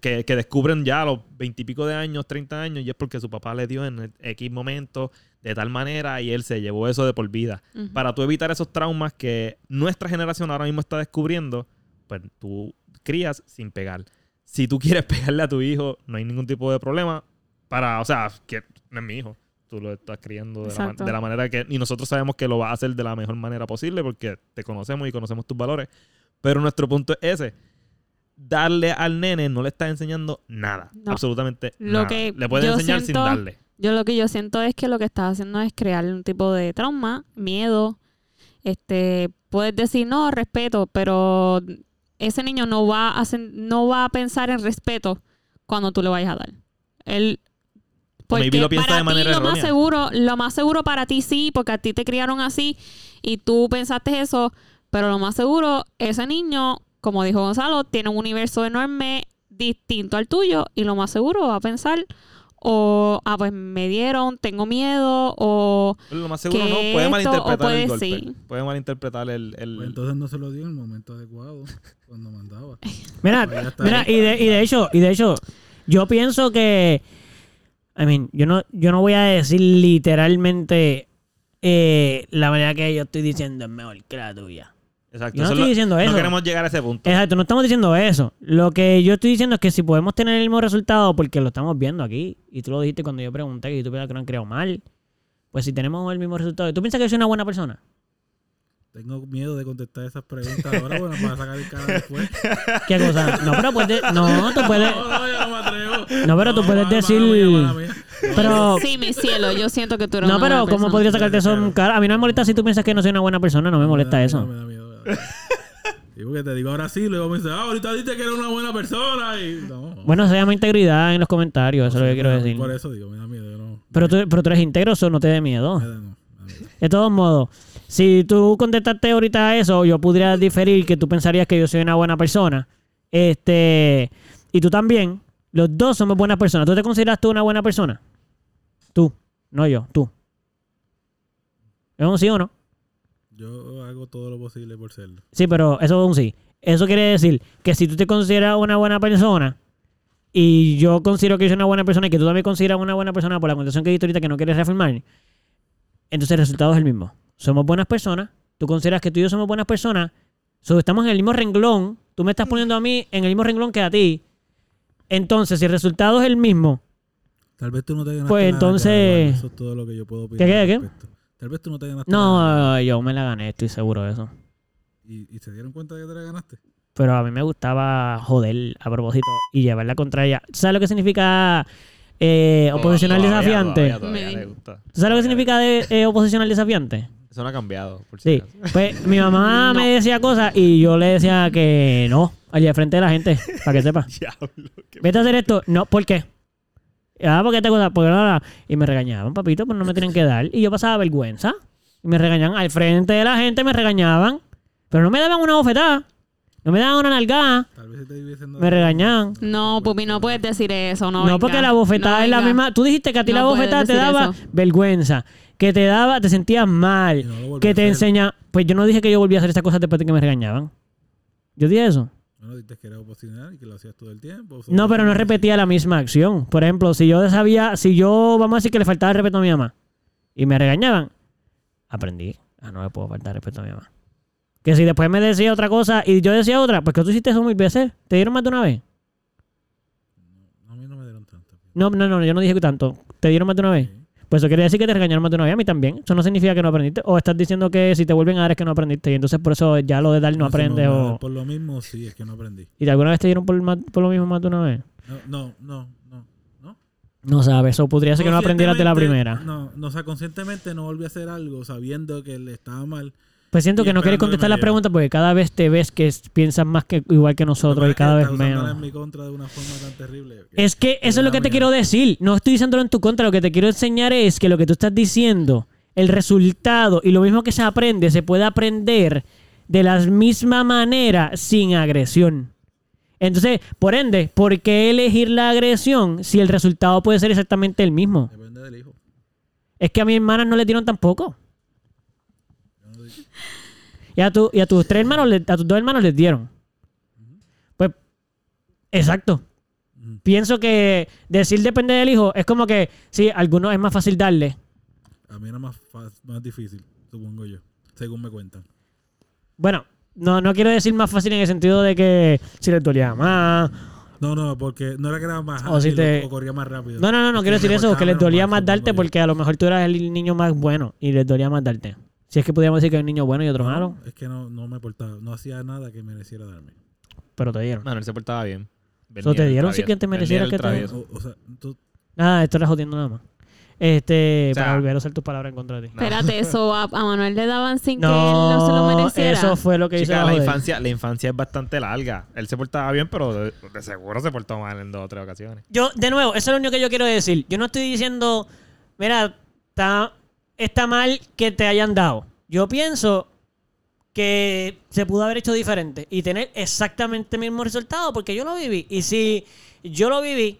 Speaker 4: que, que descubren ya a los veintipico de años, 30 años, y es porque su papá le dio en X momento de tal manera y él se llevó eso de por vida.
Speaker 1: Ujú.
Speaker 4: Para tú evitar esos traumas que nuestra generación ahora mismo está descubriendo, pues tú crías sin pegar. Si tú quieres pegarle a tu hijo, no hay ningún tipo de problema. Para, o sea, que no es mi hijo. Tú lo estás criando de la, ma-
Speaker 1: Exacto.
Speaker 4: de la manera que... Y nosotros sabemos que lo vas a hacer de la mejor manera posible porque te conocemos y conocemos tus valores. Pero nuestro punto es ese. Darle al nene no le estás enseñando nada.
Speaker 1: No.
Speaker 4: Absolutamente
Speaker 1: Lo
Speaker 4: nada.
Speaker 1: que
Speaker 4: le puedes
Speaker 1: yo
Speaker 4: enseñar sin
Speaker 1: siento-
Speaker 4: darle.
Speaker 1: Yo lo que yo siento es que lo que estás haciendo es crearle un tipo de trauma, miedo. Este, puedes decir no, respeto, pero ese niño no va a sen- no va a pensar en respeto cuando tú le vayas a dar. Él
Speaker 4: maybe
Speaker 1: porque
Speaker 4: lo piensa
Speaker 1: para
Speaker 4: de manera
Speaker 1: ti lo más
Speaker 4: errónea.
Speaker 1: seguro, lo más seguro para ti sí, porque a ti te criaron así y tú pensaste eso, pero lo más seguro ese niño, como dijo Gonzalo, tiene un universo enorme distinto al tuyo y lo más seguro va a pensar o ah pues me dieron, tengo miedo o
Speaker 4: Pero lo más seguro
Speaker 1: que
Speaker 4: no. Puede
Speaker 1: esto, o
Speaker 4: malinterpretar
Speaker 1: puede
Speaker 4: el golpe.
Speaker 1: sí.
Speaker 4: Puede malinterpretar el... el-
Speaker 2: Pues entonces no se lo dio en el momento adecuado, cuando mandaba.
Speaker 3: Mira,
Speaker 4: Pues
Speaker 2: Ahí está.
Speaker 3: mira y, de, y de hecho, y de hecho, yo pienso que, I mean, yo no, yo no voy a decir literalmente eh, la manera que yo estoy diciendo es mejor que la tuya.
Speaker 4: Exacto.
Speaker 3: Yo no
Speaker 4: es
Speaker 3: estoy
Speaker 4: lo-
Speaker 3: diciendo
Speaker 4: No
Speaker 3: eso.
Speaker 4: queremos llegar a ese punto.
Speaker 3: Exacto, no estamos diciendo eso. Lo que yo estoy diciendo es que si podemos tener el mismo resultado, porque lo estamos viendo aquí, y tú lo dijiste cuando yo pregunté que tú piensas que no han creado mal, pues si tenemos el mismo resultado, ¿tú piensas que yo soy una buena persona?
Speaker 2: Tengo miedo de contestar esas preguntas ahora, bueno, para sacar el cara después.
Speaker 3: ¿Qué cosa? No, pero puedes... No, tú puedes...
Speaker 2: No, no, yo no me atrevo.
Speaker 3: No, pero tú
Speaker 2: mala,
Speaker 3: puedes
Speaker 2: mala
Speaker 3: decir-
Speaker 2: mía, mala mía.
Speaker 3: Pero...
Speaker 1: Sí, mi cielo, yo siento que tú eres
Speaker 3: No,
Speaker 1: una
Speaker 3: pero
Speaker 1: buena
Speaker 3: ¿cómo
Speaker 1: persona.
Speaker 3: podría sacarte eso en cara? A mí no me molesta si tú piensas que no soy una buena persona, no me molesta
Speaker 2: da
Speaker 3: eso.
Speaker 2: miedo, me da miedo, me da miedo. Y porque te digo ahora sí, luego me dice, ah, ahorita dijiste que era una buena persona. Y no.
Speaker 3: Bueno, se llama integridad en los comentarios, eso es lo que quiero decir.
Speaker 2: Por eso digo, me da miedo. yo No,
Speaker 3: Pero tú, pero tú eres íntegro, eso no te dé miedo.
Speaker 2: me da- no, me da miedo.
Speaker 3: De todos modos, si tú contestaste ahorita eso, yo podría diferir que tú pensarías que yo soy una buena persona. Este, y tú también, los dos somos buenas personas. ¿Tú te consideras tú una buena persona? Tú, no yo, tú. ¿Es un sí o no?
Speaker 2: Yo hago todo lo posible por serlo.
Speaker 3: Sí, pero eso es un sí. Eso quiere decir que si tú te consideras una buena persona y yo considero que yo soy una buena persona y que tú también consideras una buena persona por la condición que dijiste ahorita que no quieres reafirmar, entonces el resultado es el mismo. Somos buenas personas, tú consideras que tú y yo somos buenas personas, so, estamos en el mismo renglón, tú me estás poniendo a mí en el mismo renglón que a ti. Entonces, si el resultado es el mismo,
Speaker 2: Tal vez tú no te ganaste
Speaker 3: Pues,
Speaker 2: nada,
Speaker 3: entonces-
Speaker 2: Carlos, Eso es todo lo que yo puedo opinar.
Speaker 3: ¿Qué, qué,
Speaker 2: al
Speaker 3: qué?
Speaker 2: respecto. Tal vez tú no te ganaste nada.
Speaker 3: no, yo me la gané, estoy seguro de eso.
Speaker 2: ¿Y, ¿Y se dieron cuenta de que te la ganaste?
Speaker 3: pero a mí me gustaba joder a propósito y llevarla contra ella. ¿Sabes lo que significa eh, oposicional
Speaker 4: Todavía,
Speaker 3: desafiante?
Speaker 4: todavía, todavía
Speaker 1: Me-
Speaker 4: le gusta.
Speaker 3: ¿Tú ¿Sabes lo que significa de, eh, oposicional desafiante?
Speaker 4: Eso no ha cambiado, por si
Speaker 3: Sí.
Speaker 4: acaso.
Speaker 3: Pues mi mamá me decía cosas y yo le decía que no, allá al frente de la gente, para que sepa.
Speaker 4: Diablo, qué-
Speaker 3: Vete a hacer esto. No, ¿por qué? Ah, porque te cosa, porque no, no. Y me regañaban, papito, pues no me tienen que dar. Y yo pasaba vergüenza. Y me regañaban al frente de la gente, me regañaban. Pero no me daban una bofetada. No me daban una nalgada.
Speaker 2: Tal vez si te hubiesen dado-
Speaker 3: Me regañaban.
Speaker 1: No, Pupi, no puedes decir eso. No,
Speaker 3: No, porque
Speaker 1: venga.
Speaker 3: la bofetada
Speaker 1: No,
Speaker 3: es la
Speaker 1: venga.
Speaker 3: misma. Tú dijiste que a ti
Speaker 1: No
Speaker 3: la
Speaker 1: puedes
Speaker 3: bofetada te
Speaker 1: decir
Speaker 3: daba
Speaker 1: eso.
Speaker 3: vergüenza, que te daba, te sentías
Speaker 2: Y no lo
Speaker 3: mal,
Speaker 2: volví a
Speaker 3: que te
Speaker 2: hacer.
Speaker 3: enseña. Pues yo no dije que yo volví a hacer estas cosas después de que me regañaban. Yo dije eso.
Speaker 2: Bueno, dijiste que era oposicional y que lo hacías todo el tiempo.
Speaker 3: No, pero no repetía la misma acción. Por ejemplo, si yo sabía, si yo, vamos a decir que le faltaba el respeto a mi mamá y me regañaban, aprendí. Ah, no le puedo faltar el respeto a mi mamá. Que si después me decía otra cosa y yo decía otra, pues que tú hiciste eso mil veces. ¿Te dieron más de una vez?
Speaker 2: A mí no me dieron tanto.
Speaker 3: No, no, no, yo no dije tanto. ¿Te dieron más de una vez?
Speaker 2: Sí.
Speaker 3: Pues eso quiere decir que te regañaron más de una vez a mí también. Eso no significa que no aprendiste. O estás diciendo que si te vuelven a dar es que no aprendiste. Y entonces por eso ya lo de dar no,
Speaker 2: si me
Speaker 3: aprendes.
Speaker 2: van a dar
Speaker 3: O...
Speaker 2: Por lo mismo, sí, es que no aprendí.
Speaker 3: ¿Y de alguna vez te dieron por, más- por lo mismo más de una vez?
Speaker 2: No, no, no. no. ¿No?
Speaker 3: No sabes, o podría ser que no aprendieras de la
Speaker 2: Conscientemente,
Speaker 3: primera.
Speaker 2: No, no, o sea, conscientemente no volví a hacer algo sabiendo que le estaba mal.
Speaker 3: Pues siento
Speaker 2: Y
Speaker 3: que no quieres
Speaker 2: esperando que me
Speaker 3: contestar las
Speaker 2: dieran.
Speaker 3: preguntas porque cada vez te ves que es- piensas más que igual que nosotros
Speaker 2: Lo
Speaker 3: y
Speaker 2: que pasa
Speaker 3: cada
Speaker 2: es
Speaker 3: vez
Speaker 2: que estás usándola
Speaker 3: menos.
Speaker 2: en mi contra de una forma tan terrible. que-
Speaker 3: Es que eso es
Speaker 2: da
Speaker 3: lo que te
Speaker 2: miedo.
Speaker 3: quiero decir. No estoy diciéndolo en tu contra. Lo que te quiero enseñar es que lo que tú estás diciendo, el resultado y lo mismo que se aprende, se puede aprender de la misma manera sin agresión. Entonces, por ende, ¿por qué elegir la agresión si el resultado puede ser exactamente el mismo?
Speaker 2: Depende del hijo.
Speaker 3: Es que a mis hermanas no le dieron tampoco.
Speaker 2: Yo no dije-
Speaker 3: Y a, tu- y a tus tres hermanos, le- a tus dos hermanos les dieron. Pues, exacto.
Speaker 4: Mm.
Speaker 2: Ujú.
Speaker 3: Pienso que decir depende del hijo es como que, sí, a algunos es más fácil darle.
Speaker 2: A mí era más, fa- más difícil, supongo yo. Según me cuentan.
Speaker 3: Bueno, no, no quiero decir más fácil en el sentido de que si le dolía más.
Speaker 2: No, no, porque no era que era más
Speaker 3: O si
Speaker 2: ágil
Speaker 3: te-
Speaker 2: o corría más rápido.
Speaker 3: No, no, no, no
Speaker 2: Es
Speaker 3: quiero
Speaker 2: que
Speaker 3: decir
Speaker 2: me
Speaker 3: eso, que les
Speaker 2: costaba
Speaker 3: dolía
Speaker 2: menos
Speaker 3: más darte
Speaker 2: supongo yo.
Speaker 3: porque a lo mejor tú eras el niño más bueno y les dolía más darte. Si es que pudiéramos decir que hay un niño bueno y otro malo,
Speaker 2: Es que no, no me portaba, no hacía nada que mereciera darme.
Speaker 3: pero te dieron.
Speaker 4: Bueno, él se portaba bien.
Speaker 3: So, ¿te dieron sí que te mereciera que te-
Speaker 2: O, o sea, tú-
Speaker 3: Nada, esto era jodiendo nada más. Este,
Speaker 4: O sea,
Speaker 3: para volver a usar tus palabras en contra de ti.
Speaker 4: No.
Speaker 1: Espérate, eso a, a Manuel le daban sin que él no se lo
Speaker 3: No,
Speaker 1: mereciera.
Speaker 3: eso fue lo que hizo.
Speaker 4: Chica,
Speaker 3: la
Speaker 4: la
Speaker 3: joder.
Speaker 4: infancia, la infancia es bastante larga. Él se portaba bien, pero de, de seguro se portó mal en dos o tres ocasiones.
Speaker 3: Yo, de nuevo, eso es lo único que yo quiero decir. Yo no estoy diciendo, mira, está, está mal que te hayan dado. Yo pienso que se pudo haber hecho diferente y tener exactamente el mismo resultado porque yo lo viví. Y si yo lo viví,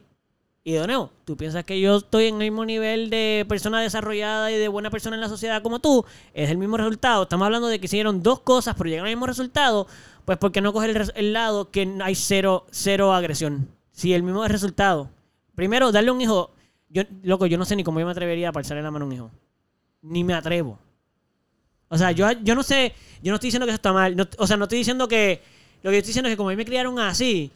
Speaker 3: y de nuevo, tú piensas que yo estoy en el mismo nivel de persona desarrollada y de buena persona en la sociedad como tú, es el mismo resultado. Estamos hablando de que hicieron dos cosas, pero llegaron al mismo resultado, pues ¿por qué no coger el, res- el lado que hay cero, cero agresión? Si el mismo resultado. Primero, darle a un hijo. Yo, loco, yo no sé ni cómo yo me atrevería a parcharle la mano a un hijo. Ni me atrevo. O sea, yo, yo no sé, yo no estoy diciendo que eso está mal. No- o sea, no estoy diciendo que. Lo que yo estoy diciendo es que como a mí me criaron así,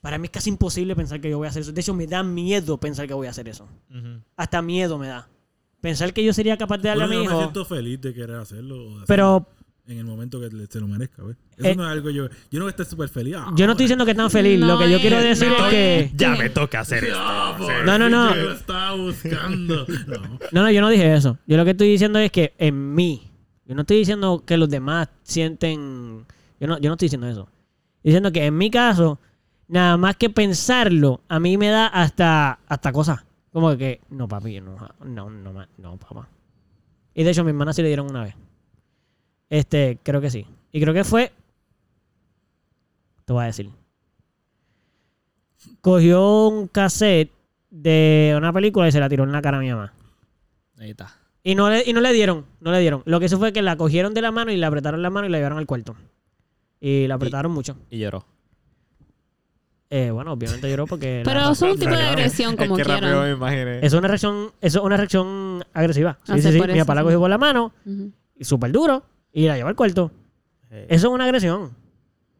Speaker 3: para mí es casi imposible pensar que yo voy a hacer eso. De hecho, me da miedo pensar que voy a hacer eso.
Speaker 4: Ujú.
Speaker 3: Hasta miedo me da. Pensar que yo sería capaz de darle
Speaker 2: Bueno,
Speaker 3: a mi
Speaker 2: yo me
Speaker 3: hijo.
Speaker 2: siento feliz de querer hacerlo. o de hacerlo
Speaker 5: Pero
Speaker 2: en el momento que le- se lo merezca, ¿ves? Eso
Speaker 5: Eh,
Speaker 2: no es algo yo. Yo no voy a estar súper feliz. Ah,
Speaker 3: Yo no estoy
Speaker 2: bueno.
Speaker 3: diciendo que tan feliz. lo
Speaker 1: No
Speaker 3: que yo quiero
Speaker 1: es-
Speaker 3: decir
Speaker 1: no
Speaker 3: es que.
Speaker 4: Ya me toca hacer esto.
Speaker 2: Ah, por
Speaker 3: No, no,
Speaker 2: fin
Speaker 3: no.
Speaker 2: yo lo estaba buscando. No.
Speaker 3: No, no, yo no dije eso. Yo lo que estoy diciendo es que en mí. Yo no estoy diciendo que los demás sienten. Yo no, yo no estoy diciendo eso. Estoy Diciendo que en mi caso, nada más que pensarlo, a mí me da hasta, hasta cosas. Como que, no, papi, no, no, no, ma- no, papá. Y de hecho, a mi hermana sí le dieron una vez. Este, creo que sí. Y creo que fue. Te voy a decir. Cogió un cassette de una película y se la tiró en la cara a mi mamá.
Speaker 4: Ahí está.
Speaker 3: Y no, le, y no le dieron, no le dieron. Lo que hizo fue que la cogieron de la mano y la apretaron la mano y la llevaron al cuarto. Y la apretaron mucho.
Speaker 4: Y lloró.
Speaker 3: Eh, bueno, obviamente lloró porque... la-
Speaker 1: Pero eso es un tipo de agresión, como
Speaker 4: es que rapeo
Speaker 1: quieran.
Speaker 4: me imaginé.
Speaker 3: es una reacción, es una reacción agresiva. Sí,
Speaker 1: No sé,
Speaker 3: sí, sí.
Speaker 1: por
Speaker 3: Mi
Speaker 1: eso
Speaker 3: papá la
Speaker 1: sí.
Speaker 3: cogió por la mano,
Speaker 1: Ujú.
Speaker 3: y súper duro, y la llevó al cuarto.
Speaker 4: Eh,
Speaker 3: Eso es una agresión.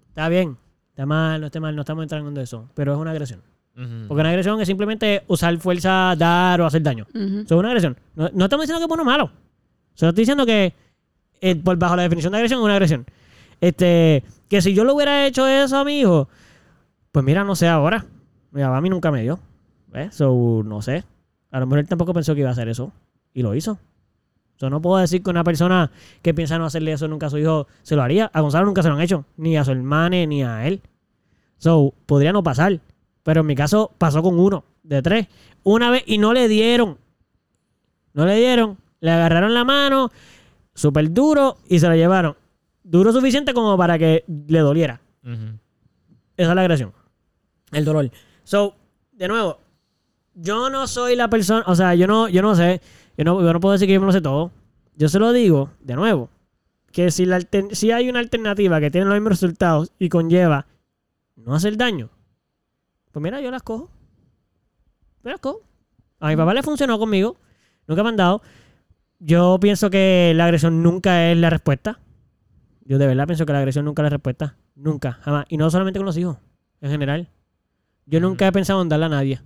Speaker 3: Está bien. Está mal, no está mal, no estamos entrando en eso. Pero es una agresión.
Speaker 4: ujú.
Speaker 3: Porque una agresión es simplemente usar fuerza, dar o hacer daño.
Speaker 1: Ujú.
Speaker 3: Eso es una agresión. No, no estamos diciendo que es bueno o malo. Solo estoy diciendo que eh, por bajo la definición de agresión es una agresión. Este, que si yo le hubiera hecho eso a mi hijo, pues mira, no sé ahora. Mi papá a mí nunca me dio. ¿Ves? So, no sé. A lo mejor él tampoco pensó que iba a hacer eso. Y lo hizo. Yo no puedo decir que una persona que piensa no hacerle eso nunca a su hijo se lo haría. A Gonzalo nunca se lo han hecho. Ni a su hermano, ni a él. So, podría no pasar. Pero en mi caso pasó con uno de tres. Una vez y no le dieron. No le dieron. Le agarraron la mano, súper duro, y se la llevaron. Duro suficiente como para que le doliera.
Speaker 4: Ujú.
Speaker 3: Esa es la agresión. El dolor. So, de nuevo, yo no soy la persona, o sea, yo no, yo no sé, yo no, yo no puedo decir que yo me lo sé todo. Yo se lo digo, de nuevo, que si, la altern- si hay una alternativa que tiene los mismos resultados y conlleva no hacer daño, pues mira, yo las cojo. Yo las cojo. A
Speaker 4: Mm.
Speaker 3: mi papá le funcionó conmigo, nunca me han dado. Yo pienso que la agresión nunca es la respuesta. Yo de verdad pienso que la agresión nunca es la respuesta. Nunca, jamás. Y no solamente con los hijos, en general. Yo nunca he pensado en darle a nadie.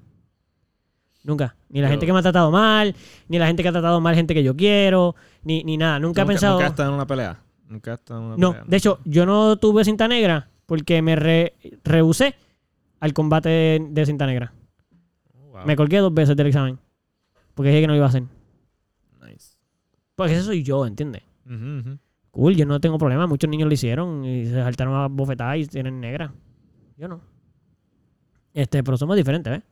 Speaker 3: Nunca. Ni la
Speaker 4: Yo-
Speaker 3: gente que me ha tratado mal, ni la gente que ha tratado mal gente que yo quiero, ni, ni nada. Nunca, he pensado.
Speaker 4: Nunca has estado en una pelea. Nunca has estado en una
Speaker 3: no,
Speaker 4: pelea.
Speaker 3: de hecho, yo no tuve cinta negra porque me re- rehusé al combate de, de cinta negra.
Speaker 4: Oh, Wow,
Speaker 3: Me colgué dos veces del examen. Porque dije que no lo iba a hacer.
Speaker 4: nice.
Speaker 3: Porque eso soy yo, ¿entiendes?
Speaker 4: Ujú, ujú.
Speaker 3: Cool, yo no tengo problema. Muchos niños lo hicieron y se saltaron a bofetadas y tienen negra. Yo no. Este, pero somos diferentes, ¿ves?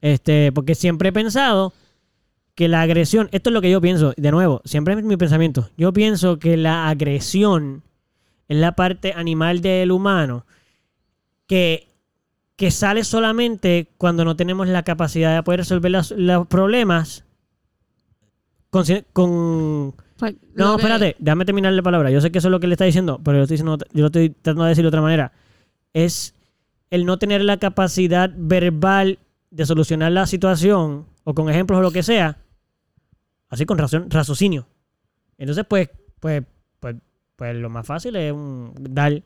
Speaker 3: Este, porque siempre he pensado que la agresión, esto es lo que yo pienso, de nuevo, siempre es mi pensamiento. Yo pienso que la agresión es la parte animal del humano que, que sale solamente cuando no tenemos la capacidad de poder resolver las- los problemas con, con
Speaker 1: Pues,
Speaker 3: no,
Speaker 1: lo que-
Speaker 3: espérate, déjame terminar la palabra. Yo sé que eso es lo que le está diciendo, pero yo, lo estoy diciendo, yo lo estoy tratando de decir de otra manera. Es el no tener la capacidad verbal de solucionar la situación, o con ejemplos o lo que sea, así con razón, raciocinio. Entonces, pues, pues, pues, pues lo más fácil es un, dar.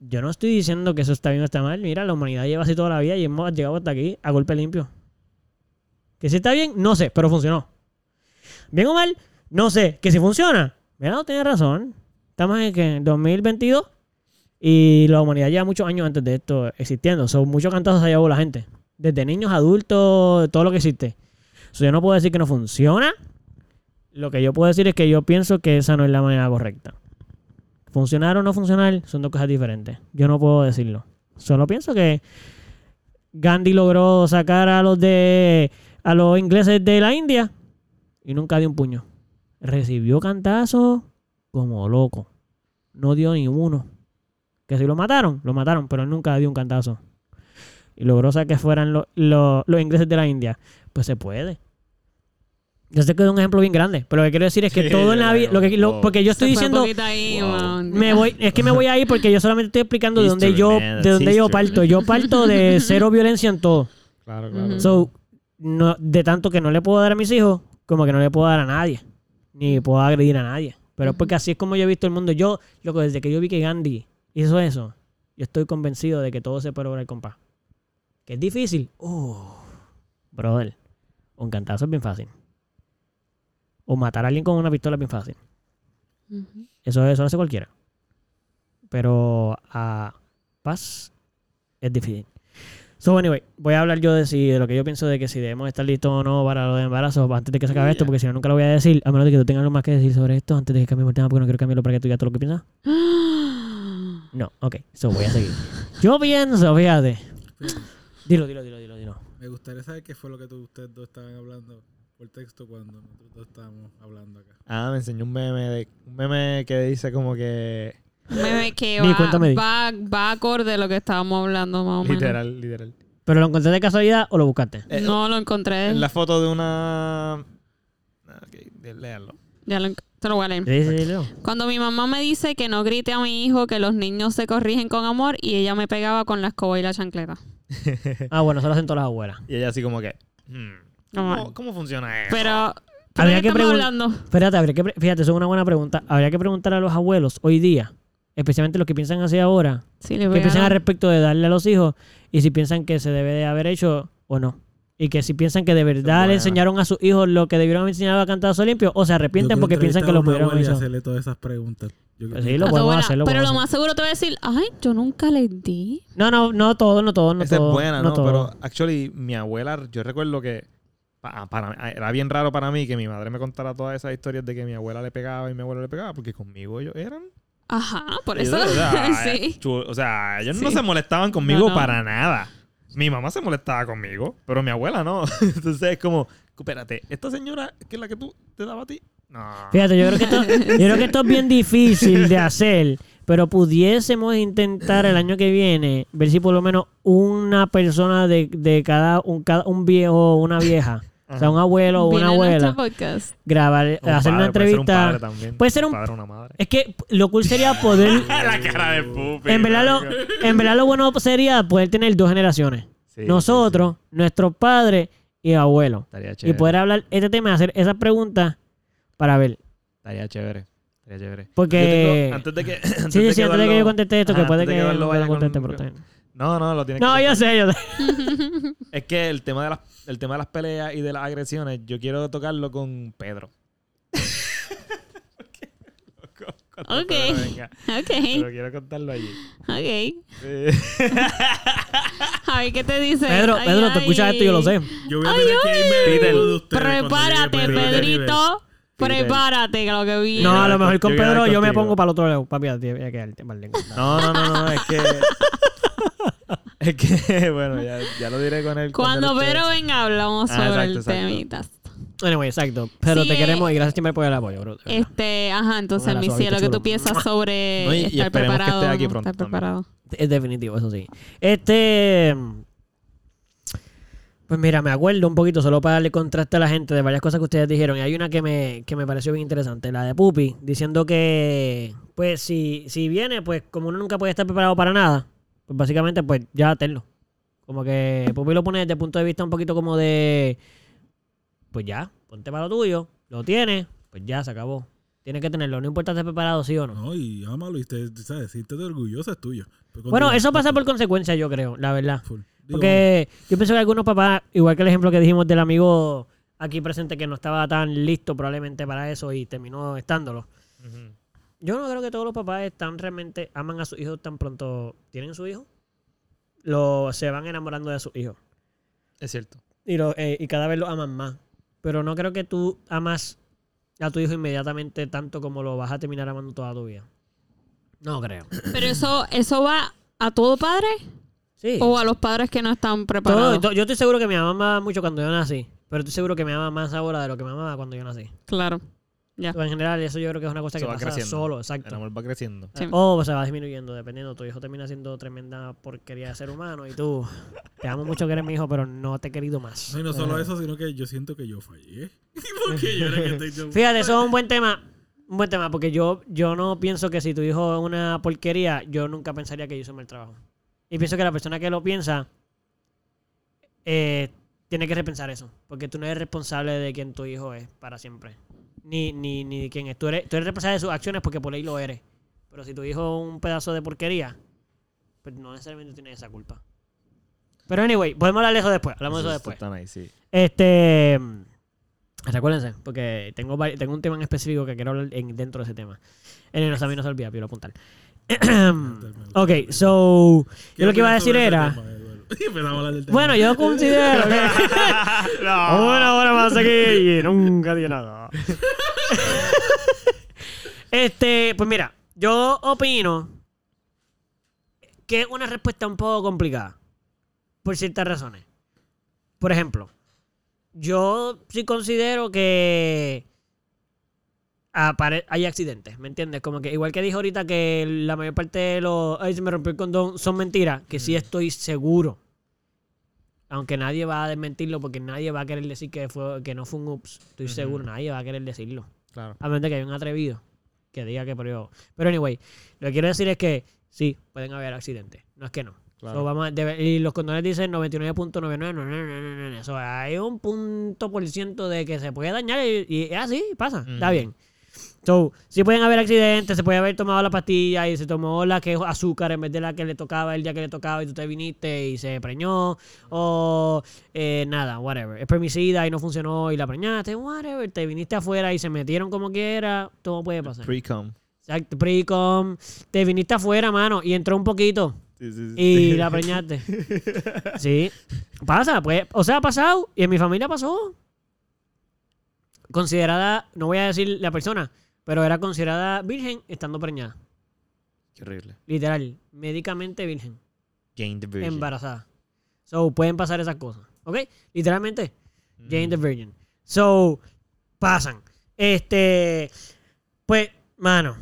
Speaker 3: Yo no estoy diciendo que eso está bien o está mal. Mira, la humanidad lleva así toda la vida y hemos llegado hasta aquí a golpe limpio. Que si está bien, no sé, pero funcionó. Bien o mal, no sé. Que si funciona, mira, no tienes razón. Estamos en que 2022 y la humanidad lleva muchos años antes de esto existiendo. Son muchos cantazos se ha llevado la gente. Desde niños, adultos, todo lo que existe. So, yo no puedo decir que no funciona. Lo que yo puedo decir es que yo pienso que esa no es la manera correcta. Funcionar o no funcionar son dos cosas diferentes. Yo no puedo decirlo. Solo pienso que Gandhi logró sacar a los de a los ingleses de la India y nunca dio un puño. Recibió cantazos como loco. No dio ni uno. Que si lo mataron, lo mataron, pero él nunca dio un cantazo. Y logró sa- que fueran lo- lo- los ingleses de la India. Pues se puede. Yo sé que es un ejemplo bien grande, pero lo que quiero decir es que
Speaker 4: Sí,
Speaker 3: todo en la
Speaker 4: ya
Speaker 3: vida, lo
Speaker 4: veo.
Speaker 3: que, lo-
Speaker 4: Wow.
Speaker 3: porque yo estoy
Speaker 1: se fue un
Speaker 3: diciendo,
Speaker 1: poquito ahí,
Speaker 4: Wow.
Speaker 1: man.
Speaker 3: me voy, es que me voy a ir porque yo solamente estoy explicando de dónde
Speaker 4: History,
Speaker 3: yo,
Speaker 4: man,
Speaker 3: de dónde yo
Speaker 4: history.
Speaker 3: parto. Yo parto de cero violencia en todo.
Speaker 4: Claro, claro.
Speaker 1: Ujú.
Speaker 3: So, no, de tanto que no le puedo dar a mis hijos, como que no le puedo dar a nadie. Ni puedo agredir a nadie. Pero
Speaker 1: Ujú.
Speaker 3: porque así es como yo he visto el mundo. Yo, loco, desde que yo vi que Gandhi hizo eso, yo estoy convencido de que todo se puede lograr con paz. Que es difícil. Oh, brother, un cantazo es bien fácil. O matar a alguien con una pistola es bien fácil.
Speaker 1: Ujú.
Speaker 3: Eso, eso lo hace cualquiera. Pero a paz es difícil. So, anyway, voy a hablar yo de si de lo que yo pienso de que si debemos estar listos o no para lo de embarazo antes de que se acabe
Speaker 1: Ya.
Speaker 3: esto, porque si no, nunca lo voy a decir. A menos de que tú tengas algo más que decir sobre esto antes de que cambiemos el tema, porque no quiero cambiarlo para que tú digas todo lo que piensas. No, ok, so voy a seguir. yo pienso, fíjate.
Speaker 2: Fíjate,
Speaker 3: Dilo, dilo, dilo, dilo, dilo.
Speaker 2: Me gustaría saber qué fue lo que tú- ustedes dos estaban hablando por texto cuando nosotros dos estábamos hablando acá.
Speaker 4: Ah, me enseñó un meme, de, un meme que dice como que...
Speaker 1: Un meme que
Speaker 3: Ni
Speaker 1: va,
Speaker 3: cuéntame.
Speaker 1: va, va acorde a lo que estábamos hablando más o menos.
Speaker 4: Literal, literal.
Speaker 3: ¿Pero lo encontré de casualidad o lo buscaste?
Speaker 4: Eh,
Speaker 1: No lo encontré.
Speaker 4: En la foto de una... Ah, Ok, de- léalo.
Speaker 1: Ya lo, en- te lo voy a leer.
Speaker 3: Sí, sí, sí, léelo.
Speaker 1: Cuando mi mamá me dice que no grite a mi hijo, que los niños se corrigen con amor y ella me pegaba con la escoba y la chancleta.
Speaker 3: Ah, bueno, eso lo hacen todas las abuelas.
Speaker 4: Y ella así como que... hmm,
Speaker 1: Vamos.
Speaker 4: ¿cómo, cómo funciona eso?
Speaker 1: Pero, ¿pero
Speaker 3: Habría
Speaker 1: de qué
Speaker 3: que
Speaker 1: estamos
Speaker 3: preguntar.
Speaker 1: hablando?
Speaker 3: Espérate, habría que pre- fíjate, eso es una buena pregunta. Habría que preguntar a los abuelos hoy día, especialmente los que piensan así ahora,
Speaker 1: Sí, le
Speaker 3: que piensan al
Speaker 1: pegaron.
Speaker 3: respecto de darle a los hijos y si piensan que se debe de haber hecho o no. Y que si piensan que de verdad
Speaker 4: buena.
Speaker 3: le enseñaron a sus hijos lo que debieron haber enseñado a cantazo limpio o se arrepienten porque piensan que lo pudieron haber
Speaker 2: hacer.
Speaker 3: hecho.
Speaker 2: hacerle todas esas preguntas. Yo-
Speaker 3: Pues sí,
Speaker 1: A
Speaker 3: lo
Speaker 1: tu
Speaker 3: podemos
Speaker 1: abuela.
Speaker 3: hacer, lo
Speaker 1: Pero lo
Speaker 3: podemos
Speaker 1: más seguro te voy a decir, ay, yo nunca le di.
Speaker 3: No, no, no todo, no todo, no
Speaker 4: Esa
Speaker 3: todo.
Speaker 4: es buena, ¿no?
Speaker 3: todo.
Speaker 4: Pero, actually, mi abuela, yo recuerdo que pa- ah, para, era bien raro para mí que mi madre me contara todas esas historias de que mi abuela le pegaba y mi abuelo le pegaba, porque conmigo ellos eran.
Speaker 1: Ajá, por
Speaker 4: ellos-
Speaker 1: eso.
Speaker 4: o sea,
Speaker 1: sí.
Speaker 4: chu- eh, o sea, ellos no
Speaker 1: Sí.
Speaker 4: se molestaban conmigo
Speaker 1: No, no.
Speaker 4: para nada. Mi mamá se molestaba conmigo, pero mi abuela no. Entonces es como, espérate, esta señora que es la que tú te daba a ti. No.
Speaker 3: Fíjate, yo creo, que esto, yo creo que esto es bien difícil de hacer, pero pudiésemos intentar el año que viene ver si por lo menos una persona de, de cada, un, cada un viejo o una vieja, o sea, un abuelo o una
Speaker 1: Viene nuestro
Speaker 3: abuela,
Speaker 1: podcast.
Speaker 3: grabar, hacer
Speaker 4: Un
Speaker 3: una
Speaker 4: padre, puede ser un padre
Speaker 3: entrevista.
Speaker 4: también,
Speaker 3: puede ser un-
Speaker 4: padre o una madre.
Speaker 3: Es que lo cool sería poder,
Speaker 4: la cara de pupi.
Speaker 3: en verdad
Speaker 4: marico.
Speaker 3: lo, en verdad lo bueno sería poder tener dos generaciones.
Speaker 4: Sí,
Speaker 3: Nosotros, nuestros padres y abuelos.
Speaker 4: sí, sí. Estaría
Speaker 3: Y
Speaker 4: chévere.
Speaker 3: poder hablar este tema, hacer esas preguntas para ver.
Speaker 4: Estaría chévere. Estaría chévere. Yo
Speaker 3: Porque...
Speaker 4: tengo- antes de que. Antes
Speaker 3: Sí, sí, sí, antes de que yo
Speaker 4: Eduardo-
Speaker 3: conteste esto, que
Speaker 4: Ajá,
Speaker 3: puede
Speaker 4: antes
Speaker 3: que,
Speaker 4: de Eduardo
Speaker 3: no
Speaker 4: vaya
Speaker 3: lo conteste,
Speaker 4: con-
Speaker 3: pero está bien.
Speaker 4: No, no, lo tienes
Speaker 3: No,
Speaker 4: que
Speaker 3: yo sé, yo sé.
Speaker 4: Es que el tema, de las, el tema de las peleas y de las agresiones, yo quiero tocarlo con Pedro. Porque, loco, cuando
Speaker 1: Ok.
Speaker 4: Pedro venga, pero
Speaker 1: Ok,
Speaker 4: quiero contarlo allí.
Speaker 1: ok.
Speaker 4: Eh,
Speaker 1: A ver, ¿qué te dice?
Speaker 3: Pedro,
Speaker 1: Ay,
Speaker 3: Pedro, te
Speaker 1: ay.
Speaker 3: escuchas esto y yo lo sé.
Speaker 2: Yo voy a tener que irme de
Speaker 4: Peter.
Speaker 2: uno de ustedes
Speaker 1: Prepárate,
Speaker 2: cuando llegue
Speaker 1: Pedrito.
Speaker 4: Peter.
Speaker 1: Prepárate, que lo que viene.
Speaker 3: No, a lo mejor con
Speaker 4: Yo voy a dar
Speaker 3: Pedro yo me
Speaker 4: contigo.
Speaker 3: pongo para el otro lado. Papi, a ti voy a quedarte mal lengua.
Speaker 4: No, no, no, no, es que. Es que, bueno, ya, ya lo diré con él.
Speaker 1: Cuando
Speaker 4: él esté-
Speaker 1: Pedro venga, hablamos
Speaker 4: Ah,
Speaker 1: sobre
Speaker 4: exacto,
Speaker 1: el
Speaker 4: exacto.
Speaker 1: temita.
Speaker 3: Anyway, exacto. Pero
Speaker 1: Sí,
Speaker 3: te
Speaker 1: eh,
Speaker 3: queremos y gracias siempre por el apoyo, bro. de verdad.
Speaker 1: Este, ajá, entonces,
Speaker 3: Póngala
Speaker 1: mi
Speaker 3: suavito,
Speaker 1: cielo, que
Speaker 3: chulo.
Speaker 1: tú piensas sobre
Speaker 4: No, y- y
Speaker 1: estar
Speaker 4: esperemos que
Speaker 1: preparado?
Speaker 4: esté aquí
Speaker 1: no
Speaker 4: pronto
Speaker 1: estar
Speaker 4: también.
Speaker 1: preparado.
Speaker 3: Es definitivo, eso sí. Este. Pues mira, me acuerdo un poquito, solo para darle contraste a la gente de varias cosas que ustedes dijeron. Y hay una que me, que me pareció bien interesante, la de Pupi, diciendo que, pues, si, si viene, pues, como uno nunca puede estar preparado para nada, pues básicamente, pues, ya tenlo. Como que Pupi lo pone desde el punto de vista un poquito como de, pues ya, ponte para lo tuyo, lo tienes, pues ya, se acabó. Tienes que tenerlo, no importa estar preparado, sí o no.
Speaker 2: No, y ámalo y te, te- sabes, siéntete orgulloso es tuyo. Pero
Speaker 3: Bueno,
Speaker 2: continúa.
Speaker 3: eso pasa por consecuencia, yo creo, la verdad.
Speaker 2: Full. Digo,
Speaker 3: Porque yo pienso que algunos papás, igual que el ejemplo que dijimos del amigo aquí presente que no estaba tan listo probablemente para eso y terminó estándolo.
Speaker 4: Ujú.
Speaker 3: Yo no creo que todos los papás están realmente aman a sus hijos tan pronto tienen su hijo. Lo, se van enamorando de sus hijos.
Speaker 4: Es cierto.
Speaker 3: Y, lo- eh, y cada vez lo aman más. Pero no creo que tú amas a tu hijo inmediatamente tanto como lo vas a terminar amando toda tu vida. No creo.
Speaker 1: Pero eso, eso va a todo padre
Speaker 3: Sí.
Speaker 1: o a los padres que no están
Speaker 3: Todo-
Speaker 1: preparados.
Speaker 3: to- yo estoy seguro que me amaba mucho cuando yo nací, pero estoy seguro que me ama más ahora de lo que me amaba cuando yo nací.
Speaker 1: Claro. Ya.
Speaker 3: Pero en general, eso yo creo que es una cosa
Speaker 4: Se
Speaker 3: que
Speaker 4: va
Speaker 3: pasa
Speaker 4: creciendo.
Speaker 3: solo,
Speaker 4: El
Speaker 3: exacto.
Speaker 4: amor va creciendo.
Speaker 1: Sí.
Speaker 3: O se va disminuyendo, dependiendo. Tu hijo termina siendo tremenda porquería de ser humano y tú, te amo mucho que eres mi hijo, pero no te he querido más.
Speaker 2: No, y no solo eso, sino que yo siento que yo fallé. Porque yo era que estoy yo-
Speaker 3: Fíjate, eso es un buen tema. Un buen tema, porque yo, yo no pienso que si tu hijo es una porquería, yo nunca pensaría que yo hice mal trabajo. Y pienso que la persona que lo piensa eh, tiene que repensar eso, porque tú no eres responsable de quien tu hijo es para siempre. ni, ni, ni de quién es. Tú eres, tú eres responsable de sus acciones porque por ahí lo eres. Pero si tu hijo es un pedazo de porquería, pues no necesariamente tienes esa culpa. Pero anyway, podemos hablar de eso después. Hablamos de eso después.
Speaker 4: Están ahí, sí.
Speaker 3: Este. Recuérdense, porque tengo, vari- tengo un tema en específico que quiero hablar en- dentro de ese tema. En el examen no se olvida, pero lo apuntar. ok, so. Yo lo que iba a decir era. Bueno, yo considero que. Una hora más aquí y nunca dije nada. este, pues mira, yo opino que es una respuesta un poco complicada. Por ciertas razones. Por ejemplo, yo sí considero que apare- hay accidentes, ¿me entiendes? Como que igual que dije ahorita que la mayor parte de los ay se me rompió el condón son mentiras, que sí estoy seguro. Aunque nadie va a desmentirlo porque nadie va a querer decir que fue que no fue un ups, estoy
Speaker 4: Ujú.
Speaker 3: seguro, nadie va a querer decirlo.
Speaker 4: Claro.
Speaker 3: A menos de que haya un atrevido que diga que prohibió. Pero anyway, lo que quiero decir es que sí, pueden haber accidentes. No es que no.
Speaker 4: Claro.
Speaker 3: So, vamos a- debe- y los condones dicen 99.99. No, no, no, no, no, no. So, hay un punto por ciento de que se puede dañar y, y es así, pasa. Está
Speaker 4: Ujú.
Speaker 3: bien. So, sí pueden haber accidentes, se puede haber tomado la pastilla y se tomó la que es azúcar en vez de la que le tocaba el día que le tocaba y tú te viniste y se preñó o eh, nada, whatever. Es permisida y no funcionó y la preñaste, whatever. Te viniste afuera y se metieron como quiera, todo puede pasar.
Speaker 4: Pre-com.
Speaker 3: Exacto, pre-com. Te viniste afuera, mano, y entró un poquito.
Speaker 4: Sí, sí, sí.
Speaker 3: Y la preñaste. Sí. Pasa, pues. O sea, ha pasado. Y en mi familia pasó. Considerada, no voy a decir la persona, pero era considerada virgen estando preñada.
Speaker 4: Qué horrible.
Speaker 3: Literal. Médicamente virgen.
Speaker 4: Jane the Virgin.
Speaker 3: Embarazada. So, pueden pasar esas cosas. ¿Ok? Literalmente.
Speaker 4: Mm.
Speaker 3: Jane the Virgin. So, pasan. Este, pues, mano,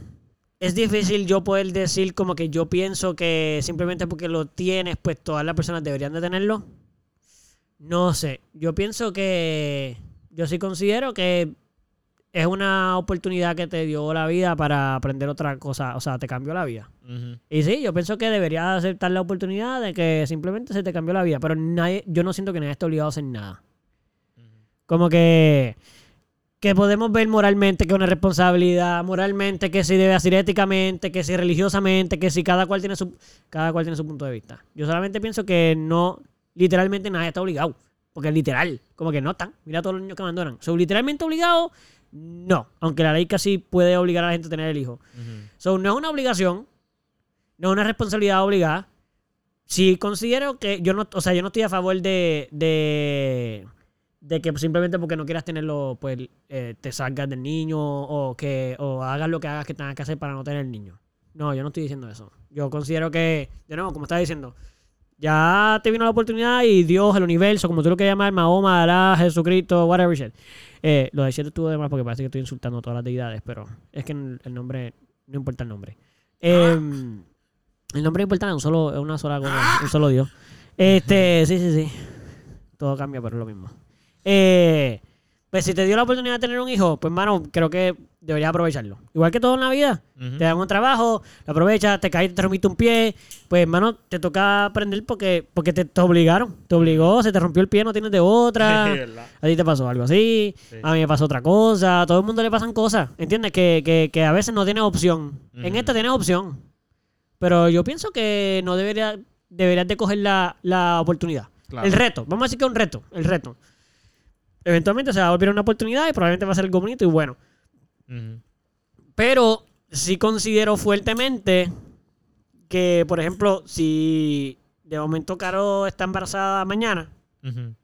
Speaker 3: es difícil yo poder decir como que yo pienso que simplemente porque lo tienes, pues todas las personas deberían de tenerlo. No sé, yo pienso que, yo sí considero que es una oportunidad que te dio la vida para aprender otra cosa, o sea, te cambió la vida.
Speaker 4: Ujú.
Speaker 3: Y sí, yo pienso que deberías aceptar la oportunidad de que simplemente se te cambió la vida, pero nadie, yo no siento que nadie esté obligado a hacer nada. Como que, que podemos ver moralmente que es una responsabilidad, moralmente que si debe hacer éticamente, que si religiosamente, que si cada cual tiene su cada cual tiene su punto de vista. Yo solamente pienso que no, literalmente nadie está obligado. Porque literal, como que no están. Mira todos los niños que abandonan. Son literalmente obligados, no. Aunque la ley casi puede obligar a la gente a tener el hijo.
Speaker 4: Ujú.
Speaker 3: So, no es una obligación, no es una responsabilidad obligada. Si considero que yo no, o sea, yo no estoy a favor de, de, de que simplemente porque no quieras tenerlo, pues eh, te salgas del niño o que o hagas lo que hagas que tengas que hacer para no tener el niño. No, yo no estoy diciendo eso. Yo considero que, de nuevo, como estaba diciendo, ya te vino la oportunidad y Dios, el universo, como tú lo quieras llamar, Mahoma, Alá, Jesucristo, whatever shit. Eh, lo de shit estuvo de más porque parece que estoy insultando a todas las deidades, pero es que el nombre, no importa el nombre. Em, el nombre no importa, nada, un solo, es una sola cosa, un solo Dios. Este, sí, sí, sí. Todo cambia, pero es lo mismo. Eh, pues si te dio la oportunidad de tener un hijo, pues mano, creo que deberías aprovecharlo. Igual que todo en la vida.
Speaker 4: Ujú.
Speaker 3: Te dan un trabajo, lo aprovechas, te caíste, te rompiste un pie. Pues, hermano, te toca aprender porque, porque te, te obligaron. Te obligó, se te rompió el pie, no tienes de otra.
Speaker 4: ¿Verdad?
Speaker 3: A ti te pasó algo así,
Speaker 4: Sí.
Speaker 3: a mí me pasó otra cosa, a todo el mundo le pasan cosas, ¿entiendes? Que, que, que a veces no tienes opción. En
Speaker 4: Ujú.
Speaker 3: esta tienes opción. Pero yo pienso que no debería, deberías de coger la, la oportunidad.
Speaker 4: Claro.
Speaker 3: El reto, vamos a decir que es un reto, el reto. Eventualmente se va a volver una oportunidad y probablemente va a ser algo bonito y bueno.
Speaker 4: Ujú.
Speaker 3: Pero sí considero fuertemente que, por ejemplo, si de momento Caro está embarazada mañana,
Speaker 4: Ujú.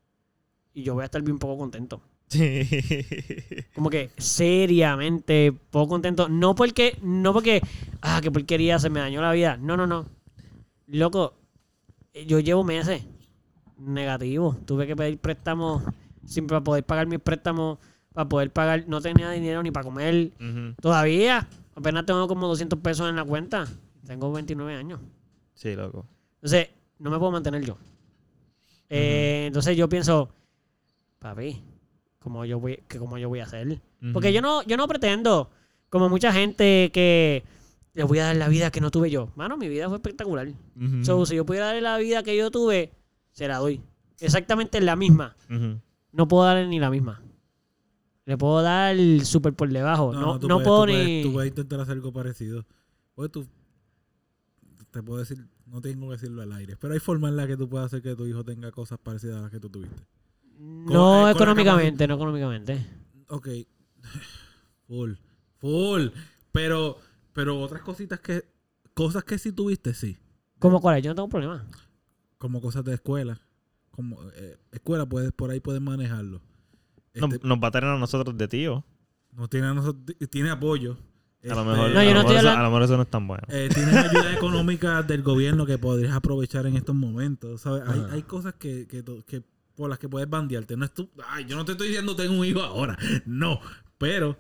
Speaker 3: y yo voy a estar bien poco contento.
Speaker 4: Sí.
Speaker 3: como que seriamente poco contento. No porque, no porque, ah, qué porquería, se me dañó la vida. No, no, no. Loco, yo llevo meses negativo. Tuve que pedir préstamos sin para poder pagar mis préstamos, para poder pagar. No tenía dinero ni para comer.
Speaker 4: Ujú.
Speaker 3: Todavía, apenas tengo como 200 pesos en la cuenta. Tengo 29 años.
Speaker 4: Sí, loco.
Speaker 3: Entonces, no me puedo mantener yo. Eh, entonces yo pienso, papi, ¿cómo yo voy, que cómo yo voy a hacer? Porque
Speaker 4: Ujú.
Speaker 3: yo no, yo no pretendo, como mucha gente, que le voy a dar la vida que no tuve yo. Mano, mi vida fue espectacular.
Speaker 4: Ujú.
Speaker 3: So, si yo pudiera darle la vida que yo tuve, se la doy. Exactamente la misma.
Speaker 4: Ujú.
Speaker 3: No puedo darle ni la misma. Le puedo dar súper por debajo. No, no,
Speaker 2: tú puedes- tú
Speaker 3: puedo
Speaker 2: puedes-
Speaker 3: ni.
Speaker 2: Tú puedes intentar hacer algo parecido. Pues tú. Te puedo decir. No tengo que decirlo al aire. Pero hay forma en la que tú puedas hacer que tu hijo tenga cosas parecidas a las que tú tuviste.
Speaker 3: no
Speaker 2: eh, con la
Speaker 3: económicamente, no económicamente.
Speaker 2: Ok. Full. Full. Pero. Pero otras cositas que. Cosas que sí tuviste, sí.
Speaker 3: ¿Cómo cuál es? Yo no tengo problema.
Speaker 2: Como cosas de escuela. Como. eh, escuela, puedes, por ahí puedes manejarlo.
Speaker 4: No-
Speaker 2: Este,
Speaker 4: Nos va a tener a nosotros de tío.
Speaker 2: no tiene, a nosotros- tiene apoyo.
Speaker 4: A lo
Speaker 2: Este,
Speaker 4: mejor,
Speaker 3: No, yo
Speaker 4: a, lo
Speaker 3: no
Speaker 4: mejor
Speaker 3: estoy
Speaker 4: eso,
Speaker 3: hablando-
Speaker 4: a lo mejor eso no es tan bueno.
Speaker 2: Eh, tienes ayuda económica del gobierno que podrías aprovechar en estos momentos. ¿sabes? Hay, hay cosas que, que, to- que por las que puedes bandearte. No es tú. Ay, yo no te estoy diciendo tengo un hijo ahora. No. Pero.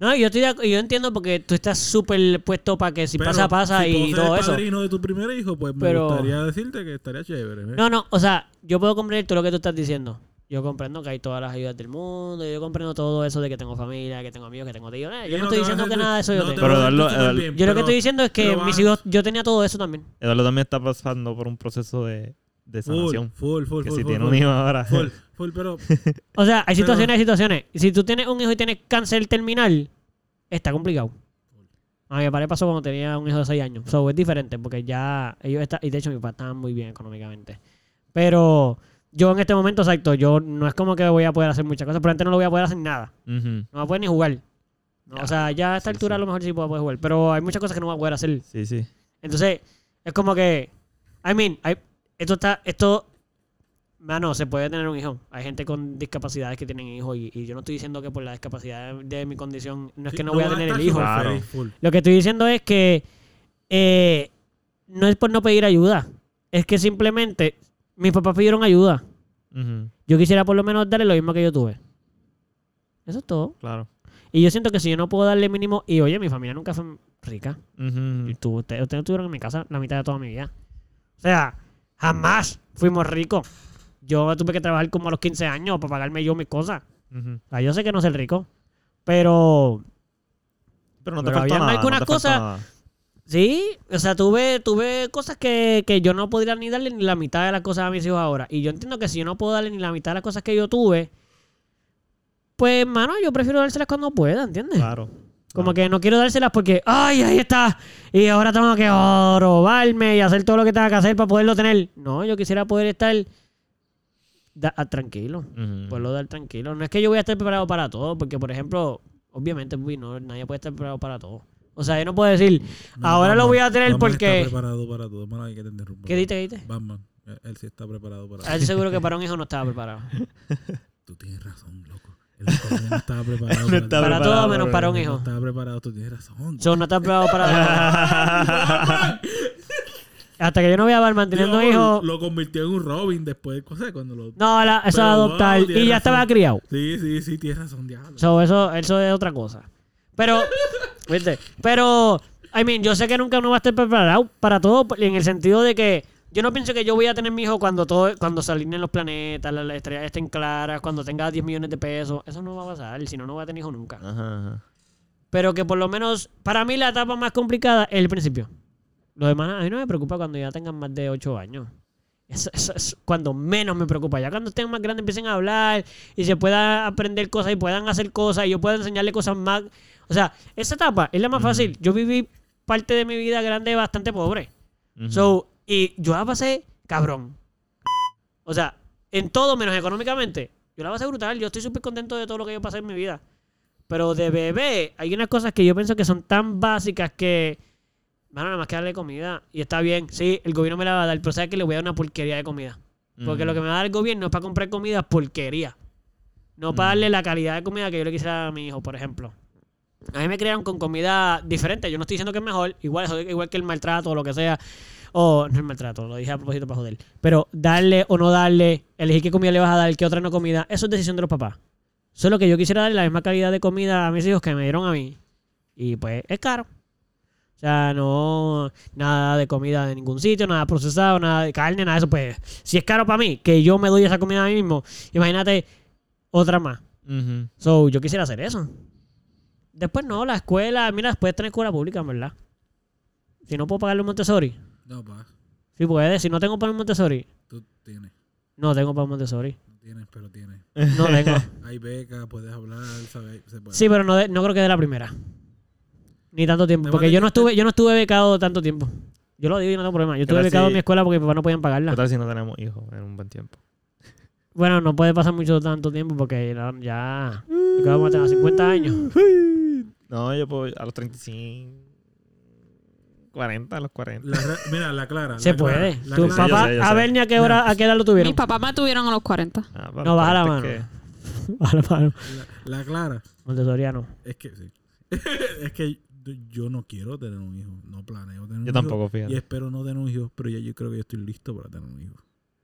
Speaker 3: No, yo estoy de acu- yo entiendo porque tú estás súper puesto para que si
Speaker 2: pero
Speaker 3: pasa, pasa
Speaker 2: si
Speaker 3: y
Speaker 2: puedo ser
Speaker 3: todo
Speaker 2: el
Speaker 3: eso.
Speaker 2: padrino de tu primer hijo, pues
Speaker 3: Pero-
Speaker 2: me gustaría decirte que estaría chévere. ¿eh?
Speaker 3: No, no, o sea, yo puedo comprender todo lo que tú estás diciendo. Yo comprendo que hay todas las ayudas del mundo, yo comprendo todo eso de que tengo familia, que tengo amigos, que tengo tíos. eh,
Speaker 2: Sí,
Speaker 3: yo no,
Speaker 2: te
Speaker 3: estoy
Speaker 2: vas a
Speaker 3: diciendo que
Speaker 2: hacer-
Speaker 3: nada de eso yo
Speaker 2: no te
Speaker 3: tengo.
Speaker 4: Pero
Speaker 2: vas a sentir
Speaker 4: darlo-
Speaker 2: súper
Speaker 4: al-
Speaker 2: bien,
Speaker 3: yo lo que
Speaker 2: pero-
Speaker 3: estoy diciendo es que
Speaker 2: pero
Speaker 3: mis
Speaker 2: vas-
Speaker 3: hijos, yo tenía todo eso también.
Speaker 4: Eduardo también está pasando por un proceso de, de
Speaker 2: Full,
Speaker 4: sanación.
Speaker 2: full, full.
Speaker 4: que
Speaker 2: full,
Speaker 4: si
Speaker 2: full,
Speaker 4: tiene
Speaker 2: full,
Speaker 4: un hijo ahora.
Speaker 2: full, full, pero.
Speaker 3: O sea, hay
Speaker 2: Pero-
Speaker 3: situaciones, hay situaciones. Y Si tú tienes un hijo y tienes cáncer terminal, está complicado. A mi papá le pasó cuando tenía un hijo de 6 años. So, es diferente porque ya ellos están... Y de hecho, mi papá estaba muy bien económicamente. Pero yo en este momento, exacto, yo no es como que voy a poder hacer muchas cosas. Pero antes no lo voy a poder hacer nada.
Speaker 4: Ujú.
Speaker 3: No voy a poder ni jugar. No, o sea, ya a esta
Speaker 4: sí,
Speaker 3: altura
Speaker 4: sí.
Speaker 3: a lo mejor sí puedo poder jugar. Pero hay muchas cosas que no voy a poder hacer.
Speaker 4: Sí, sí.
Speaker 3: Entonces, es como que. I mean, hay- esto está. Esto. Mano, se puede tener un hijo. Hay gente con discapacidades que tienen hijos. Y, y yo no estoy diciendo que por la discapacidad de, de mi condición. No es que no, voy a
Speaker 2: vas
Speaker 3: tener
Speaker 2: estar
Speaker 3: el hijo.
Speaker 2: súper
Speaker 4: Claro.
Speaker 2: feliz, full.
Speaker 3: Lo que estoy diciendo es que. eh, no es por no pedir ayuda. Es que simplemente. Mis papás pidieron ayuda.
Speaker 4: Ujú.
Speaker 3: Yo quisiera por lo menos darle lo mismo que yo tuve. Eso es todo.
Speaker 4: Claro.
Speaker 3: Y yo siento que si yo no puedo darle mínimo. Y oye, mi familia nunca fue rica.
Speaker 4: Ujú.
Speaker 3: Y tú- ustedes, ustedes estuvieron en mi casa la mitad de toda mi vida. O sea, jamás fuimos ricos. Yo tuve que trabajar como a los 15 años para pagarme yo mis cosas.
Speaker 4: Ujú.
Speaker 3: O sea, yo sé que no soy rico. Pero
Speaker 4: Pero no te
Speaker 3: Pero
Speaker 4: faltó
Speaker 3: habían
Speaker 4: nada.
Speaker 3: algunas
Speaker 4: no te faltó
Speaker 3: cosas-
Speaker 4: nada.
Speaker 3: sí, o sea, tuve, tuve cosas que, que yo no podría ni darle ni la mitad de las cosas a mis hijos ahora. Y yo entiendo que si yo no puedo darle ni la mitad de las cosas que yo tuve, pues, mano, yo prefiero dárselas cuando pueda, ¿entiendes?
Speaker 4: Claro.
Speaker 2: Ah.
Speaker 3: Como que no quiero dárselas porque, ay, ahí está. Y ahora tengo que oh, robarme y hacer todo lo que tenga que hacer para poderlo tener. No, yo quisiera poder estar da- ah, tranquilo.
Speaker 2: Mm.
Speaker 4: Ujú.
Speaker 3: Poderlo dar tranquilo. No es que yo voy a estar preparado para todo, porque, por ejemplo, obviamente, uy, no, nadie puede estar preparado para todo. O sea, yo no puedo decir,
Speaker 2: No,
Speaker 3: ahora lo
Speaker 2: Batman-
Speaker 3: voy a tener
Speaker 2: Batman
Speaker 3: porque.
Speaker 2: Está preparado para todo. Mala, que te interrumpa.
Speaker 3: ¿Qué diste, qué diste?
Speaker 2: Batman. eh, Él sí está preparado para
Speaker 3: A él seguro que para un hijo no estaba preparado.
Speaker 2: Tú tienes razón, loco. El loco no estaba preparado.
Speaker 4: No estaba
Speaker 3: para todo
Speaker 4: preparado,
Speaker 3: menos para un
Speaker 2: Él No
Speaker 3: hijo.
Speaker 2: estaba preparado, tú tienes razón.
Speaker 3: So, no está preparado para nada. Hasta que yo no vea a Barman teniendo
Speaker 2: Dios,
Speaker 3: hijos.
Speaker 2: Lo convirtió en un Robin después, o sea, cuando lo...
Speaker 3: No, la- eso es
Speaker 2: Pero,
Speaker 3: adoptar.
Speaker 2: wow,
Speaker 3: y
Speaker 2: tienes
Speaker 3: ya
Speaker 2: razón.
Speaker 3: estaba criado.
Speaker 2: Sí, sí, sí, tienes razón, diablo.
Speaker 3: So, eso, eso es otra cosa. Pero, ¿viste? Pero, I mean, yo sé que nunca uno va a estar preparado para todo en el sentido de que yo no pienso que yo voy a tener mi hijo cuando todo cuando se alineen los planetas, las, las estrellas estén claras, cuando tenga 10 millones de pesos. Eso no va a pasar, si no, no voy a tener hijo nunca.
Speaker 4: Ajá, ajá.
Speaker 3: Pero que por lo menos, para mí la etapa más complicada es el principio. Los demás, a mí no me preocupa cuando ya tengan más de 8 años. Eso, eso es cuando menos me preocupa. Ya cuando estén más grandes empiecen a hablar y se pueda aprender cosas y puedan hacer cosas y yo pueda enseñarle cosas más. O sea, esa etapa es la más fácil. Yo viví parte de mi vida grande bastante pobre.
Speaker 4: Ujú.
Speaker 3: So, y yo la pasé cabrón. O sea, en todo menos económicamente. Yo la pasé brutal. Yo estoy súper contento de todo lo que yo pasé en mi vida. Pero de bebé, hay unas cosas que yo pienso que son tan básicas que. Mano, nada más que darle comida. Y está bien, sí, el gobierno me la va a dar, pero sabes que le voy a dar una porquería de comida. Porque
Speaker 4: Ujú.
Speaker 3: lo que me va a dar el gobierno es para comprar comida porquería. No para darle la calidad de comida que yo le quisiera a mi hijo, por ejemplo. A mí me crearon con comida diferente. Yo no estoy diciendo que es mejor. Igual, eso- igual que el maltrato o lo que sea. O no el maltrato, lo dije a propósito para joder. Pero darle o no darle, elegir qué comida le vas a dar, qué otra no comida, eso es decisión de los papás. Solo que yo quisiera darle la misma calidad de comida a mis hijos que me dieron a mí. Y pues es caro. O sea, no nada de comida de ningún sitio, nada procesado, nada de carne, nada de eso. Pues si es caro para mí, que yo me doy esa comida a mí mismo, imagínate otra más.
Speaker 4: Ujú.
Speaker 3: So, yo quisiera hacer eso. Después no, la escuela, mira, después tener escuela pública, en verdad. Si no puedo pagarle un Montessori,
Speaker 2: No, pa,
Speaker 3: si puede, si no tengo para un Montessori,
Speaker 2: tú tienes.
Speaker 3: no tengo para un Montessori.
Speaker 2: no tienes. Tienes, pero tienes.
Speaker 3: No tengo.
Speaker 2: Hay becas, puedes hablar, ¿sabes? Se puede.
Speaker 3: Sí, pero no, de- no creo que de la primera. Ni tanto tiempo.
Speaker 2: Te
Speaker 3: Porque
Speaker 2: vale
Speaker 3: yo no
Speaker 2: que te-
Speaker 3: estuve, yo no estuve becado tanto tiempo. Yo lo digo y no tengo problema. Yo estuve
Speaker 4: tal
Speaker 3: becado
Speaker 4: si-
Speaker 3: en mi escuela porque mis papás no podían pagarla.
Speaker 4: ¿Qué tal si no tenemos hijos en un buen tiempo?
Speaker 3: Bueno, no puede pasar mucho tanto tiempo porque la- ya. Yo creo que vamos a tener 50 años.
Speaker 4: No, yo puedo a los 35. 40, a los 40.
Speaker 2: La re- mira, la clara.
Speaker 3: Se
Speaker 2: la clara,
Speaker 3: puede.
Speaker 2: la clara.
Speaker 3: Tu
Speaker 4: Sí, yo
Speaker 3: papá,
Speaker 4: sé, yo
Speaker 3: a
Speaker 4: sé.
Speaker 3: ver ni a qué hora, a qué edad lo
Speaker 1: Mis
Speaker 3: tuvieron.
Speaker 1: papás me tuvieron a los 40.
Speaker 4: Ah, para
Speaker 3: No,
Speaker 4: los
Speaker 3: baja la
Speaker 4: 40 es
Speaker 3: mano. A la mano.
Speaker 2: La, la clara.
Speaker 3: Montessoriano.
Speaker 2: Es que sí. es que yo no quiero tener un hijo. No planeo tener
Speaker 4: que-
Speaker 2: un
Speaker 4: Yo
Speaker 2: hijo.
Speaker 4: tampoco,
Speaker 2: Y
Speaker 4: fíjate.
Speaker 2: espero no tener un hijo, pero ya yo creo que yo estoy listo para tener un hijo.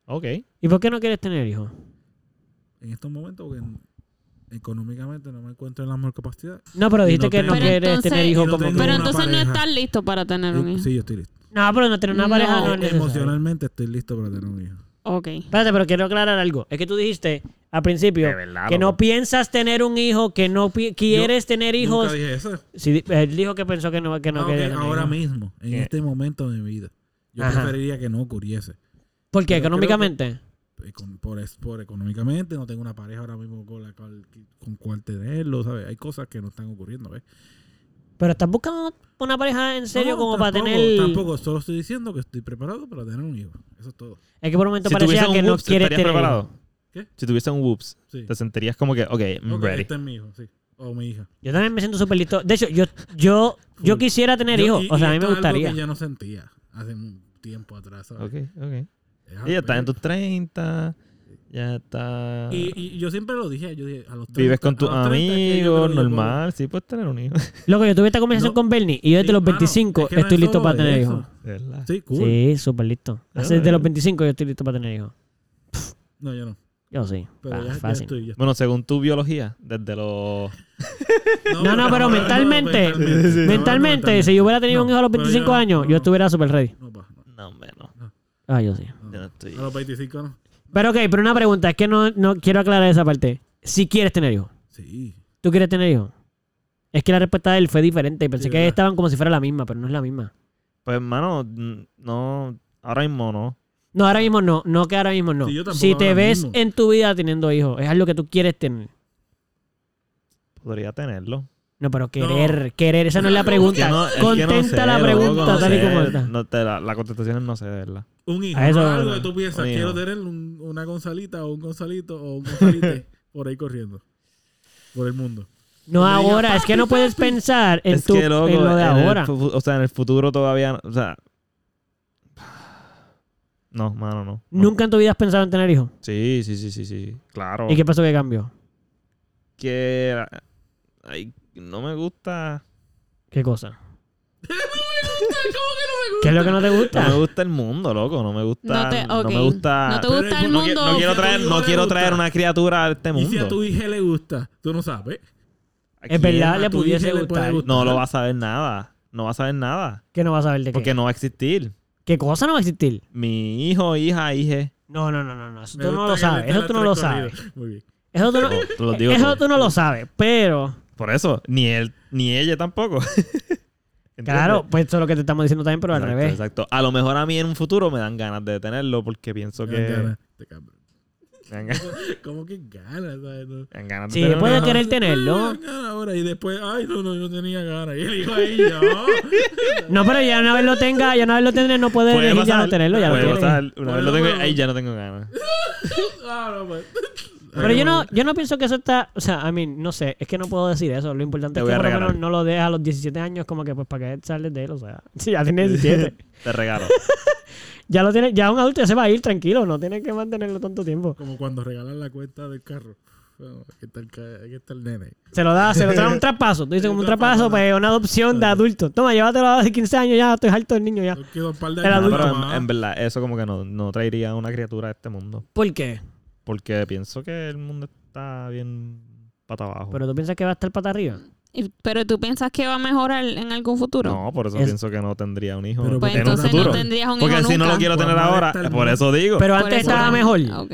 Speaker 4: Ok.
Speaker 3: ¿Y por qué no quieres tener hijos?
Speaker 2: En estos momentos, porque en- económicamente no me encuentro en la mejor capacidad.
Speaker 3: No, pero
Speaker 2: Y
Speaker 3: dijiste
Speaker 2: no
Speaker 3: que no
Speaker 1: tengo-
Speaker 3: quieres
Speaker 1: Pero
Speaker 3: tener
Speaker 1: entonces-
Speaker 3: hijos
Speaker 2: Y no
Speaker 3: como
Speaker 2: tengo
Speaker 3: que-
Speaker 1: Pero
Speaker 2: una
Speaker 1: entonces no
Speaker 2: pareja.
Speaker 1: estás listo para tener un
Speaker 2: Yo-
Speaker 1: hijo.
Speaker 2: sí, yo estoy listo.
Speaker 3: No, pero no tener una
Speaker 1: No.
Speaker 3: pareja no es necesario.
Speaker 2: Emocionalmente estoy listo para tener un hijo.
Speaker 1: Ok.
Speaker 3: Espérate, pero quiero aclarar algo. Es que tú dijiste al principio
Speaker 4: De verdad,
Speaker 3: que no
Speaker 4: loco.
Speaker 3: piensas tener un hijo, que no pi- quieres tener hijos.
Speaker 2: Nunca dije eso.
Speaker 3: Sí, di- él dijo que pensó que no, que no
Speaker 2: Ah, ok,
Speaker 3: quería tener
Speaker 2: ahora
Speaker 3: hijos.
Speaker 2: mismo, en
Speaker 4: Eh.
Speaker 2: este momento de mi vida. Yo
Speaker 3: Ajá.
Speaker 2: preferiría que no ocurriese.
Speaker 3: Porque
Speaker 2: Pero creo que-
Speaker 3: económicamente.
Speaker 2: Eh, con- por, es- por económicamente, no tengo una pareja ahora mismo con la cual, con cual tenerlo, ¿sabes? Hay cosas que no están ocurriendo, ¿ves?
Speaker 3: Pero estás buscando una pareja en serio
Speaker 2: No,
Speaker 3: como para
Speaker 2: tampoco,
Speaker 3: tener.
Speaker 2: Tampoco, solo estoy diciendo que estoy preparado para tener un hijo. Eso es todo.
Speaker 3: Es que por un momento
Speaker 4: Si tuviese
Speaker 3: parecía que
Speaker 4: un
Speaker 3: no
Speaker 4: whoops,
Speaker 3: quieres
Speaker 4: ¿estarías
Speaker 3: tener.
Speaker 4: preparado?
Speaker 2: ¿Qué?
Speaker 4: Si tuviese un whoops,
Speaker 2: Sí.
Speaker 4: te sentirías como que, ok, I'm
Speaker 2: Ok,
Speaker 4: ready.
Speaker 2: este es mi hijo, sí. O mi hija.
Speaker 3: Yo también me siento súper listo. De hecho, yo, yo, yo
Speaker 2: Full.
Speaker 3: quisiera tener
Speaker 2: Yo-
Speaker 3: hijos.
Speaker 2: y-
Speaker 3: O
Speaker 2: y
Speaker 3: sea, a mí
Speaker 2: esto
Speaker 3: me
Speaker 2: es algo
Speaker 3: gustaría.
Speaker 2: que yo no sentía hace un tiempo atrás, ¿sabes?
Speaker 4: Ok, ok.
Speaker 2: Es
Speaker 4: Ella está en
Speaker 2: algo-
Speaker 4: tus 30, ya está.
Speaker 2: y, y yo siempre lo dije, yo dije, a los 30,
Speaker 4: Vives con tus
Speaker 2: a los 30 es que yo creo que
Speaker 4: amigos,
Speaker 2: yo puedo-
Speaker 4: normal. Sí, puedes tener un hijo.
Speaker 3: Loco, yo tuve esta conversación
Speaker 2: No.
Speaker 3: con Bernie y yo desde
Speaker 2: Sí,
Speaker 3: los
Speaker 2: mano,
Speaker 3: 25
Speaker 2: es que no
Speaker 3: estoy
Speaker 2: es
Speaker 3: listo
Speaker 2: solo
Speaker 3: para tener
Speaker 2: eso.
Speaker 3: hijos.
Speaker 4: De ¿Verdad?
Speaker 2: Sí, cool.
Speaker 3: Sí, súper listo. Así, desde
Speaker 4: Ah.
Speaker 3: los 25 yo estoy listo para tener hijos.
Speaker 2: No, yo no.
Speaker 3: Yo sí.
Speaker 2: Pero
Speaker 3: Ah,
Speaker 2: ya, ya
Speaker 3: fácil.
Speaker 2: estoy. ya-
Speaker 4: Bueno, según tu biología, desde los.
Speaker 3: No, no, pero mentalmente, Mentalmente, si yo hubiera tenido un hijo a los 25 años, yo estuviera súper ready.
Speaker 2: No, pa, no,
Speaker 4: No, hombre, no.
Speaker 3: Ah, yo sí.
Speaker 4: Yo no
Speaker 2: no.
Speaker 4: estoy.
Speaker 2: A los 25 no.
Speaker 3: Pero ok, pero una pregunta, es que no, no quiero aclarar esa parte. Si quieres tener hijos,
Speaker 2: Sí.
Speaker 3: ¿tú quieres tener hijos? Es que la respuesta de él fue diferente. Pensé
Speaker 2: Sí,
Speaker 3: que
Speaker 2: ¿verdad?
Speaker 3: estaban como si fuera la misma, pero no es la misma.
Speaker 4: Pues, hermano, mm, no. Ahora mismo no.
Speaker 3: No, ahora mismo no. No que ahora mismo no.
Speaker 2: Sí, yo tampoco
Speaker 3: si te
Speaker 2: ahora
Speaker 3: ves
Speaker 2: mismo.
Speaker 3: en tu vida teniendo hijos, es algo que tú quieres tener.
Speaker 4: Podría tenerlo.
Speaker 3: No, pero querer, querer, esa no es la pregunta.
Speaker 4: Que no- es que no
Speaker 3: Contenta
Speaker 4: sé,
Speaker 3: la
Speaker 4: loco,
Speaker 3: pregunta,
Speaker 4: no
Speaker 3: tal y
Speaker 4: sé.
Speaker 3: como está.
Speaker 4: No, te la, la contestación es no sé, de verdad.
Speaker 2: Un hijo.
Speaker 3: A eso-
Speaker 2: no algo que tú piensas,
Speaker 4: un hijo.
Speaker 2: quiero tener un- una Gonzalita o un Gonzalito o un Gonzalite por ahí corriendo. Por el mundo.
Speaker 3: No
Speaker 2: Que diga,
Speaker 3: ahora, es que no
Speaker 2: "Papi,
Speaker 3: puedes
Speaker 2: papi".
Speaker 3: pensar en,
Speaker 4: es
Speaker 3: tu,
Speaker 4: que, loco,
Speaker 3: en lo de
Speaker 4: en el
Speaker 3: ahora.
Speaker 4: fu- o sea, en el futuro todavía. O sea. No, mano, no. no.
Speaker 3: Nunca en tu vida has pensado en tener hijos.
Speaker 4: Sí, sí, sí, sí, sí. Claro.
Speaker 3: ¿Y qué pasó que cambió?
Speaker 4: que ay, no me gusta
Speaker 3: ¿Qué cosa? ¿Qué es lo que no te gusta?
Speaker 4: no me gusta el mundo loco no me gusta
Speaker 1: No
Speaker 4: no,
Speaker 1: te- ok.
Speaker 4: me gusta
Speaker 1: No te
Speaker 2: Pero
Speaker 1: gusta el
Speaker 2: no
Speaker 4: no, qui-
Speaker 1: mundo.
Speaker 4: no quiero
Speaker 2: si a tu
Speaker 4: traer
Speaker 2: hijo
Speaker 4: no
Speaker 2: le
Speaker 4: quiero
Speaker 2: gusta.
Speaker 4: traer una criatura a este
Speaker 2: Y si a tu
Speaker 4: mundo
Speaker 2: hija le gusta, tú no sabes.
Speaker 4: ¿A
Speaker 3: Es
Speaker 4: quién?
Speaker 3: verdad, le
Speaker 2: a tu
Speaker 3: pudiese
Speaker 2: hija le puede
Speaker 3: gustar.
Speaker 2: gustar.
Speaker 4: no lo va a saber nada no va a saber nada
Speaker 3: Que no vas a saber de qué.
Speaker 4: porque no va a existir
Speaker 3: ¿Qué cosa no va a existir?
Speaker 4: mi hijo hija hije
Speaker 3: No, no, no, no, no. Eso
Speaker 2: Me
Speaker 3: tú no
Speaker 2: gusta
Speaker 3: lo
Speaker 2: que
Speaker 3: sabes.
Speaker 2: le
Speaker 3: Eso
Speaker 2: esté
Speaker 3: tú no lo
Speaker 2: las tres
Speaker 3: sabes.
Speaker 2: corridas. Muy bien.
Speaker 3: Eso tú no,
Speaker 4: Te lo- te lo digo
Speaker 3: eso
Speaker 4: todo.
Speaker 3: tú no lo sabes. Pero,
Speaker 4: por eso ni él ni ella tampoco ¿Entiendes?
Speaker 3: claro, pues eso es lo que te estamos diciendo también, pero al
Speaker 4: Exacto,
Speaker 3: revés.
Speaker 4: exacto. A lo mejor a mí en un futuro me dan ganas de tenerlo porque pienso que
Speaker 2: Me dan ganas, te cabrón.
Speaker 4: me dan ganas,
Speaker 2: ¿Cómo que ganas? ¿sabes? No.
Speaker 4: me dan ganas de
Speaker 3: Sí,
Speaker 4: tenerlo.
Speaker 3: puede
Speaker 2: Ajá.
Speaker 3: querer tenerlo.
Speaker 2: Ay, ganas Ahora, y después, ay, no, no, yo tenía ganas. Y él dijo, ay, no.
Speaker 3: No, pero ya una vez lo tenga, ya una vez lo tendré, no puedes
Speaker 4: Puede
Speaker 3: elegir ya no
Speaker 4: pasar,
Speaker 3: tenerlo. Ya lo
Speaker 4: puede
Speaker 3: tienes.
Speaker 4: pasar. Una vez lo tengo,
Speaker 2: Bueno,
Speaker 4: ahí ya no tengo ganas.
Speaker 2: Ah, no, pues.
Speaker 3: Pero yo no, yo no pienso que eso está. O sea, a mí, no sé, es que no puedo decir eso. Lo importante
Speaker 4: Te
Speaker 3: es
Speaker 4: voy
Speaker 3: que
Speaker 4: a
Speaker 3: por lo
Speaker 4: regalar.
Speaker 3: menos no lo dejes a los 17 años, como que pues para que sales de él. O sea, si ya tienes 17.
Speaker 4: Te regalo.
Speaker 3: ya lo tienes, ya un adulto ya se va a ir tranquilo, no tienes que mantenerlo tanto tiempo.
Speaker 2: Como cuando regalan la cuenta del carro. Bueno, aquí, está el, ca- aquí está el nene.
Speaker 3: Se lo da, se lo trae un traspaso. Tú dices
Speaker 2: Sí,
Speaker 3: como un
Speaker 2: un traspaso,
Speaker 3: traspaso, pues una adopción de adulto. Toma, llévatelo a los 15 años ya, estoy harto del niño ya.
Speaker 2: Yo quedo un par de
Speaker 3: El
Speaker 2: años
Speaker 3: adulto.
Speaker 4: pero
Speaker 2: nada
Speaker 4: en,
Speaker 2: más.
Speaker 4: en verdad, eso como que no, no traería una criatura a este mundo.
Speaker 3: ¿Por qué?
Speaker 4: Porque pienso que el mundo está bien pata abajo.
Speaker 3: Pero tú piensas que va a estar pata arriba.
Speaker 1: Y- Pero tú piensas que va a mejorar en algún futuro.
Speaker 4: no, por eso
Speaker 3: Es-
Speaker 4: pienso que no tendría un hijo
Speaker 2: Pero
Speaker 1: Pues
Speaker 2: en un
Speaker 1: entonces
Speaker 2: futuro.
Speaker 1: no tendrías un
Speaker 4: porque
Speaker 1: hijo
Speaker 4: si no
Speaker 1: nunca.
Speaker 4: lo quiero
Speaker 2: Pues
Speaker 4: tener
Speaker 2: mal
Speaker 4: ahora,
Speaker 2: está el
Speaker 4: por
Speaker 2: mundo.
Speaker 4: eso digo.
Speaker 3: Pero
Speaker 1: Por
Speaker 3: antes
Speaker 1: eso
Speaker 3: estaba
Speaker 1: no.
Speaker 3: mejor.
Speaker 1: Ok.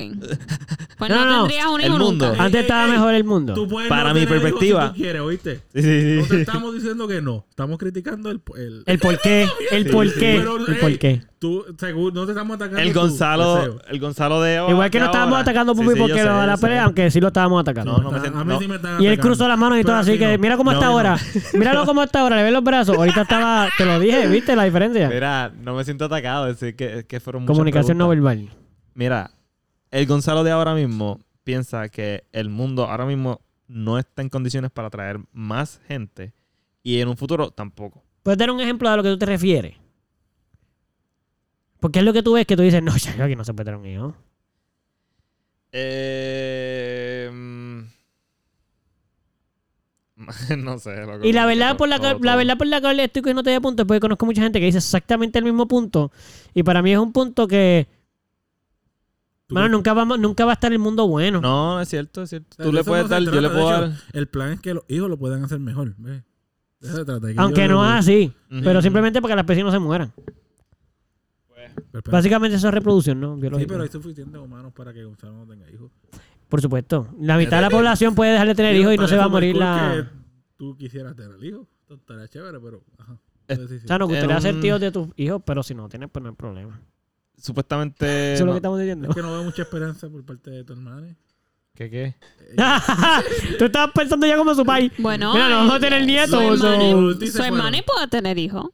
Speaker 1: Pues
Speaker 3: No,
Speaker 1: no,
Speaker 3: no, no.
Speaker 1: tendrías un hijo
Speaker 4: El mundo.
Speaker 1: nunca.
Speaker 3: Antes
Speaker 2: Ey,
Speaker 3: estaba
Speaker 2: ey,
Speaker 3: mejor el
Speaker 2: Tú
Speaker 3: mundo.
Speaker 2: puedes
Speaker 4: Para
Speaker 2: no
Speaker 4: mi
Speaker 2: tener hijos si
Speaker 4: perspectiva.
Speaker 2: tú quieres, ¿oíste?
Speaker 4: sí, sí,
Speaker 2: No te
Speaker 4: sí.
Speaker 2: estamos diciendo que no. Estamos criticando el. el-
Speaker 3: El por qué, el por qué,
Speaker 2: Pero,
Speaker 3: el
Speaker 2: ey,
Speaker 3: por qué.
Speaker 2: Tú, seguro, no te estamos atacando.
Speaker 4: El
Speaker 2: tú,
Speaker 4: Gonzalo,
Speaker 2: deseo.
Speaker 4: el Gonzalo de ahora-
Speaker 3: Igual que no
Speaker 4: de
Speaker 3: estábamos
Speaker 4: ahora.
Speaker 3: atacando a
Speaker 4: Sí,
Speaker 3: Pupi
Speaker 4: sí, yo
Speaker 3: porque
Speaker 4: sé,
Speaker 3: lo de
Speaker 4: yo
Speaker 3: la
Speaker 4: sé.
Speaker 3: pelea, aunque sí lo estábamos atacando.
Speaker 4: No, no me
Speaker 2: Está-
Speaker 4: siento-
Speaker 2: a mí
Speaker 4: no.
Speaker 2: sí me están
Speaker 3: Y él
Speaker 2: atacando.
Speaker 3: cruzó las manos y todo
Speaker 2: Pero a
Speaker 3: así
Speaker 2: ti
Speaker 3: que,
Speaker 2: no.
Speaker 3: mira cómo
Speaker 2: No,
Speaker 3: está
Speaker 2: a mí no.
Speaker 3: ahora. Míralo cómo está ahora, le ves los brazos. Ahorita estaba, te lo dije, ¿viste la diferencia?
Speaker 4: Mira, no me siento atacado. Es decir, que, es que fueron muchas
Speaker 3: Comunicación no
Speaker 4: preguntas.
Speaker 3: verbal.
Speaker 4: Mira, el Gonzalo de ahora mismo piensa que el mundo ahora mismo no está en condiciones para atraer más gente y en un futuro tampoco.
Speaker 3: ¿Puedes Pues dar un ejemplo de a lo que tú te refieres? Porque es lo que tú ves que tú dices, no, ya yo aquí no se puede tener un hijo.
Speaker 4: Eh, mm, no sé. loco,
Speaker 3: Y la verdad
Speaker 4: todo-
Speaker 3: por la,
Speaker 4: todo-
Speaker 3: cual- la
Speaker 4: todo.
Speaker 3: verdad por la cual estoy cogiendo este punto es porque conozco mucha gente que dice exactamente el mismo punto. Y para mí es un punto que,
Speaker 2: Tú-
Speaker 3: mano, nunca va, nunca va a estar el mundo bueno.
Speaker 4: No, es cierto, es cierto.
Speaker 2: sea,
Speaker 4: Tú
Speaker 2: de
Speaker 4: le
Speaker 2: eso
Speaker 4: puedes
Speaker 2: no se
Speaker 4: dar, yo le
Speaker 2: trata, de
Speaker 4: puedo dar.
Speaker 2: hecho, El plan es que los hijos lo puedan hacer mejor. ¿ves? De eso se trata, que
Speaker 3: Aunque
Speaker 2: yo-
Speaker 3: no es así.
Speaker 4: Ujú.
Speaker 3: Pero simplemente para que las especies no se mueran.
Speaker 2: Pero, pero-
Speaker 3: Básicamente eso es reproducción, ¿no?
Speaker 2: sí,
Speaker 3: Biológica.
Speaker 2: pero hay suficientes humanos para que Gonzalo no tenga hijos.
Speaker 3: Por supuesto. La mitad de la población puede dejar de tener
Speaker 2: eh, Digo,
Speaker 3: hijos y no
Speaker 2: estaría
Speaker 3: se va a
Speaker 2: súper
Speaker 3: morir
Speaker 2: cool
Speaker 3: la...
Speaker 2: que tú quisieras tener hijos. Esto Estaría chévere, pero. Ajá.
Speaker 4: Eh,
Speaker 2: Sí, sí, sí.
Speaker 3: O sea, nos gustaría
Speaker 4: En
Speaker 3: ser
Speaker 4: un-
Speaker 3: tíos de tus hijos, pero si no tienes, pues no hay problema.
Speaker 4: mm, Supuestamente.
Speaker 3: Eso es lo
Speaker 4: no-
Speaker 3: que estamos diciendo.
Speaker 2: Es que Eh, no veo mucha esperanza por parte de tu hermana.
Speaker 4: ¿Qué qué?
Speaker 3: Tú estabas pensando ya como su país.
Speaker 1: Bueno,
Speaker 3: Mira, no vamos a tener
Speaker 1: su
Speaker 3: nietos.
Speaker 2: hermano-
Speaker 3: so-
Speaker 1: hermana-
Speaker 2: so-
Speaker 1: su
Speaker 2: dice,
Speaker 1: hermana
Speaker 2: bueno.
Speaker 1: puede tener hijos.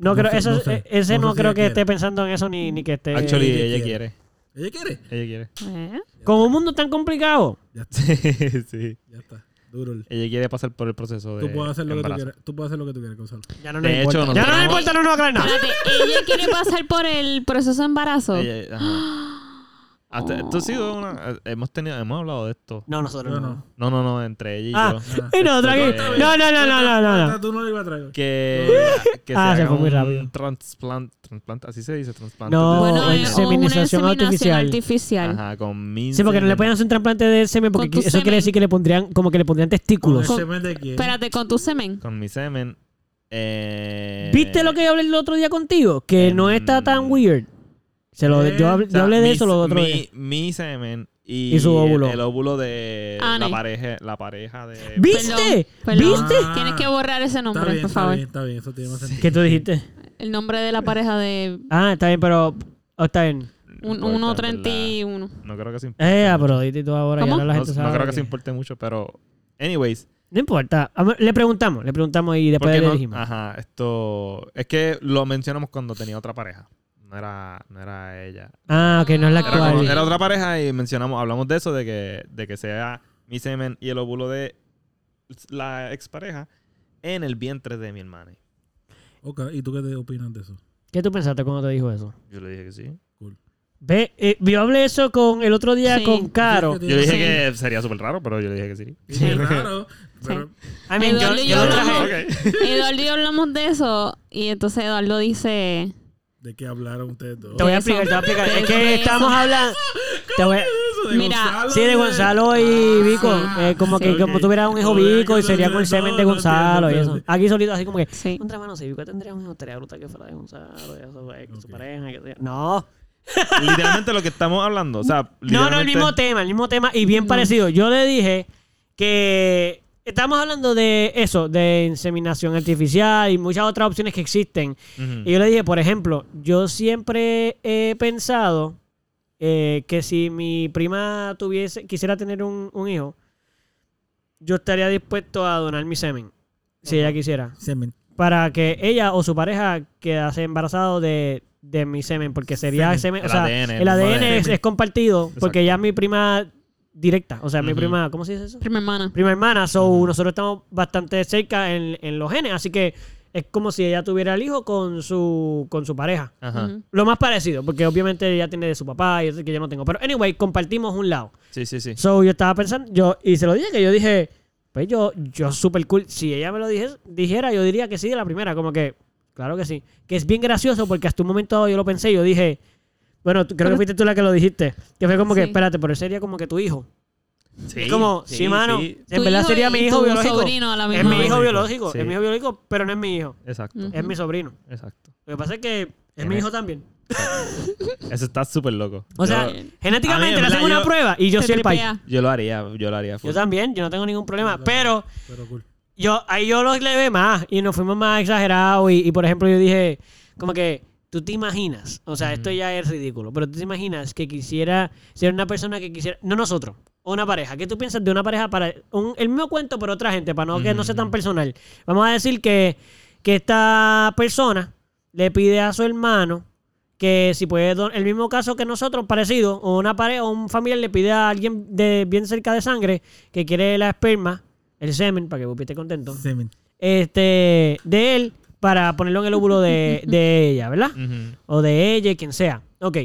Speaker 3: No, creo,
Speaker 2: sé,
Speaker 3: eso,
Speaker 2: no sé.
Speaker 3: eh, ese
Speaker 2: No
Speaker 3: no,
Speaker 2: sé si
Speaker 3: creo
Speaker 2: ella
Speaker 3: que esté
Speaker 2: quiere.
Speaker 3: pensando en eso ni, ni que esté.
Speaker 4: Actually,
Speaker 2: Eh, ella
Speaker 4: ella quiere.
Speaker 2: quiere. ¿Ella quiere?
Speaker 4: Ella quiere.
Speaker 1: ¿Eh?
Speaker 3: Con un mundo tan complicado.
Speaker 2: Ya está,
Speaker 4: Sí, sí.
Speaker 2: ya está. Duro. el-
Speaker 4: Ella quiere pasar por el proceso de.
Speaker 2: Tú puedes hacer lo que tú
Speaker 4: Pues, embarazo.
Speaker 2: quieras. Tú puedes hacer lo que tú quieras, Gonzalo.
Speaker 3: Ya no
Speaker 4: De
Speaker 3: nos importa. ya no
Speaker 4: hecho, nosotros-
Speaker 3: nos importa, no nos va a creer nada.
Speaker 1: Espérate, ella quiere pasar por el proceso de embarazo.
Speaker 4: Ella- ajá. Hasta- Esto ha sido una. eh, Hemos tenido, hemos hablado de esto.
Speaker 3: No, nosotros
Speaker 2: No,
Speaker 3: no.
Speaker 2: no.
Speaker 4: No, no, no, entre ella y
Speaker 3: Ah,
Speaker 4: yo.
Speaker 3: y no, tranquilo.
Speaker 4: Esto
Speaker 3: No, no, no, no, no, no,
Speaker 2: Ah, Tú no lo ibas a traer.
Speaker 4: Que, que
Speaker 3: Ah, se
Speaker 4: haga
Speaker 3: fue muy
Speaker 4: un
Speaker 3: rápido.
Speaker 4: Transplant, transplant, así se dice, trasplante.
Speaker 3: No,
Speaker 4: de-
Speaker 1: bueno, eh,
Speaker 3: o
Speaker 1: o una
Speaker 3: Oh, inseminación artificial.
Speaker 1: artificial.
Speaker 4: Ajá, con mi.
Speaker 3: Sí, porque no le pueden hacer un trasplante de semen porque
Speaker 1: Con tu
Speaker 3: eso
Speaker 1: semen.
Speaker 3: quiere decir que le pondrían, como que le pondrían testículos.
Speaker 2: ¿Con el semen de quién?
Speaker 1: Espérate, con tu semen.
Speaker 4: Con mi semen. Eh,
Speaker 3: ¿Viste lo que yo hablé el otro día contigo? Que no está tan
Speaker 4: Mm.
Speaker 3: weird. Se lo, yo, hablé,
Speaker 4: o sea,
Speaker 3: yo hablé de
Speaker 4: mi-
Speaker 3: eso los otro
Speaker 4: mi,
Speaker 3: día.
Speaker 4: Mi semen y,
Speaker 3: Y su óvulo.
Speaker 4: El, óvulo de la
Speaker 1: Ane.
Speaker 4: pareja, la pareja de.
Speaker 3: ¿Viste?
Speaker 1: Perdón, perdón.
Speaker 3: ¿Viste?
Speaker 2: Ah,
Speaker 1: Tienes que borrar ese
Speaker 2: Está
Speaker 1: nombre,
Speaker 2: bien,
Speaker 1: por
Speaker 2: está
Speaker 1: favor.
Speaker 2: bien, está bien. Eso tiene más sentido.
Speaker 3: ¿Qué tú dijiste?
Speaker 1: El nombre de la pareja de
Speaker 3: Ah, está bien, pero. oh, está bien.
Speaker 1: un-
Speaker 4: No importa,
Speaker 1: 1.31.
Speaker 4: ¿verdad? No creo que se importe.
Speaker 3: Eh,
Speaker 4: mucho.
Speaker 3: pero dijiste tú ahora y
Speaker 1: ¿Cómo?
Speaker 3: ahora la
Speaker 4: No,
Speaker 3: gente
Speaker 4: no
Speaker 3: sabe
Speaker 4: creo que
Speaker 3: que-
Speaker 4: se importe mucho, pero. Anyways.
Speaker 3: No importa. A ver, Le preguntamos, le preguntamos y después
Speaker 4: Porque
Speaker 3: le
Speaker 4: no- ah.
Speaker 3: dijimos.
Speaker 4: Ajá, esto. Es que lo mencionamos cuando tenía otra pareja. No era, no era ella.
Speaker 3: Ah, que no es la
Speaker 1: Era
Speaker 4: Era,
Speaker 3: actual.
Speaker 4: como- era otra pareja y mencionamos, hablamos de eso, de que, de que sea mi semen y el óvulo de la expareja en el vientre de mi hermana.
Speaker 2: Ok, ¿y tú qué te opinas de eso?
Speaker 3: ¿Qué tú pensaste cuando te dijo eso?
Speaker 4: Yo le dije que sí.
Speaker 3: Ve, eh, yo hablé eso con el otro día
Speaker 1: Sí.
Speaker 3: con Caro.
Speaker 2: Sí,
Speaker 4: Yo le dije
Speaker 1: Sí.
Speaker 4: que sería súper raro, pero yo le dije que sí.
Speaker 2: Sí, es raro, pero
Speaker 3: I mean, yo,
Speaker 1: Eduardo y
Speaker 3: yo
Speaker 1: yo
Speaker 3: lo traje.
Speaker 1: hablamos.
Speaker 4: Ok.
Speaker 1: Eduardo y yo hablamos de eso y entonces Eduardo dice...
Speaker 2: ¿de qué hablaron ustedes dos?
Speaker 3: Te voy a
Speaker 1: Eso.
Speaker 3: explicar, te voy a explicar. Es
Speaker 1: Eso.
Speaker 3: que estamos hablando. Te voy a-
Speaker 2: Eso
Speaker 1: Mira,
Speaker 3: Sí, de Gonzalo y Vico. Eh, como que
Speaker 2: Ah, ok.
Speaker 3: como tuviera un hijo Vico y sería con el semen de
Speaker 2: No, no
Speaker 3: Gonzalo y
Speaker 2: entiendo,
Speaker 3: eso.
Speaker 2: entiendo.
Speaker 3: Aquí solito así como que.
Speaker 1: Sí.
Speaker 3: Contra mano, si Vico tendría un hijo, estaría brutal que fuera de Gonzalo y eso, eh, con su pareja. que sea- No.
Speaker 4: literalmente lo que estamos hablando. O sea,
Speaker 3: No, no, el
Speaker 4: literalmente-
Speaker 3: mismo tema, el mismo tema y bien parecido. Yo le dije que estamos hablando de eso, de inseminación artificial y muchas otras opciones que existen.
Speaker 4: Ujú.
Speaker 3: Y yo le dije, por ejemplo, yo siempre he pensado eh, que si mi prima tuviese, quisiera tener un, un hijo, yo estaría dispuesto a donar mi semen, si ella quisiera,
Speaker 2: Semen.
Speaker 3: para que ella o su pareja quedase embarazado de, de mi semen, porque sería
Speaker 2: Semen.
Speaker 3: semen, o
Speaker 4: El
Speaker 3: sea,
Speaker 4: ADN,
Speaker 3: el
Speaker 4: el
Speaker 3: ADN
Speaker 4: ADN.
Speaker 3: es, es compartido, porque ella es mi prima directa, o sea, mi
Speaker 4: Ujú.
Speaker 3: prima, ¿cómo se dice eso?
Speaker 1: Prima hermana.
Speaker 3: prima hermana, so nosotros estamos bastante cerca en, en los genes, así que es como si ella tuviera el hijo con su con su pareja.
Speaker 4: Ajá.
Speaker 1: Ujú.
Speaker 3: Lo más parecido, porque obviamente ella tiene de su papá y eso que yo no tengo, pero anyway, compartimos un lado.
Speaker 4: Sí, sí, sí.
Speaker 3: So yo estaba pensando, yo y se lo dije que yo dije, pues yo yo super cool, si ella me lo dije- dijera, yo diría que sí de la primera, como que claro que sí, que es bien gracioso porque hasta un momento dado yo lo pensé, y yo dije, bueno, tú- creo que fuiste tú la que lo dijiste, que fue como que
Speaker 1: Sí.
Speaker 3: espérate, pero él sería como que tu hijo.
Speaker 4: Sí,
Speaker 3: Es como, sí, mano.
Speaker 4: sí.
Speaker 3: En verdad sería mi
Speaker 1: y
Speaker 3: hijo
Speaker 1: tu
Speaker 3: biológico.
Speaker 1: sobrino a la
Speaker 3: Es
Speaker 1: misma
Speaker 3: mi
Speaker 1: vez.
Speaker 3: hijo
Speaker 4: Sí.
Speaker 3: biológico,
Speaker 4: Sí.
Speaker 3: es mi hijo biológico, pero no es mi hijo,
Speaker 4: Exacto,
Speaker 1: Ujú.
Speaker 3: es mi sobrino.
Speaker 4: exacto.
Speaker 3: Lo que pasa es que es
Speaker 4: Tiene-
Speaker 3: mi hijo también.
Speaker 4: Eso está súper loco.
Speaker 3: O sea,
Speaker 4: yo, A mí, en
Speaker 3: genéticamente le hacen
Speaker 4: verdad,
Speaker 3: una
Speaker 4: yo-
Speaker 3: prueba y yo
Speaker 1: Te
Speaker 3: soy el país.
Speaker 1: tripea.
Speaker 4: yo lo haría, yo lo haría. full.
Speaker 3: Yo también, yo no tengo ningún problema, pero
Speaker 2: Pero cool.
Speaker 3: yo ahí yo los le ve más y nos fuimos más exagerados y, y, por ejemplo yo dije como que tú te imaginas, o sea, esto ya es ridículo, pero tú te imaginas que quisiera ser una persona que quisiera, no nosotros, una pareja. ¿Qué tú piensas de una pareja para un- el mismo cuento pero otra gente, para no que no sea tan personal? Vamos a decir que, que esta persona le pide a su hermano que si puede don- el mismo caso que nosotros parecido o una pareja o un familiar le pide a alguien de bien cerca de sangre que quiere la esperma, el semen para que Pupi esté contento
Speaker 2: Semen.
Speaker 3: este, de él para ponerlo en el óvulo de, de ella, ¿verdad?
Speaker 4: Ujú.
Speaker 3: O de ella, quien sea. Ok.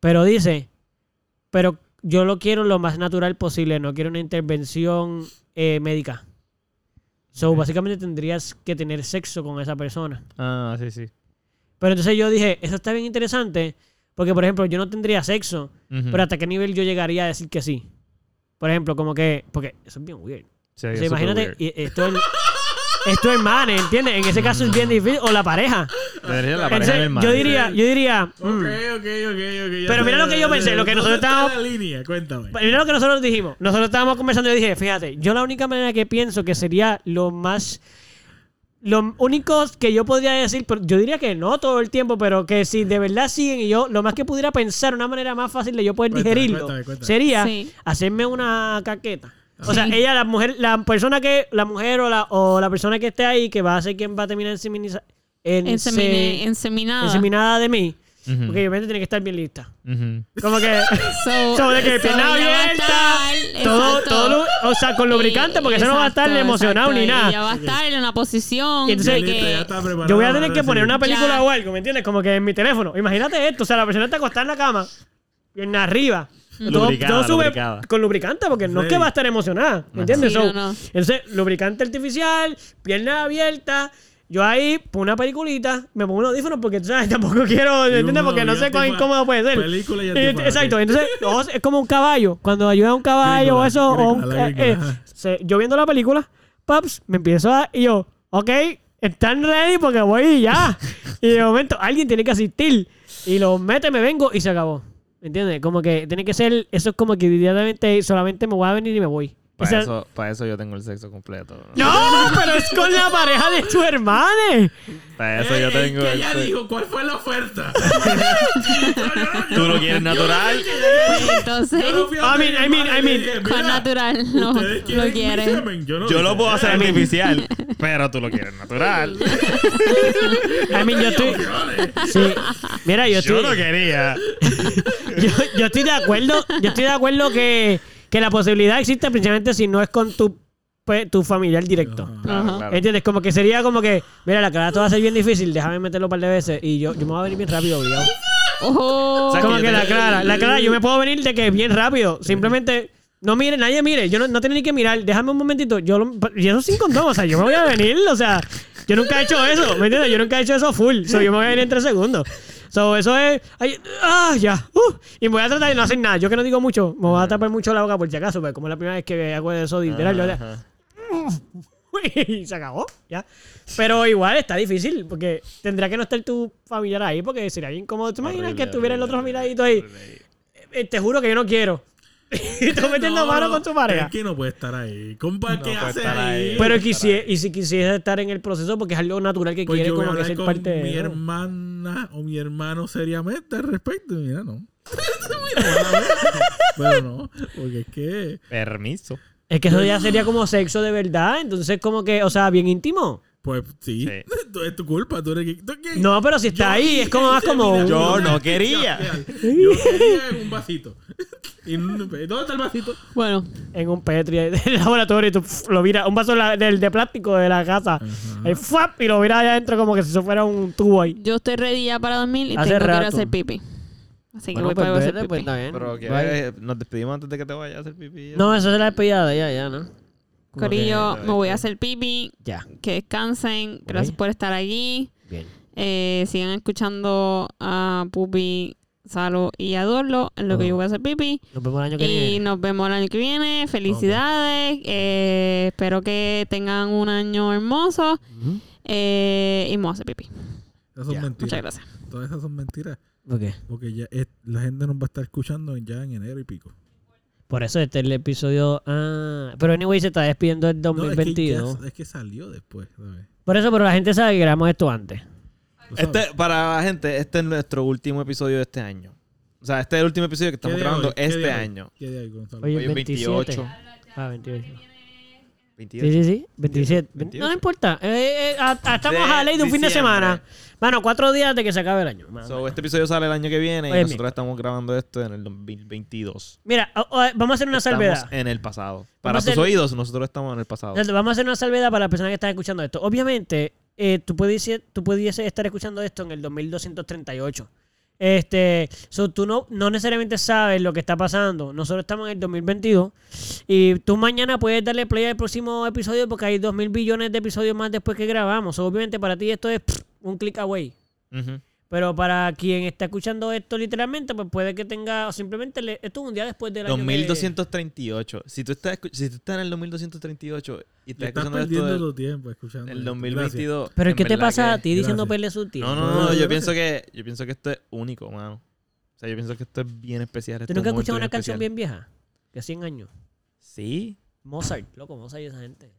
Speaker 3: Pero dice, pero yo lo quiero lo más natural posible, no quiero una intervención eh, médica. So, básicamente tendrías que tener sexo con esa persona.
Speaker 4: Ah, sí, sí.
Speaker 3: Pero entonces yo dije, eso está bien interesante, porque por ejemplo, yo no tendría sexo,
Speaker 4: Ujú.
Speaker 3: pero hasta qué nivel yo llegaría a decir que sí. Por ejemplo, como que, porque eso es bien weird.
Speaker 4: Sí,
Speaker 3: O
Speaker 4: es
Speaker 3: sea,
Speaker 4: súper
Speaker 3: imagínate,
Speaker 4: weird.
Speaker 3: y- esto es, esto es man, ¿entiendes? En ese caso es bien difícil. O la pareja.
Speaker 4: Debería la pareja
Speaker 3: Entonces,
Speaker 4: del mar.
Speaker 3: yo diría, yo diría. mm,
Speaker 2: ok, ok. ya
Speaker 3: Pero
Speaker 2: sé,
Speaker 3: mira lo que yo
Speaker 2: ya
Speaker 3: pensé,
Speaker 2: sé.
Speaker 3: lo que nosotros
Speaker 2: ¿Dónde está
Speaker 3: estábamos- Pues,
Speaker 2: la línea? Cuéntame.
Speaker 3: Primero que nosotros dijimos, nosotros estábamos conversando y yo dije, fíjate, yo la única manera que pienso que sería lo más... Lo único que yo podría decir, pero yo diría que no todo el tiempo, pero que si de verdad siguen y yo lo más que pudiera pensar, una manera más fácil de yo poder
Speaker 2: Cuéntame,
Speaker 3: digerirlo,
Speaker 2: cuéntame, cuéntame.
Speaker 3: sería
Speaker 1: Sí.
Speaker 3: hacerme una caqueta. O sea, ella, la mujer, la persona que, la mujer o la, o la persona que esté ahí, que va a ser quien va a terminar enseminiza- en,
Speaker 1: Ensemine-
Speaker 3: se-
Speaker 1: Enseminada.
Speaker 3: enseminada de mí,
Speaker 4: Ujú.
Speaker 3: porque obviamente tiene que estar bien lista.
Speaker 4: Ujú.
Speaker 3: Como que...
Speaker 1: So,
Speaker 3: Sobre que
Speaker 1: so
Speaker 3: pierna
Speaker 1: ella va a
Speaker 3: abierta.
Speaker 1: estar-
Speaker 3: Todo,
Speaker 1: exacto.
Speaker 3: todo, lu- o sea, con lubricante, porque eso no va a estar
Speaker 1: Exacto,
Speaker 3: emocionado
Speaker 1: exacto.
Speaker 3: ni
Speaker 1: Ella
Speaker 3: nada.
Speaker 1: va a estar en una posición.
Speaker 3: Y entonces-
Speaker 1: de
Speaker 2: Ya listo,
Speaker 1: que-
Speaker 2: ya está preparado
Speaker 3: Yo voy a
Speaker 2: para
Speaker 3: tener que poner
Speaker 2: recibir.
Speaker 3: una película
Speaker 1: Ya.
Speaker 3: o algo, ¿me entiendes? Como que en mi teléfono. Imagínate esto, o sea, la persona está acostada en la cama, pierna arriba. Todo,
Speaker 4: Lubricada,
Speaker 3: todo sube
Speaker 4: lubricada.
Speaker 3: con lubricante, porque no es que
Speaker 2: Sí.
Speaker 3: va a estar emocionada, ¿me entiendes?
Speaker 1: Sí,
Speaker 3: So,
Speaker 1: no, no.
Speaker 3: Entonces, lubricante artificial, pierna abierta. Yo ahí pongo una peliculita, me pongo un audífono porque tú sabes, tampoco quiero,
Speaker 2: Y
Speaker 3: ¿entiendes?
Speaker 2: uno
Speaker 3: Porque no
Speaker 2: ya
Speaker 3: sé
Speaker 2: te
Speaker 3: cuán
Speaker 2: pa-
Speaker 3: incómodo puede ser.
Speaker 2: película ya
Speaker 3: Y-
Speaker 2: te pa-
Speaker 3: Exacto, entonces no, es como un caballo. Cuando ayuda a un caballo o
Speaker 2: Película,
Speaker 3: eso, o un-
Speaker 2: película, la
Speaker 3: eh,
Speaker 2: película,
Speaker 3: eh,
Speaker 2: ajá.
Speaker 3: se- yo viendo la película, paps, me empiezo a. Y yo, ok, están ready porque voy y ya. y de momento alguien tiene que asistir. Y lo mete, me vengo y se acabó. ¿Me entiendes? Como que tiene que ser. Eso es como que directamente solamente me voy a venir y me voy. O
Speaker 4: Para,
Speaker 3: sea,
Speaker 4: Pues eso, para eso yo tengo el sexo completo. ¿no?
Speaker 3: No, pero es con la pareja de tu hermano.
Speaker 4: Para eso
Speaker 2: Ey,
Speaker 4: yo
Speaker 2: ey,
Speaker 4: tengo
Speaker 2: Eh, que
Speaker 4: este. el
Speaker 2: ella
Speaker 4: sexo.
Speaker 2: dijo, ¿cuál fue la oferta?
Speaker 4: Tú lo quieres natural.
Speaker 1: pues, Entonces,
Speaker 3: I mean, I mean, I mean,
Speaker 1: cuán natural no
Speaker 2: ¿ustedes quieren
Speaker 1: lo
Speaker 2: mi
Speaker 1: quieren.
Speaker 2: semen? Yo, no
Speaker 4: Yo lo puedo hacer
Speaker 2: quiero.
Speaker 4: artificial, pero tú lo quieres natural.
Speaker 3: I mean, yo estoy. Sí. Mira, yo estoy.
Speaker 4: Yo lo quería.
Speaker 3: yo, yo estoy de acuerdo, yo estoy de acuerdo que, que la posibilidad existe principalmente si no es con tu, pe- tu familiar directo.
Speaker 4: Claro, claro.
Speaker 3: ¿Entiendes? Como que sería como que, mira, la cara te va a ser bien difícil, déjame meterlo un par de veces y yo, yo me voy a venir bien rápido, obligado.
Speaker 1: Ojo.
Speaker 4: ¿Sabes
Speaker 3: Como
Speaker 4: que yo
Speaker 3: que la
Speaker 4: tengo-
Speaker 3: clara, la clara, yo me puedo venir de que bien rápido, simplemente... No mire, nadie mire, yo no, no tengo ni que mirar, déjame un momentito, yo lo, y eso sin condón, o sea, yo me voy a venir, o sea, yo nunca he hecho eso, ¿me entiendes? Yo nunca he hecho eso full, so, yo me voy a venir en tres segundos. So, eso es, ay, ah, ya, uh, y me voy a tratar de no hacer nada, yo que no digo mucho, me voy a tapar mucho la boca por si acaso, porque como es la primera vez que hago eso, literal, yo,
Speaker 4: Ajá.
Speaker 3: y se acabó, ya. Pero igual está difícil, porque tendría que no estar tu familiar ahí, porque sería bien incómodo. ¿Te imaginas
Speaker 4: Horrible,
Speaker 3: que estuviera el otro
Speaker 4: horrible,
Speaker 3: familiarito ahí?
Speaker 4: horrible.
Speaker 3: Eh, Te juro que yo no quiero. y tú metiendo mano con tu pareja.
Speaker 2: Es que no puede estar ahí. Compa, ¿qué
Speaker 4: puede
Speaker 2: hace
Speaker 4: estar ahí.
Speaker 2: ahí? Pues
Speaker 3: Pero quisiera, y si quisiera estar en el proceso, porque es algo natural que
Speaker 2: Pues
Speaker 3: quiere
Speaker 2: yo voy a
Speaker 3: como que
Speaker 2: hablar
Speaker 3: ser
Speaker 2: con
Speaker 3: parte de.
Speaker 2: mi hermana o mi hermano seriamente al respecto. Y Mira, no. Mira, malamente. Pero no, porque es que...
Speaker 4: Permiso.
Speaker 3: Es que eso ya sería como sexo de verdad, entonces como que, o sea, bien íntimo.
Speaker 2: Pues sí,
Speaker 4: Sí.
Speaker 2: tú- es tu culpa, tú eres... ¿tú quién?
Speaker 3: No, pero si está
Speaker 2: Yo eh,
Speaker 3: ahí, es como más
Speaker 2: hice
Speaker 3: como.
Speaker 2: mi labor
Speaker 4: Yo no
Speaker 2: artificial.
Speaker 4: quería.
Speaker 2: Yo quería en un vasito. Y no- ¿Dónde está el vasito?
Speaker 1: Bueno,
Speaker 3: en un petri ahí del laboratorio y tú pf, lo miras, un vaso de, la- del- de plástico de la casa, ahí, fuap, y lo miras allá adentro como que si eso fuera un tubo ahí.
Speaker 1: yo estoy ready ya para dormir y
Speaker 3: Hace
Speaker 1: tengo que ir a
Speaker 3: rato.
Speaker 1: hacer pipi. Así que voy
Speaker 3: pues
Speaker 1: para ir a hacer pipi.
Speaker 4: Pero que eh, nos despedimos antes de que te vayas a hacer pipí.
Speaker 3: No, eso es la despedida de ella, ya, ¿no?
Speaker 1: Corillo,
Speaker 4: que-
Speaker 1: me voy a hacer pipi.
Speaker 3: Ya,
Speaker 1: Que descansen. Gracias por estar aquí.
Speaker 3: bien.
Speaker 1: Eh, sigan escuchando a Pupi, Salo y Adorlo en lo que yo voy a hacer pipi.
Speaker 3: Nos vemos el año que
Speaker 1: Y
Speaker 3: viene.
Speaker 1: nos vemos el año que viene. Felicidades. Eh, espero que tengan un año hermoso. Eh, y me voy a hacer pipí.
Speaker 2: Esas son
Speaker 3: Ya,
Speaker 1: Muchas
Speaker 2: mentiras.
Speaker 1: gracias.
Speaker 2: Todas esas son mentiras.
Speaker 3: ¿Por qué?
Speaker 2: Porque ya es- la gente nos va a estar escuchando ya en enero y pico.
Speaker 3: Por eso este es el episodio. Ah, pero anyway, se está despidiendo el
Speaker 2: No, es que ya-
Speaker 3: 2022.
Speaker 2: es, que salió después, ¿sabes?
Speaker 3: Por eso, pero la gente sabe que grabamos esto antes.
Speaker 2: ¿Tú sabes?
Speaker 4: Este, para la gente, este es nuestro último episodio de este año. O sea, este es el último episodio que
Speaker 2: ¿Qué
Speaker 4: estamos
Speaker 2: día
Speaker 4: grabando
Speaker 2: hoy? ¿Qué
Speaker 4: este
Speaker 2: día hoy?
Speaker 4: año.
Speaker 2: ¿Qué día hoy, Gonzalo?
Speaker 3: Hoy
Speaker 4: Hoy
Speaker 3: es
Speaker 4: es
Speaker 3: 28.
Speaker 4: 28.
Speaker 3: Ah, 28.
Speaker 4: 28.
Speaker 3: Sí, sí, sí. 27.
Speaker 4: 28.
Speaker 3: No importa. Eh, eh, a- a- estamos a ley de un fin de
Speaker 4: Diciembre.
Speaker 3: semana. Bueno, cuatro días de que se acabe el año. más o
Speaker 4: So, este episodio sale el año que viene
Speaker 3: Oye,
Speaker 4: y nosotros estamos grabando esto en el 2022.
Speaker 3: Mira, o- o- vamos a hacer una
Speaker 4: Estamos
Speaker 3: salvedad.
Speaker 4: en el pasado. Para
Speaker 3: a
Speaker 4: tus
Speaker 3: hacer-
Speaker 4: oídos, nosotros estamos en el pasado.
Speaker 3: Exacto, Vamos a hacer una salvedad para las personas que están escuchando esto. Obviamente, eh, tú, pudiese, tú pudiese estar escuchando esto en el 2238. Este, so, tú no, no necesariamente sabes lo que está pasando. Nosotros estamos en el 2022 y tú mañana puedes darle play al próximo episodio porque hay 2 mil billones de episodios más después que grabamos. So, obviamente, para ti esto es pff, un click away.
Speaker 4: Ujú.
Speaker 3: Pero para quien está escuchando esto literalmente, pues puede que tenga o simplemente le- esto es un día después del año que-
Speaker 4: 2238. Si tú, estás, escu- si tú estás en el 2238 y
Speaker 2: Te estás
Speaker 4: estás escuchando
Speaker 2: perdiendo
Speaker 4: esto
Speaker 2: tu tiempo escuchando.
Speaker 4: del el
Speaker 2: esto.
Speaker 4: 2022.
Speaker 3: Pero
Speaker 4: en
Speaker 3: ¿qué te
Speaker 4: verdad
Speaker 3: pasa a
Speaker 4: que-
Speaker 3: ti diciendo
Speaker 2: gracias.
Speaker 3: pele su tío?
Speaker 4: No, no, no,
Speaker 2: No, yo
Speaker 4: yo
Speaker 2: no
Speaker 4: pienso que yo pienso que esto es único, mano. O sea, yo pienso que esto es bien especial.
Speaker 3: ¿Tú
Speaker 4: esto es
Speaker 3: nunca has
Speaker 4: un momento
Speaker 3: escuchado una canción
Speaker 4: especial.
Speaker 3: bien vieja? Que 100 años.
Speaker 4: Sí,
Speaker 3: Mozart, loco, Mozart y esa gente.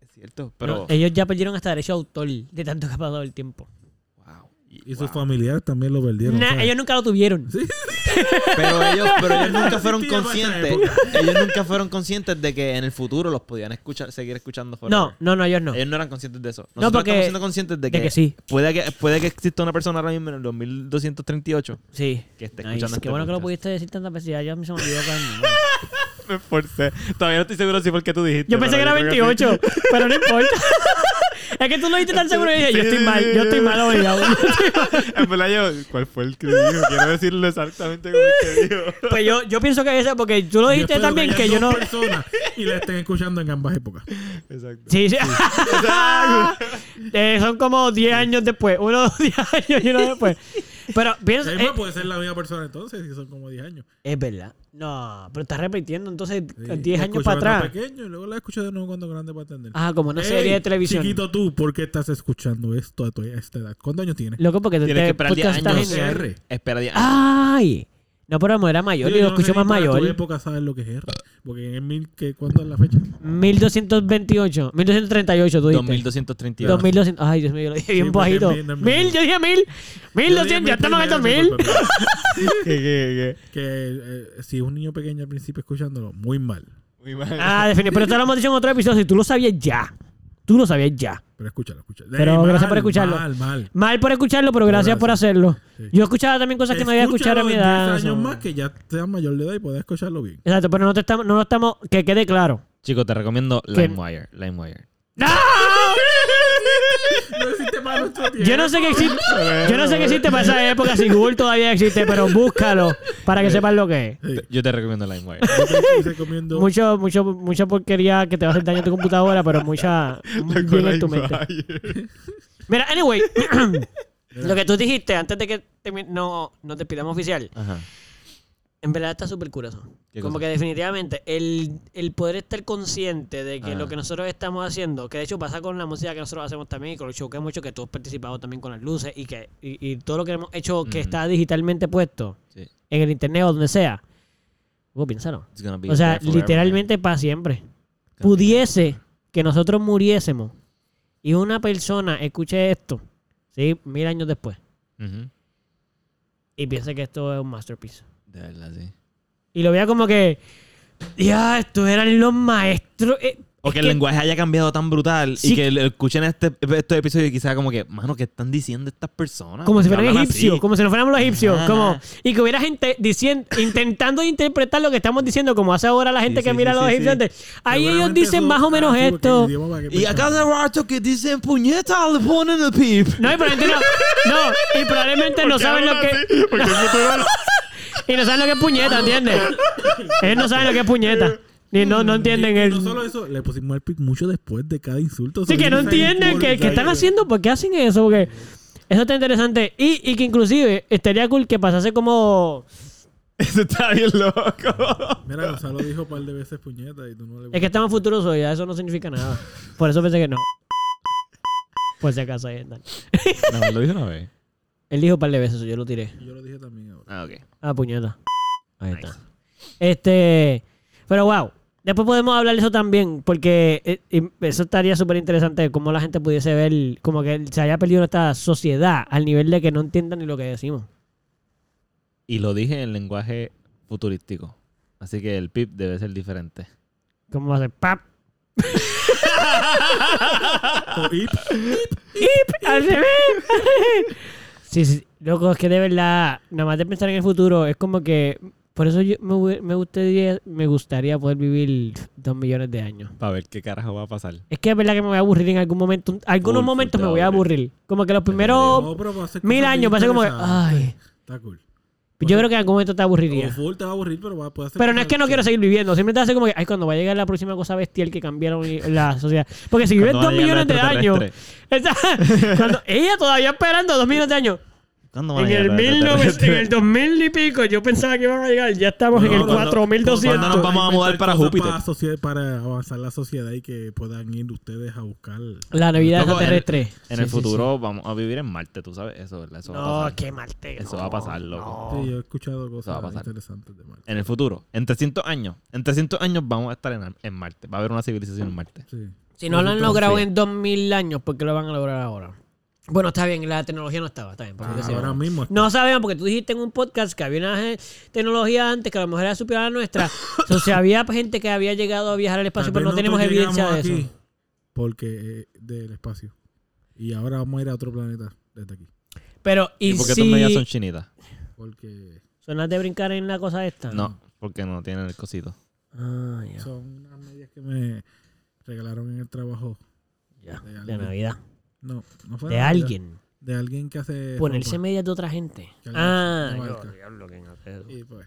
Speaker 4: es cierto, pero
Speaker 3: No, eh, ellos ya perdieron hasta derecho de autor de tanto que ha pasado el tiempo.
Speaker 4: wow.
Speaker 2: Y sus
Speaker 4: wow.
Speaker 2: familiares también lo perdieron.
Speaker 3: Nah,
Speaker 2: ¿sabes?
Speaker 3: ellos nunca lo tuvieron.
Speaker 4: Pero ellos, pero ellos nunca fueron
Speaker 2: existía para esa
Speaker 4: conscientes. Ellos nunca fueron conscientes de que en el futuro los podían escuchar, seguir escuchando forever.
Speaker 3: No, no, no, ellos no.
Speaker 4: Ellos no eran conscientes de eso. Nosotros
Speaker 3: porque-
Speaker 4: estamos siendo conscientes de que,
Speaker 3: De que sí.
Speaker 4: puede que puede que exista una persona ahora mismo en el 2238
Speaker 3: Sí.
Speaker 4: que esté
Speaker 3: Nice.
Speaker 4: escuchando.
Speaker 3: Qué
Speaker 4: este
Speaker 3: bueno que lo
Speaker 4: podcast.
Speaker 3: pudiste decir tantas veces. Ya, ya me se me olvidó cuando.
Speaker 4: Me esforcé. Todavía no estoy seguro si fue el que tú dijiste.
Speaker 3: Yo pensé que
Speaker 4: pero
Speaker 3: era
Speaker 4: yo creo sí.
Speaker 3: 28, pero no importa. es que tú lo dijiste tan seguro y dije, yo estoy mal, yo estoy mal obligado.
Speaker 4: En verdad yo, ¿cuál fue el que dijo? Quiero decirlo exactamente como el que dijo.
Speaker 3: pues yo, yo pienso que esa, porque tú lo
Speaker 2: Yo
Speaker 3: dijiste
Speaker 2: espero
Speaker 3: también
Speaker 2: haya
Speaker 3: que yo no.
Speaker 2: dos personas y la estén escuchando en ambas épocas.
Speaker 4: Exacto.
Speaker 3: Sí, sí. Eh, son como 10 años después. Uno, 10 años y uno después. Pero piensa.
Speaker 2: Es
Speaker 3: eh,
Speaker 2: más, pues, puede ser la misma persona entonces, si son como 10 años.
Speaker 3: es verdad. No, pero estás repitiendo entonces
Speaker 2: Sí.
Speaker 3: 10
Speaker 2: La
Speaker 3: años
Speaker 2: escuché
Speaker 3: para
Speaker 2: cuando
Speaker 3: atrás.
Speaker 2: pequeño y luego la escuché de nuevo cuando grande para entender.
Speaker 3: Ah, como una
Speaker 2: Ey,
Speaker 3: serie de televisión.
Speaker 2: Chiquito tú, ¿por qué estás escuchando esto a, tu- a esta edad? ¿Cuántos años tienes?
Speaker 3: Loco, porque
Speaker 4: Tienes que
Speaker 3: este
Speaker 4: esperar 10
Speaker 3: podcast está
Speaker 4: años.
Speaker 3: genial.
Speaker 2: R.
Speaker 4: Espera 10 años.
Speaker 3: Ay. No, pero era mayor
Speaker 2: Digo,
Speaker 3: y lo
Speaker 2: yo no sé
Speaker 3: escucho
Speaker 2: ni
Speaker 3: más
Speaker 2: para tu
Speaker 3: mayor.
Speaker 2: época sabes lo que es R. Porque en el mil, que, ¿cuándo es la fecha?
Speaker 3: 1228. 1238, tú dijiste.
Speaker 4: 2238.
Speaker 3: 2200. Ay, Dios mío, yo lo dije bien
Speaker 2: Sí, porque
Speaker 3: bajito.
Speaker 2: es mil, no es mil.
Speaker 3: Mil, yo dije mil. Mil doscientos, ya estamos en
Speaker 2: Yo
Speaker 3: estos
Speaker 2: dije
Speaker 3: mil.
Speaker 2: mil primero, disculpa, pero-
Speaker 4: ¿Qué, qué,
Speaker 2: Que eh, si es un niño pequeño al principio escuchándolo, muy mal.
Speaker 4: qué? Muy mal.
Speaker 3: Ah, definitivamente. Pero esto lo hemos dicho en otro episodio. Si tú lo sabías ya. Tú lo sabías ya.
Speaker 2: Pero escúchalo, escúchalo.
Speaker 3: Pero
Speaker 2: Ey,
Speaker 3: gracias
Speaker 2: mal,
Speaker 3: por escucharlo.
Speaker 2: Mal, mal.
Speaker 3: Mal por escucharlo, pero gracias por hacerlo.
Speaker 2: Sí.
Speaker 3: Yo escuchaba también cosas que no había escuchado a mi
Speaker 2: Escúchalo en
Speaker 3: edad.
Speaker 2: 10 años
Speaker 3: so.
Speaker 2: más que ya seas mayor de edad y puedas escucharlo bien.
Speaker 3: Exacto, pero no te estamos, no lo estamos, que quede claro.
Speaker 4: Chicos, te recomiendo
Speaker 3: ¿Qué?
Speaker 4: LimeWire. LimeWire.
Speaker 3: ¡No!
Speaker 2: No existe para nuestro tiempo.
Speaker 3: Yo no sé que existe, yo no sé que existe para esa época, si Google todavía existe, pero búscalo para que sepas lo que es.
Speaker 4: Yo te recomiendo LimeWire.
Speaker 2: Estoy comiendo
Speaker 3: Mucho, mucho, mucha porquería que te va a hacer daño a tu computadora, pero mucha bien en tu mente. Mira, anyway, lo que tú dijiste antes de que termi- no, no te pidamos oficial,
Speaker 4: Ajá.
Speaker 3: En verdad está súper curioso.
Speaker 4: ¿Qué
Speaker 3: Como
Speaker 4: cosa?
Speaker 3: que definitivamente el, el poder estar consciente de que lo que nosotros estamos haciendo, que de hecho pasa con la música que nosotros hacemos también y con el show que hemos hecho, que tú has participado también con las luces y que y, y todo lo que hemos hecho que
Speaker 4: Ujú.
Speaker 3: está digitalmente puesto
Speaker 4: Sí.
Speaker 3: en el internet o donde sea. Vos piénsalo.
Speaker 4: It's gonna be
Speaker 3: O sea,
Speaker 4: there forever,
Speaker 3: literalmente para siempre.
Speaker 4: man.
Speaker 3: Pudiese que nosotros muriésemos y una persona escuche esto, ¿sí? Mil años después
Speaker 4: Ujú.
Speaker 3: y piense que esto es un masterpiece.
Speaker 4: De verdad, sí.
Speaker 3: Y lo veía como que. Ya, estos eran los maestros. eh,
Speaker 4: O
Speaker 3: es
Speaker 4: que el lenguaje haya cambiado tan brutal
Speaker 3: Sí.
Speaker 4: y que le- escuchen este, este episodio y quizás como que, mano, ¿qué están diciendo estas personas?
Speaker 3: Como si
Speaker 4: ¿Por qué
Speaker 3: fueran
Speaker 4: hablan
Speaker 3: egipcios,
Speaker 4: así?
Speaker 3: como si no fuéramos los egipcios.
Speaker 4: Ajá.
Speaker 3: Como, y que hubiera gente diciendo, intentando interpretar lo que estamos diciendo, como hace ahora la gente
Speaker 4: Sí,
Speaker 3: que
Speaker 4: sí,
Speaker 3: mira
Speaker 4: sí,
Speaker 3: a los
Speaker 4: sí,
Speaker 3: egipcios.
Speaker 4: sí.
Speaker 3: de, Ahí ellos dicen más o menos esto.
Speaker 4: Y a cada rato que dicen puñeta le ponen el pip.
Speaker 3: No, y probablemente no. No, y probablemente no saben lo que. y no saben lo que es puñeta, ¿entiendes? Ellos no saben lo que es puñeta. Ni no, no entienden
Speaker 2: No
Speaker 3: el.
Speaker 2: solo eso, le pusimos el pic mucho después de cada insulto.
Speaker 3: Sí, que no entienden que, que están haciendo, ¿por qué hacen eso? Porque eso está interesante. Y, y que inclusive estaría cool que pasase como...
Speaker 4: Eso está bien loco.
Speaker 2: Mira, Gonzalo dijo un par de veces puñeta y tú no le
Speaker 3: Es que estamos futuros hoy, ya eso no significa nada. Por eso pensé que no. Por si acaso ahí están.
Speaker 4: No, lo dije una vez.
Speaker 3: Él dijo un par de veces, yo lo tiré.
Speaker 2: Y Yo lo dije también ahora.
Speaker 4: Ah, ok.
Speaker 3: Ah, puñeta. Ahí está. Este... Pero wow. Después podemos hablar de eso también, porque eh, eh, eso estaría súper interesante, cómo la gente pudiese ver, como que se haya perdido esta sociedad al nivel de que no entiendan ni lo que decimos.
Speaker 4: Y lo dije en lenguaje futurístico. Así que el pip debe ser diferente.
Speaker 3: ¿Cómo va a ser? ¡Pap!
Speaker 2: O hip,
Speaker 3: ¡Al revés! sí, sí. Loco, es que de verdad, nada más de pensar en el futuro, es como que... Por eso yo me, hu- me, gustaría, me gustaría poder vivir dos millones de años.
Speaker 4: Para ver qué carajo va a pasar.
Speaker 3: Es que es verdad que me voy a aburrir en algún momento. Algunos
Speaker 4: Full, full,
Speaker 3: momentos
Speaker 4: te
Speaker 3: me
Speaker 4: va
Speaker 3: voy a
Speaker 4: a
Speaker 3: aburrir. Como que los primeros
Speaker 2: No, pero pues, va a ser
Speaker 3: mil
Speaker 2: cosas bien
Speaker 3: años va a ser como que...
Speaker 2: interesantes.
Speaker 3: Ay,
Speaker 2: Está cool.
Speaker 3: yo creo que en algún momento te
Speaker 2: O
Speaker 3: aburriría.
Speaker 2: full te va a aburrir, pero va a poder hacer
Speaker 3: Pero no es
Speaker 2: cosas
Speaker 3: que no quiero
Speaker 2: chéveres.
Speaker 3: seguir viviendo. Siempre te hace como que... Ay, cuando va a llegar la próxima cosa bestial que cambiaron y- la sociedad. Porque si vives
Speaker 4: Cuando
Speaker 3: dos
Speaker 4: van a
Speaker 3: millones
Speaker 4: llegar
Speaker 3: de
Speaker 4: los
Speaker 3: años...
Speaker 4: extraterrestres.
Speaker 3: Esa- cuando- ella todavía esperando dos millones de años.
Speaker 4: ¿Cuándo van
Speaker 3: En
Speaker 4: a llegar
Speaker 3: el,
Speaker 4: los
Speaker 3: 1900, en
Speaker 4: extraterrestres?
Speaker 3: el 2000 y pico yo pensaba que iban a llegar. Ya estamos en
Speaker 2: No,
Speaker 3: el
Speaker 2: cuando-
Speaker 3: 4200.
Speaker 4: cuando nos vamos a mudar
Speaker 2: inventar
Speaker 4: para
Speaker 2: cosas
Speaker 4: Júpiter.
Speaker 2: Para, socie- para avanzar la sociedad y que puedan ir ustedes a buscar.
Speaker 3: La Navidad
Speaker 4: Loco, en-
Speaker 3: extraterrestre.
Speaker 4: En
Speaker 3: Sí,
Speaker 4: el
Speaker 3: sí, sí.
Speaker 4: futuro vamos a vivir en Marte, tú sabes. Eso, ¿verdad? Eso va a
Speaker 3: No,
Speaker 4: pasar.
Speaker 3: qué malte.
Speaker 4: Eso
Speaker 3: no,
Speaker 4: va a pasar, loco.
Speaker 3: no.
Speaker 2: Sí, yo he escuchado cosas
Speaker 4: pasar.
Speaker 2: interesantes de Marte.
Speaker 4: En el futuro. En 300 años. En 300 años vamos a estar en, en Marte. Va a haber una civilización en Marte.
Speaker 2: Sí.
Speaker 3: Si no lo han
Speaker 2: Nosotros-
Speaker 3: logrado
Speaker 4: sí.
Speaker 3: en 2000 años, ¿por qué lo van a lograr ahora? Bueno, está bien, la tecnología no estaba, está bien. porque
Speaker 2: Ah,
Speaker 3: qué sé yo.
Speaker 2: ahora mismo. está-
Speaker 3: No sabemos, porque tú dijiste en un podcast que había una eh, tecnología antes que a lo mejor era superior a la nuestra. o sea, había gente que había llegado a viajar al espacio,
Speaker 2: tal
Speaker 3: pero
Speaker 2: vez
Speaker 3: no tenemos
Speaker 2: nosotros
Speaker 3: evidencia de
Speaker 2: llegamos
Speaker 3: eso.
Speaker 2: aquí Porque eh, del espacio. Y ahora vamos a ir a otro planeta desde aquí.
Speaker 3: Pero, ¿y,
Speaker 4: ¿Y por qué tus medias son
Speaker 3: si
Speaker 4: chinitas?
Speaker 2: Porque
Speaker 3: son las de brincar en la cosa esta?
Speaker 4: No, porque no tienen el cosito.
Speaker 3: Ah, ya,
Speaker 2: son unas medias que me regalaron en el trabajo.
Speaker 3: ya.
Speaker 2: De
Speaker 3: De
Speaker 2: alguien.
Speaker 3: Navidad.
Speaker 2: No, no fue
Speaker 3: De
Speaker 2: Navidad.
Speaker 3: alguien.
Speaker 2: De alguien que hace.
Speaker 3: Ponerse
Speaker 2: ropa.
Speaker 3: medias de otra gente.
Speaker 2: Que alguien
Speaker 3: Ah,
Speaker 2: hace una
Speaker 3: yo,
Speaker 2: marca.
Speaker 3: diablo, que no sé eso.
Speaker 2: Y pues,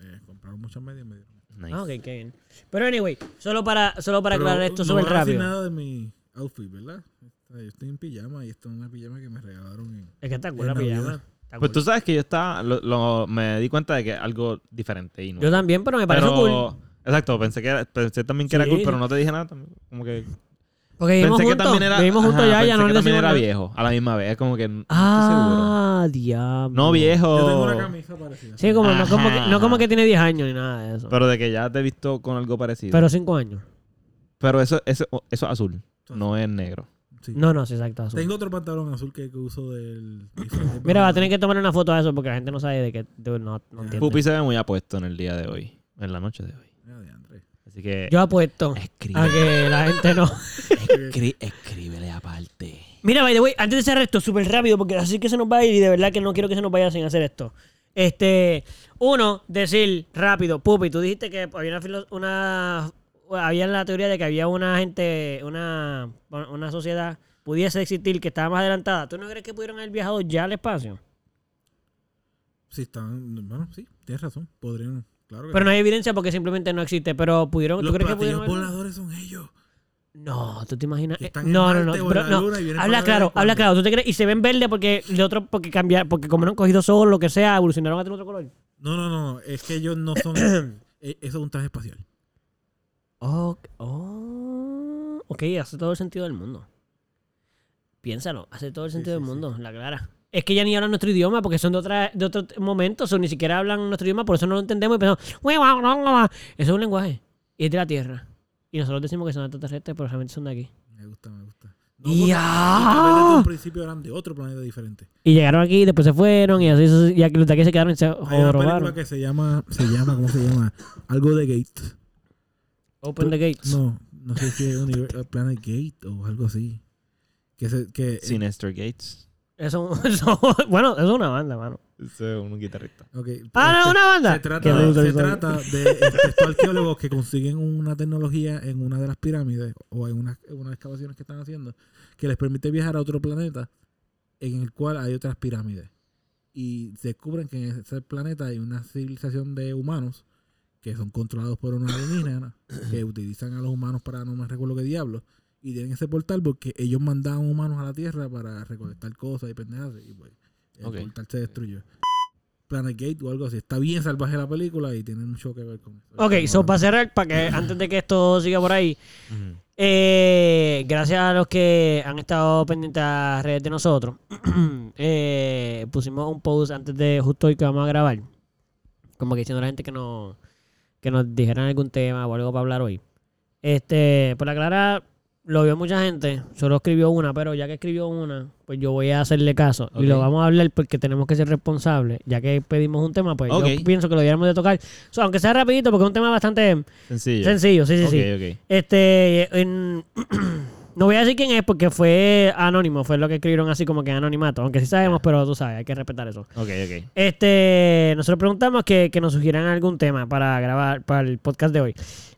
Speaker 2: eh, compraron muchas medias y me dieron.
Speaker 4: Nice.
Speaker 3: Ah, ok, qué bien. Pero anyway, solo para, solo para
Speaker 2: Pero
Speaker 3: aclarar esto
Speaker 2: no
Speaker 3: sobre el
Speaker 2: voy a decir
Speaker 3: rápido.
Speaker 2: nada de mi outfit, ¿verdad? O sea, Yo estoy en pijama y esto es una pijama que me regalaron en.
Speaker 3: Es que está cool
Speaker 2: En
Speaker 3: la
Speaker 2: Navidad.
Speaker 3: pijama. Está
Speaker 4: Pues
Speaker 3: cool.
Speaker 4: tú sabes que yo estaba. lo- lo- me di cuenta de que algo diferente y nuevo.
Speaker 3: Yo también, pero me parece
Speaker 4: Pero-
Speaker 3: cool.
Speaker 4: Exacto, pensé que era- pensé también que era
Speaker 3: Sí.
Speaker 4: cool, pero no te dije nada. también, Como que
Speaker 3: Porque vivimos
Speaker 4: pensé que
Speaker 3: juntos.
Speaker 4: también era
Speaker 3: vivimos juntos
Speaker 4: ajá,
Speaker 3: ya, ya no
Speaker 4: pensé que
Speaker 3: le
Speaker 4: también
Speaker 3: decimos
Speaker 4: era
Speaker 3: nada.
Speaker 4: viejo a la misma vez, es como que no
Speaker 3: Ah, diablo.
Speaker 4: estoy seguro. No
Speaker 2: Yo tengo una
Speaker 4: viejo,
Speaker 2: camisa parecida.
Speaker 3: Oh. Sí, como, no, como que, no
Speaker 4: Ajá.
Speaker 3: como que tiene 10 años ni nada de eso.
Speaker 4: pero de que ya te he visto con algo parecido.
Speaker 3: Pero
Speaker 4: Pero,
Speaker 3: 5 años.
Speaker 4: eso, eso, eso es azul, no es negro.
Speaker 2: Sí.
Speaker 3: No, no, sí, exacto. azul.
Speaker 2: Tengo otro pantalón azul que, que uso del.
Speaker 3: Mira, va a tener que tomar una foto de eso porque la gente no sabe de que de- no, no
Speaker 2: Ya.
Speaker 3: entiende.
Speaker 4: Pupi se ve muy apuesto en el día de hoy, en la noche de hoy.
Speaker 2: Ah, de André.
Speaker 4: Así que
Speaker 3: Yo Ah, apuesto
Speaker 4: escribe,
Speaker 3: a que la gente no.
Speaker 4: escri- escríbele aparte.
Speaker 3: Mira, by the way, antes de cerrar esto, súper rápido, porque así que se nos va a ir y de verdad que no quiero que se nos vaya sin hacer esto. Este, uno, decir rápido, Pupi, tú dijiste que había una, filo- una había la teoría de que había una gente, una, una sociedad pudiese existir que estaba más adelantada. ¿Tú no crees que pudieron haber viajado ya al espacio?
Speaker 2: Sí, están. Bueno, sí, tienes razón. Podrían. Claro que
Speaker 3: Pero no hay evidencia porque simplemente no existe, pero pudieron, ¿tú
Speaker 2: Los
Speaker 3: crees que
Speaker 2: platillos
Speaker 3: pudieron? haber-
Speaker 2: voladores son ellos.
Speaker 3: No, tú te imaginas.
Speaker 2: Que
Speaker 3: Eh,
Speaker 2: están en
Speaker 3: No, no, no,
Speaker 2: Marte o en
Speaker 3: pero
Speaker 2: la
Speaker 3: no.
Speaker 2: Luna y vienen para
Speaker 3: Habla
Speaker 2: acá
Speaker 3: claro,
Speaker 2: cuando-
Speaker 3: habla claro. ¿Tú te crees? Y se ven verde porque de otro, porque cambiar, porque como no han cogido sol, lo que sea, evolucionaron a tener otro color.
Speaker 2: No, no, no. Es que ellos no son. eh, eso es un traje espacial.
Speaker 3: Oh, oh. Ok, hace todo el sentido del mundo. Piénsalo, hace todo el
Speaker 2: Sí,
Speaker 3: sentido
Speaker 2: sí,
Speaker 3: del
Speaker 2: sí.
Speaker 3: mundo, la clara. Es que ya ni hablan nuestro idioma porque son de, otra, de otro momento, o sea, ni siquiera hablan nuestro idioma, por eso no lo entendemos y pensamos, "Ué, guau, guau, guau". eso es un lenguaje, y es de la Tierra. Y nosotros decimos que son extraterrestres, pero realmente son de aquí.
Speaker 2: Me gusta, me gusta.
Speaker 3: ¡Ya!
Speaker 2: En un principio eran de otro planeta diferente.
Speaker 3: Y llegaron aquí, después se fueron, y así, y aquí, los de aquí se quedaron y se
Speaker 2: Hay una película
Speaker 3: robaron.
Speaker 2: que se llama. Se llama, ¿cómo se llama? Algo de Gate.
Speaker 3: Open the gates.
Speaker 2: No, no sé si es univer- Planet Gate o algo así. Que se, que,
Speaker 4: Sinister Gates.
Speaker 3: Eso, eso- bueno, eso es una banda, mano.
Speaker 4: Ese es un guitarrista.
Speaker 2: ok,
Speaker 3: Ah, no,
Speaker 2: este,
Speaker 3: una banda.
Speaker 2: Se
Speaker 3: Qué
Speaker 2: trata
Speaker 3: bruto
Speaker 2: de, se
Speaker 3: eso.
Speaker 2: trata de este, estos arqueólogos que consiguen una tecnología en una de las pirámides o en unas en unas excavaciones que están haciendo que les permite viajar a otro planeta en el cual hay otras pirámides. Y descubren que en ese planeta hay una civilización de humanos que son controlados por unos alienígenas que utilizan a los humanos para no me recuerdo qué diablo. Y tienen ese portal porque ellos mandaban humanos a la Tierra para recolectar cosas y pendejas. Y pues el
Speaker 4: Ok.
Speaker 2: portal se destruyó. Planet Gate o algo así. Está bien salvaje la película y tiene mucho que ver con eso.
Speaker 3: Ok, so para cerrar, para que antes de que esto siga por ahí, eh, gracias a los que han estado pendientes a las redes de nosotros, eh, pusimos un post antes de justo hoy que vamos a grabar, como que diciendo a la gente que nos que nos dijeran algún tema o algo para hablar hoy. Este, por la clara, lo vio mucha gente, solo escribió una, pero ya que escribió una, pues yo voy a hacerle caso.
Speaker 4: Ok.
Speaker 3: Y lo vamos a hablar porque tenemos que ser responsables. Ya que pedimos un tema, pues
Speaker 4: Ok.
Speaker 3: yo pienso que lo deberíamos de tocar. O sea, aunque sea rapidito, porque es un tema bastante
Speaker 4: Sencillo.
Speaker 3: sencillo, sí, sí, sí.
Speaker 4: Ok, ok.
Speaker 3: Este, en- no voy a decir quién es porque fue anónimo, fue lo que escribieron así como que anonimato, aunque sí sabemos, pero tú sabes, hay que respetar eso.
Speaker 4: Ok, ok.
Speaker 3: Este, nosotros preguntamos que, que nos sugieran algún tema para grabar, para el podcast de hoy,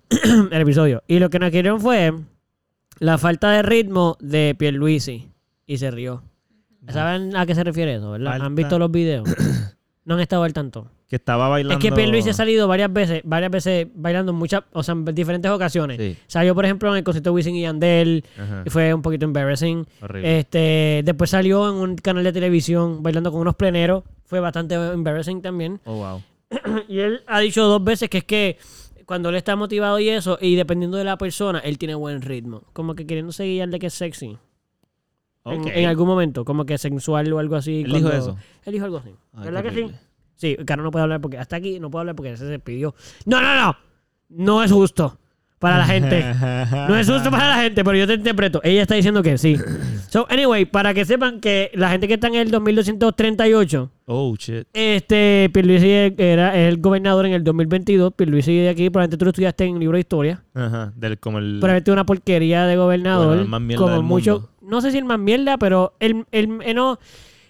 Speaker 3: el episodio. Y lo que nos escribieron fue la falta de ritmo de Pierluisi y se rió. ¿Saben a qué se refiere eso, verdad?
Speaker 4: Falta-
Speaker 3: ¿Han visto los videos? No han estado al tanto.
Speaker 4: Que estaba bailando.
Speaker 3: Es que Pierluisi ha salido varias veces, varias veces bailando en muchas, o sea, en diferentes ocasiones.
Speaker 4: Sí.
Speaker 3: Salió, por ejemplo, en el concierto de Wisin y Yandel.
Speaker 4: Ajá.
Speaker 3: y Fue un poquito embarrassing.
Speaker 4: Horrible.
Speaker 3: Este, después salió en un canal de televisión bailando con unos pleneros. Fue bastante embarrassing también.
Speaker 4: oh, wow.
Speaker 3: Y él ha dicho dos veces que es que cuando él está motivado y eso, y dependiendo de la persona, él tiene buen ritmo. Como que queriendo seguir de que es sexy. En-
Speaker 4: Ok.
Speaker 3: En, algún momento, como que sensual o algo así.
Speaker 4: Él dijo
Speaker 3: cuando-
Speaker 4: eso.
Speaker 3: Él dijo algo así.
Speaker 4: Ay,
Speaker 3: ¿Verdad
Speaker 4: qué
Speaker 3: que sí?
Speaker 4: horrible.
Speaker 3: Sí, Caro no puede hablar porque hasta aquí no puede hablar porque se despidió. ¡No, no, no! No es justo para la gente. No es justo para la gente, pero yo te interpreto. Ella está diciendo que sí. So, anyway, para que sepan que la gente que está en el 2238,
Speaker 4: Oh, shit.
Speaker 3: este, Pierluisi era es el gobernador en el 2022. Pierluisi de aquí, probablemente tú lo estudiaste en libro de historia.
Speaker 4: Ajá. Del como el.
Speaker 3: Probablemente una porquería de gobernador.
Speaker 4: Bueno, el más mierda
Speaker 3: como
Speaker 4: del
Speaker 3: mucho,
Speaker 4: mundo.
Speaker 3: no sé si el más mierda, pero el, el, eh, no,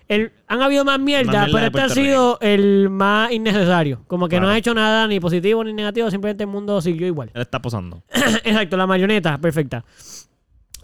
Speaker 3: el- han habido más mierda,
Speaker 4: mierda de
Speaker 3: pero este ha
Speaker 4: Puerto
Speaker 3: sido el más innecesario. Como que no
Speaker 4: Claro.
Speaker 3: ha hecho nada ni positivo ni negativo, simplemente el mundo siguió igual.
Speaker 4: Él está posando.
Speaker 3: Exacto, la marioneta, perfecta.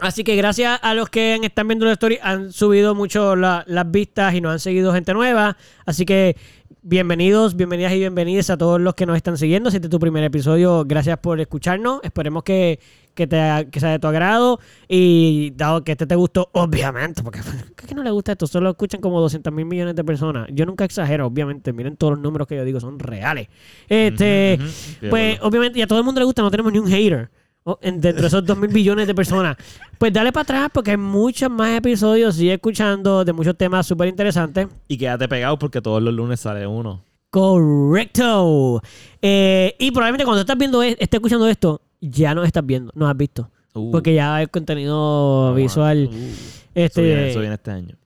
Speaker 3: Así que gracias a los que han- están viendo la story, han subido mucho la- las vistas y nos han seguido gente nueva. Así que bienvenidos, bienvenidas y bienvenidas a todos los que nos están siguiendo. Si este es tu primer episodio, gracias por escucharnos. Esperemos que, que te, que sea de tu agrado. Y dado que este te gustó, obviamente, porque ¿qué es que no le gusta esto? Solo escuchan como 200 mil millones de personas. Yo nunca exagero, obviamente. Miren todos los números que yo digo, son reales. Este.
Speaker 4: Ujú, ujú. Estoy de
Speaker 3: Pues
Speaker 4: acuerdo.
Speaker 3: obviamente, y a todo el mundo le gusta, no tenemos ni un hater. o- en- Dentro de esos dos mil billones de personas. Pues dale para atrás porque hay muchos más episodios. Sigue escuchando de muchos temas súper interesantes.
Speaker 4: Y quédate pegado porque todos los lunes sale uno.
Speaker 3: Correcto. Eh, y probablemente cuando estás viendo, e- estés escuchando esto, ya nos estás viendo, nos has visto.
Speaker 4: Uh,
Speaker 3: Porque ya hay contenido
Speaker 4: vamos a-
Speaker 3: visual.
Speaker 4: Uh, eso,
Speaker 3: este,
Speaker 4: viene, eso viene este año.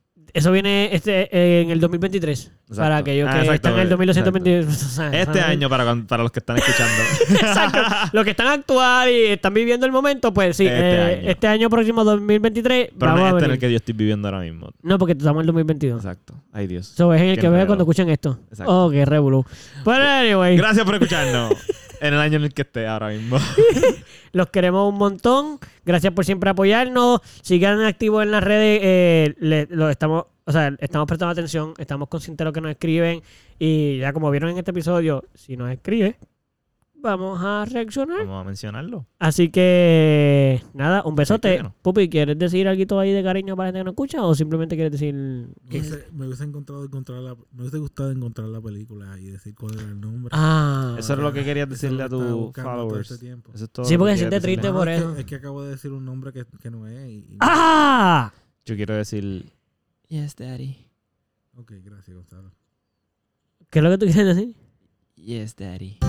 Speaker 3: este, eh, en el 2023. Para aquellos
Speaker 4: Ah,
Speaker 3: que
Speaker 4: exacto,
Speaker 3: están en el 2223.
Speaker 4: Este año para, cuan- para los que están escuchando.
Speaker 3: Exacto. Los que están actual y están viviendo el momento, pues sí. eh,
Speaker 4: Este
Speaker 3: Este, año.
Speaker 4: año.
Speaker 3: próximo 2023
Speaker 4: Pero
Speaker 3: vamos
Speaker 4: no es
Speaker 3: a
Speaker 4: este en
Speaker 3: venir.
Speaker 4: el que yo estoy viviendo ahora mismo.
Speaker 3: No, porque estamos en el 2022.
Speaker 4: Exacto. Ay, Dios.
Speaker 3: Eso es en el
Speaker 4: Qué
Speaker 3: que veo
Speaker 4: enredo.
Speaker 3: cuando escuchan esto.
Speaker 4: Exacto.
Speaker 3: Oh, qué revolú. Pero anyway,
Speaker 4: Gracias por escucharnos. en el año en el que esté ahora mismo.
Speaker 3: los queremos un montón. Gracias por siempre apoyarnos. Sigan activos en las redes. eh, le- lo estamos, o sea, estamos prestando atención. Estamos conscientes de lo que nos escriben. Y ya como vieron en este episodio, si nos escribe, vamos a reaccionar.
Speaker 4: Vamos a mencionarlo.
Speaker 3: Así que, nada, un besote.
Speaker 4: Escríbenos.
Speaker 3: Pupi, ¿quieres decir algo ahí de cariño para la gente que no escucha o simplemente quieres decir...
Speaker 2: Me hubiese, me hubiese encontrado encontrar la, me hubiese gustado encontrar la película y decir cuál era el nombre.
Speaker 3: Ah,
Speaker 4: Eso es lo que querías
Speaker 2: Eso es lo
Speaker 4: decirle a
Speaker 2: que estaba
Speaker 4: tus
Speaker 2: buscando todo
Speaker 4: followers.
Speaker 2: este tiempo.
Speaker 4: Eso es todo
Speaker 3: Sí,
Speaker 4: lo
Speaker 3: porque
Speaker 4: que
Speaker 3: se
Speaker 4: quería
Speaker 3: siente triste
Speaker 4: decirle.
Speaker 3: por
Speaker 2: es,
Speaker 3: eso.
Speaker 2: que, es que acabo de decir un nombre que, que no es. Y, y-
Speaker 3: ¡Ah!
Speaker 4: Yo quiero decir. Yes, daddy.
Speaker 2: Ok, gracias, Gonzalo.
Speaker 3: ¿Qué es lo que tú quieres decir?
Speaker 4: Yes, daddy.